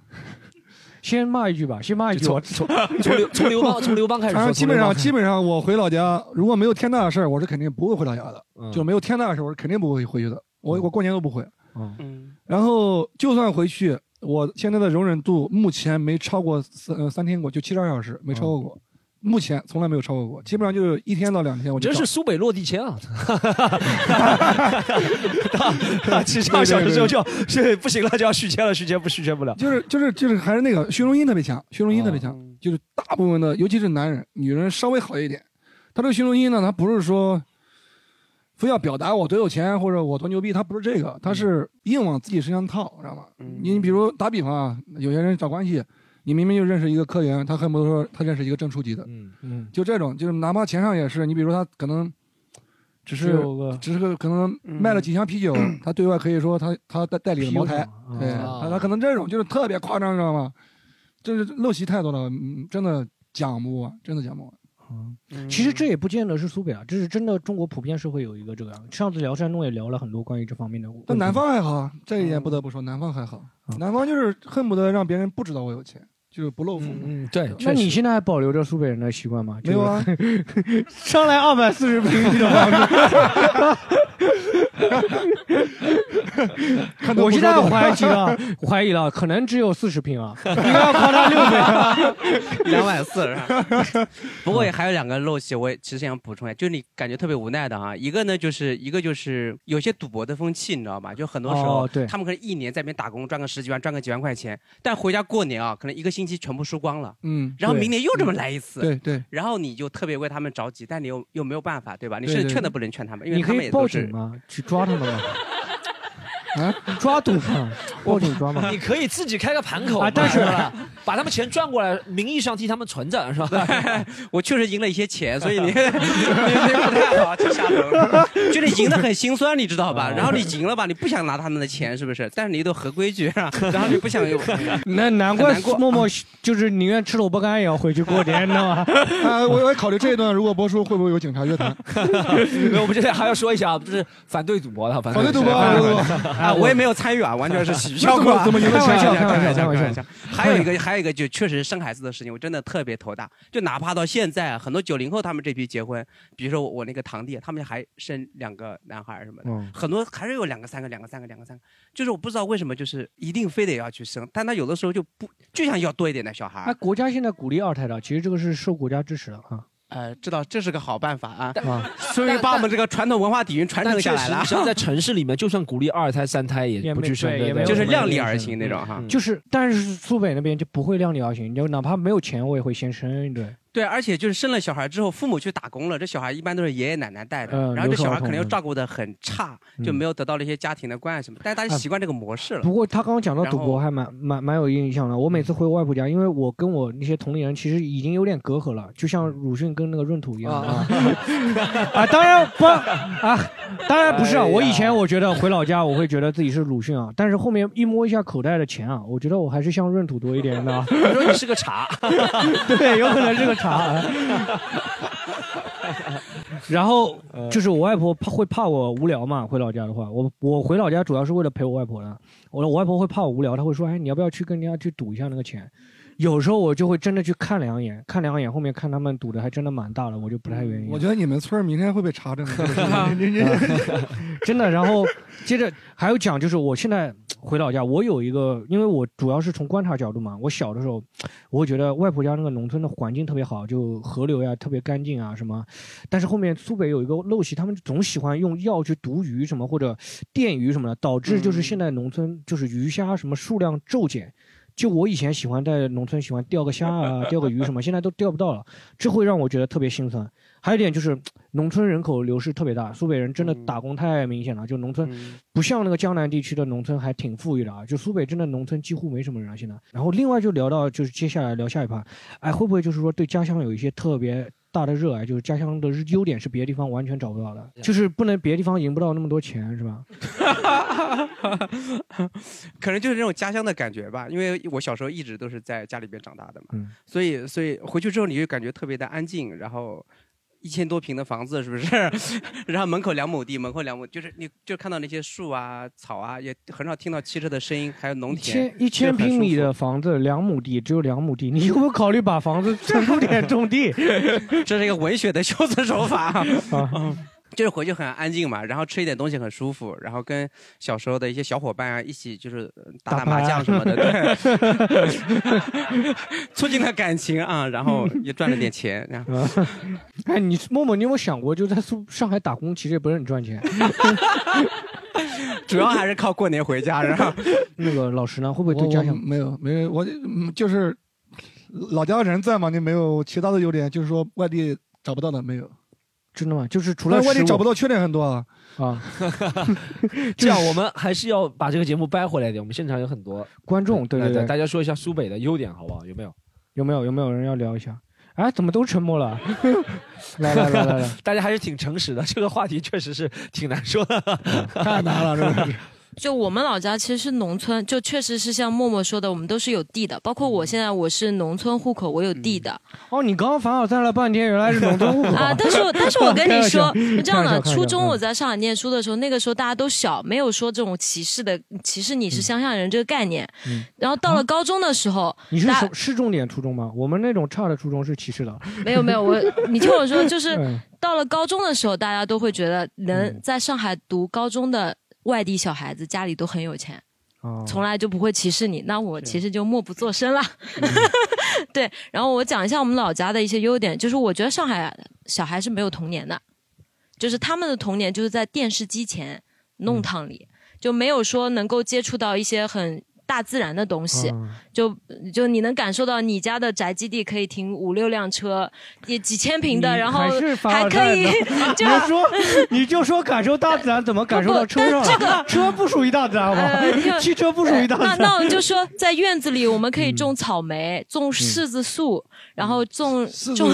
先骂一句吧，先骂一句。就我从从从刘从刘邦从刘邦开始反哎正反正基本上，基本本上我回老家，如果没有天大的事儿，我是肯定不会回老家的。嗯就没有天大的事儿，我是肯定不会回去的。我我过年都不回。嗯，然后就算回去，我现在的容忍度目前没超过三呃三天过，就七十二小时没超过过。目前从来没有超过过，基本上就是一天到两天我我就真到。是苏北落地 签啊！只上小时之后就对是不行了，就要续签了，续签不续签不了。就是就是就是还是那个虚荣心特别强，虚荣心特别强，就是大部分的，尤其是男人，女人稍微好一点。他这个虚荣心呢，他不是说非要表达我多有钱或者我多牛逼，他不是这个，他是硬往自己身上套，知道吗？你你比如打比方啊，有些人找关系，你明明就认识一个科员，他恨不得说他认识一个正处级的，嗯就这种，就是哪怕钱上也是，你比如说他可能只只是有个只是个可能嗯卖了几箱 啤酒，他对外可以说他他代代理了茅台，啤酒厂对，啊他他可能这种就是特别夸张，知道吗？就是陋习太多了，嗯真的讲不完，真的讲不完。嗯嗯其实这也不见得是苏北啊，这是真的中国普遍社会有一个这个样。上次聊山东也聊了很多关于这方面的问嗯题。但南方还好啊，这一点不得不说，南方还好，南方就是恨不得让别人不知道我有钱，就是不露富。嗯，对那你 现在还保留着苏北人的习惯吗？没有啊， 上来二百四十平米的房子，我现在怀疑 了，我怀疑了，可能只有四十平啊，应该要夸张六倍啊。 两万四是吧？ 不过也还有两个陋习，我也其实想补充一下，就是你感觉特别无奈的啊。一个呢，就是一个就是有些赌博的风气，你知道吧？就很多时候，哦对他们可能一年在那边打工赚个十几万，赚个几万块钱，但回家过年啊，可能一个星期全部输光了。嗯然后对明年又这么来一次，对对然后你就特别为他们着急，但你又又没有办法，对吧？你对甚对至劝都不能劝他们， 因为你他可们以也报都是警吗？去抓他们 吗？啊，抓赌吗？报警抓吗你？可以自己开个盘口啊但是嘛把他们钱赚过来，名义上替他们存着是吧？ 我确实赢了一些钱，所以你 你你不太好，就下头 了，就你赢得很心酸，你知道啊吧？然后你赢了吧，你不想拿他们的钱，是不是？但是你都合规矩，啊 然后你不想有。那难怪很难过默默就是宁愿吃萝卜干也要回去过年，你知道 吗？ 啊，我我也考虑这一段如果播出会不会有警察 约谈？没 有，我们这边还要说一下，啊，就是反对赌博的，反反对赌博反反对赌博 啊，我也没有参与啊，完全 是 喜剧效果啊。怎么怎么赢得开玩笑，钱啊开玩开笑，玩笑哎开玩笑。还有一个，还有一个，就确实生孩子的事情，我真的特别头大。就哪怕到现在啊，很多九零后他们这批结婚，比如说我我那个堂弟，他们还生两个男孩儿什么的，嗯很多还是有两个、三个、两个、三个、两个、三个。就是我不知道为什么，就是一定非得要去生，但他有的时候就不就想要多一点的小孩哎，儿。国家现在鼓励二胎的，其实这个是受国家支持的啊。呃，知道这是个好办法啊啊，所以把我们这个传统文化底蕴传但承确下来实，了你。像在城市里面，就算鼓励二胎、三胎，也也不没去生，对对也对没有对什么量力而行那种哈就是，但是苏北那边就不会量力而行，就哪怕没有钱，我也会先生，对。对，而且就是生了小孩之后，父母去打工了，这小孩一般都是爷爷奶奶带的，嗯然后留这守小儿孩可能童又的照顾的很差，就嗯没有得到了一些家庭的关爱什么，但是大家哎习惯这个模式了。不过他刚刚讲到赌然后博，还蛮蛮蛮有印象的。我每次回外婆家，因为我跟我那些同龄人其实已经有点隔阂了，就像鲁迅跟那个闰土一样啊。啊，当然不啊，当然不是啊。哎呀我以前我觉得回老家，我会觉得自己是鲁迅啊，但是后面一摸一下口袋的钱啊，我觉得我还是像闰土多一点的啊。 你说你是个茶，对，有可能是个茶。 然后嗯就是 我外婆怕会怕我无聊嘛，回老家的话，我我回老家主要是为了陪我外婆的。我我外婆会怕我无聊，她会说：“哎，你要不要去跟人家去赌一下那个钱？”有时候我就会真的去看两眼，看两眼，后面看他们赌的还真的蛮大的，我就不太愿意。嗯我觉得你们村儿明天会被查证的。你你你 真的。然后接着还有讲，就是我现在回老家，我有一个，因为我主要是从观察角度嘛，我小的时候，我会觉得外婆家那个农村的环境特别好，就河流呀特别干净啊什么。但是后面苏北有一个陋习，他们总喜欢用药去毒鱼什么或者电鱼什么的，导致就是现在农村就是鱼虾什么数量骤减。就我以前喜欢在农村喜欢钓个虾啊、钓个鱼什么，现在都钓不到了，这会让我觉得特别心酸。还有一点就是，农村人口流失特别大，苏北人真的打工太明显了。就农村，不像那个江南地区的农村还挺富裕的啊，就苏北真的农村几乎没什么啊人了现在。然后另外就聊到就是接下来聊下一趴，哎，会不会就是说对家乡有一些特别大的热爱，就是家乡的优点是别的地方完全找不到的，就是不能别的地方赢不到那么多钱，是吧？可能就是那种家乡的感觉吧，因为我小时候一直都是在家里边长大的嘛，嗯所以所以回去之后你就感觉特别的安静，然后一千多平的房子是不 是？然后门口两亩地，门口两亩，就是你就看到那些树啊、草啊，也很少听到汽车的声音，还有农一千田，一千就很舒平服米的房子，两亩地，只有两亩地，你有没有考虑把房子全部点种 地？ 这是一个文学的修辞手 法。啊嗯就是回去很安静嘛，然后吃一点东西很舒服，然后跟小时候的一些小伙伴啊一起就是呃打打啊麻将什么的， 对，促进了感情啊，然后也赚了点钱，然后哎，你默默，你有没有想过，就在苏上海打工，其实也不是很赚钱。主要还是靠过年回家，然后 那个老师呢，会不我 会对家我乡没有没有，我嗯就是老家人在嘛，你没有其他的优点，就是说外地找不到的没有。真的吗？就是除了外地食物找不到缺点很多啊。啊，这样我们还是要把这个节目掰回来一点。我们现场有很多观众，对对对对大家说一下苏北的优点好不好？有没有？有没有有没有人要聊一下？哎，怎么都沉默了？ 来来来来来， 大家还是挺诚实的。这个话题确实是挺难说的，太难了，是 不是？就我们老家其实是农村，就确实是像默默说的，我们都是有地的。包括我现在我是农村户口，我有地的。哦，你刚刚凡尔赛了半天，原来是农村户口啊！但是我但是我跟 你说，是这样的，初中我在。在上海念书的时候，那个时候大家都小，没有说这种歧视的歧视你是乡下人这个概念。嗯然后到了高中的时候，你是大首市重点初中吗？我们那种差的初中是歧视的。没有没有，我你听我说，就是嗯到了高中的时候，大家都会觉得能在上海读高中的外地小孩子家里都很有钱，哦从来就不会歧视你。那我其实就默不作声了。嗯 对，然后我讲一下我们老家的一些优点，就是我觉得上海小孩是没有童年的，就是他们的童年就是在电视机前弄堂里，就没有说能够接触到一些很。大自然的东西，嗯就就你能感受到你家的宅基地可以停五六辆车，也几千平的，你然后还是凡还尔可赛以呢 就你说，你就说感受大自然，怎么感受到车上不不但了？这车不属于大自然，好不 呃就好？汽车不属于大自嗯那然。那我就说，在院子里我们可以种草莓、种柿子树，然嗯后种种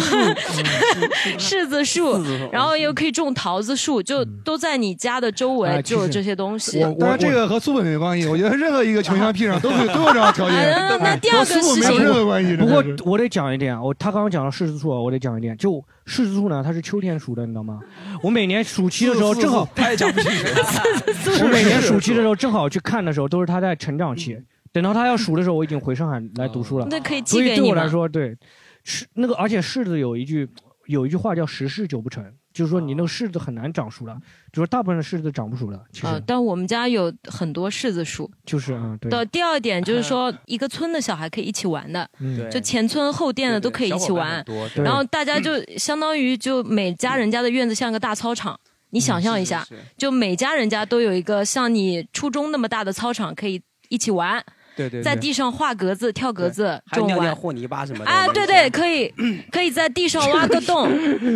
柿子树柿子树， 然后又可以种桃子树，就嗯都在你家的周围哎就有其实这些东西。当然这个和苏北没关系，我觉得任何一个穷乡僻壤都会都有这样的条件。哎那第二个和苏北事没有情任何关系。不过我得讲一点啊，我他刚刚讲到柿子树啊，我得讲一点。就柿子树呢，它是秋天熟的，你知道吗？我每年暑期的时候正好，他也讲不清楚。我每年暑期的时候正好去看的时候，都是它在成长期。等到它要熟的时候，我已经回上海来读书了。那可以寄所以给对你我吗来说，对，是那个，而且柿子有一句有一句话叫“十柿九不成”，就是说你那个柿子很难长熟了，就是大部分的柿子长不熟了。其实、啊，但我们家有很多柿子树。就是啊，对。的第二点就是说，一个村的小孩可以一起玩的，嗯对就前村后店的都可以一起玩对对小伙伴很。多对然后大家就相当于就每家人家的院子像个大操场，你想象一下，就每家人家都有一个像你初中那么大的操场，可以一起玩。对对对在地上画格子、跳格子， 还这种有尿尿玩。和泥巴什么的。啊，对对，可以，可以在地上挖个洞，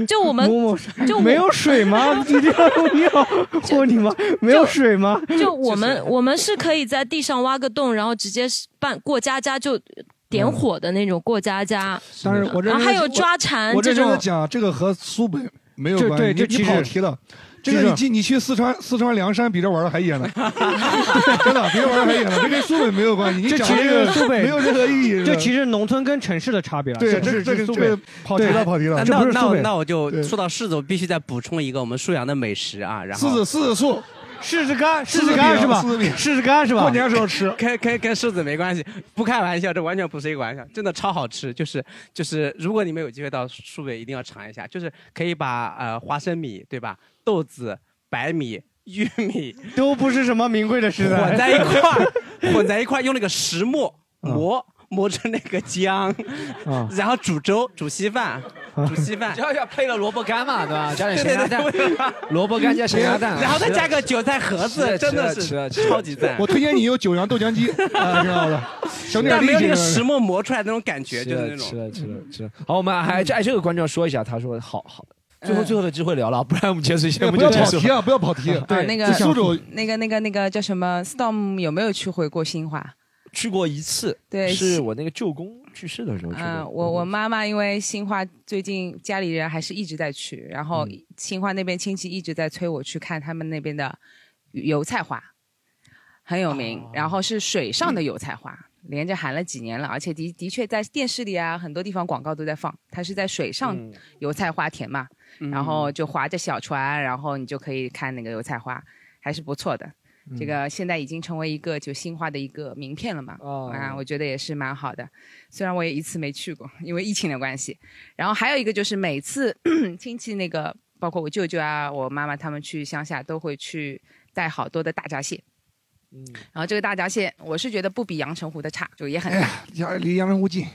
就我们就我没有水 吗？一定要用药？我你妈，没有水吗？就我们 我们是可以在地上挖个洞，然后直接是办过家家就点火的那种过家家。但是我认然后真地啊还有我抓蝉我这认真种的。讲，这个和苏北没有这关系，对这其你你实啊跑题了。这其实个你去你去四川四川凉山比这玩的还野呢，真啊的比这玩的还野呢，这跟苏北没有关系。你这讲其实个是苏北没有任何意义。这其实实农村跟城市的差别了。对这这是这个是苏这北个跑题了对跑题了这那不是那苏我北。那我就说到柿子，我必须再补充一个我们沭阳的美食啊，然后柿子柿子树，柿子干，柿柿子子干饼是吧？柿子饼柿子干是吧？过年时候吃，哎跟跟跟柿子没关系，不开玩笑，这完全不是一个玩笑，真的超好吃。就是就是，如果你们有机会到苏北，一定要尝一下，就是可以把呃花生米对吧，豆子、白米、玉 米都不是什么名贵的食材，混在一块儿，混在一块儿，用那个石磨嗯磨磨成那个浆，啊然后煮粥、煮稀饭、煮稀饭，嗯要要配了萝卜干嘛，对吧？加点咸对鸭对蛋，对萝卜干加咸鸭蛋，然后再加个韭菜盒子，真的吃了是吃了超级赞。我推荐你用九阳豆 浆机，啊，挺好的，省点但力没有气那个真的石磨磨出来那种感觉，吃就是那了种。吃了吃了吃了。 好，我们还这哎这个观众说一下，他说好好，最后嗯最后的机会聊了，不然我们结束节目不就要结跑束了题啊，不要跑题。 啊，那个苏州那个那个那个叫什么？Storm 有没有去回过新化？去过一次，对是我那个舅公去世的时候去嗯，过。我我妈妈因为新化最近家里人还是一直在去，然后新化那边亲戚一直在催我去看他们那边的油菜花，很有名，然后是水上的油菜花，连着喊了几年了，而且的的确在电视里啊，很多地方广告都在放，它是在水上嗯油菜花田嘛，嗯然后就划着小船，然后你就可以看那个油菜花，还是不错的。这个现在已经成为一个就新化的一个名片了嘛，啊，我觉得也是蛮好的。虽然我也一次没去过， 因为疫情的关系。然后还有一个就是每次 亲戚那个，包括我舅舅啊、我妈妈他们去乡下都会去带好多的大闸蟹。然后这个大闸蟹，我是觉得不比阳澄湖的差，就也很大。家离阳澄湖近，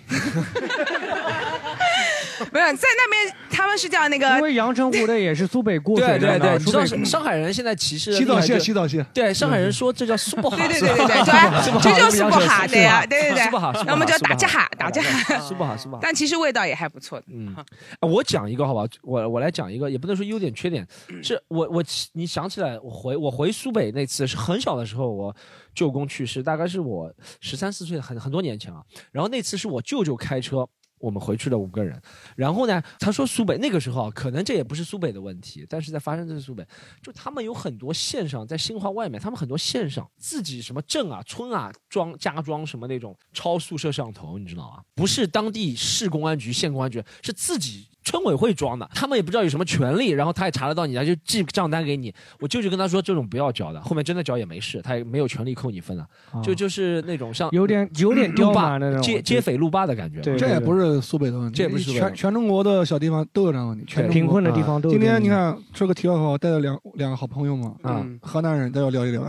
没有在那边，他们是叫那个，因为阳澄湖的也是苏北过水对对站对，的，啊你知道苏北上上海人现在歧视的洗澡厉害就蟹洗澡蟹对上海人说这叫苏不哈，对对对对对，对，这 就是不哈，对呀，对对对苏不哈，，那我们叫打打架哈，打架哈，苏不哈，苏不哈。但其实味道也还不错的。嗯，啊，我讲一个好吧，我我来讲一个，也不能说优点缺点，是我我其你想起来，我回我回苏北那次是很小的时候，我舅公去世，大概是我十三四岁，很很多年前啊。然后那次是我舅舅开车。我们回去了五个人，然后呢，他说苏北那个时候啊可能这也不是苏北的问题，但是在发生在苏北，就他们有很多县上在新化外面，他们很多县上自己什么镇啊、村啊装加装什么那种超速摄像头，你知道吗？不是当地市公安局、县公安局，是自己村委会装的，他们也不知道有什么权利，然后他也查得到你，他就寄账单给你。我舅舅跟他说这种不要交的，后面真的交也没事，他也没有权利扣你分的，就就是那种像啊有点有点刁路蛮霸的那种街街匪路霸的感觉，这也 不是苏北的问题，这也不是苏北的问全题全中国的小地方都有这样的问题，全中国啊贫困的地方都有今这样的天问题你看说个题外话，我带了两两个好朋友嘛，啊嗯，河南人都要聊一 聊。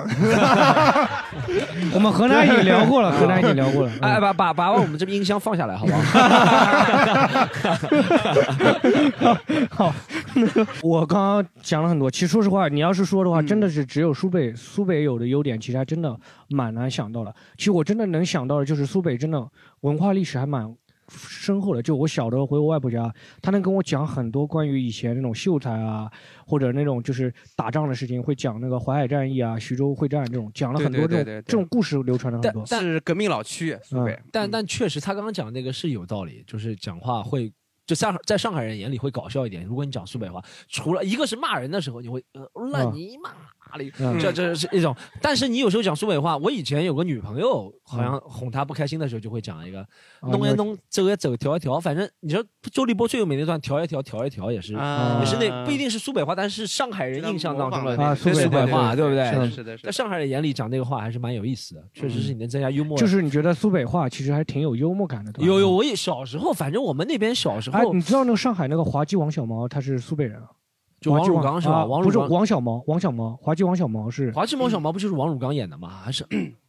我们河南已经聊过 了，河南已经聊过了。哎，把把把我们这个音箱放下来，好不好？ 我刚刚讲了很多，其实说实话，你要是说的话，嗯真的是只有苏北苏北有的优点，其实还真的蛮难想到的。其实我真的能想到的就是苏北真的文化历史还蛮深厚的。就我小的时候回我外婆家，她能跟我讲很多关于以前那种秀才啊，或者那种就是打仗的事情，会讲那个淮海战役啊、徐州会战这种，讲了很多这种对对对对对这种故事流传了很多。是革命老区苏北。但但确实，他刚刚讲的那个是有道理，就是讲话会。就上在上海人眼里会搞笑一点。如果你讲苏北话，除了一个是骂人的时候，你会呃烂泥骂里，嗯这这是一种。但是你有时候讲苏北话，我以前有个女朋友，好像哄她不开心的时候就会讲一个嗯弄一弄，走一走，调一调。反正你说周立波最有名的那段调一调，调一调也是啊也是那不一定是苏北话，但是上海人印象当中的啊那苏北苏北话，话对不对是？的是的是嗯在上海人眼里讲那个话还是蛮有意思的，确实是你能增加幽默的。就是你觉得苏北话其实还挺有幽默感的，对吧？有有，我也小时候，反正我们那边小时嗯哎候，你知道那个上海那个滑稽王小毛，他是苏北人啊，就王滑稽汝刚是吧啊王汝不是刚王小毛，王小毛，滑稽王小毛是华稽毛小毛不就是王汝刚演的吗？ 还是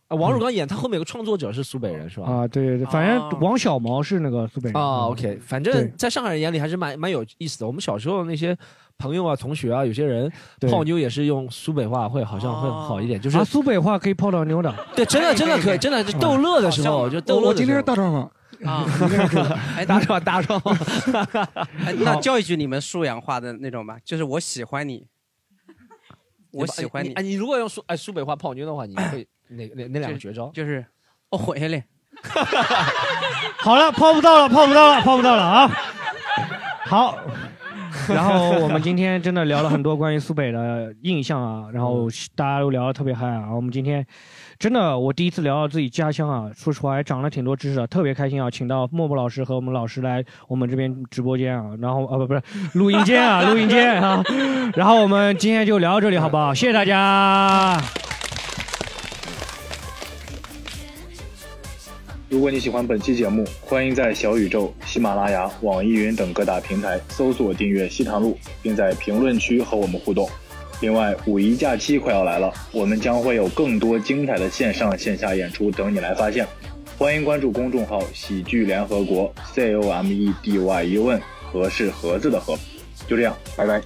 啊，王汝刚演，他后面有个创作者是苏北人是吧？啊，对对对，反正王小毛是那个苏北人啊嗯，OK，反对正在上海人眼里还是蛮蛮有意思的。我们小时候那些朋友啊、同学啊，有些人对泡妞也是用苏北话，会好像会好一点，就是啊，苏北话可以泡到妞的，哎对，真的真的可以，真的是逗乐的时候就逗乐。我今天是大壮吗？ 啊， 哎，打扰打扰。 哎那教一句你们沭阳话的那种吧，就是我喜欢 你，我喜欢你你哎，。你如果用苏哎苏北话泡妞的话，你会哪哪哪两个绝招？就是哦我回来了。好了，泡不到了，泡不到了，泡不到了啊！好， 然后我们今天真的聊了很多关于苏北的印象啊，然后大家都聊得特别嗨啊。我们今天真的，我第一次聊到自己家乡啊，说实话还长了挺多知识的，特别开心啊！请到莫莫老师和我们老师来啊我们这边直播间啊，然后啊不不是录音间啊，录音间啊，然后我们今天就聊到这里好不好？谢谢大家。如果你喜欢本期节目，欢迎在小宇宙、喜马拉雅、网易云等各大平台搜索订阅《西塘路》，并在评论区和我们互动。另外，五一假期快要来了，我们将会有更多精彩的线上线下演出等你来发现。欢迎关注公众号“喜剧联合 E 国 ”（C O M E D Y U N），和是盒子的盒。就这样，拜拜。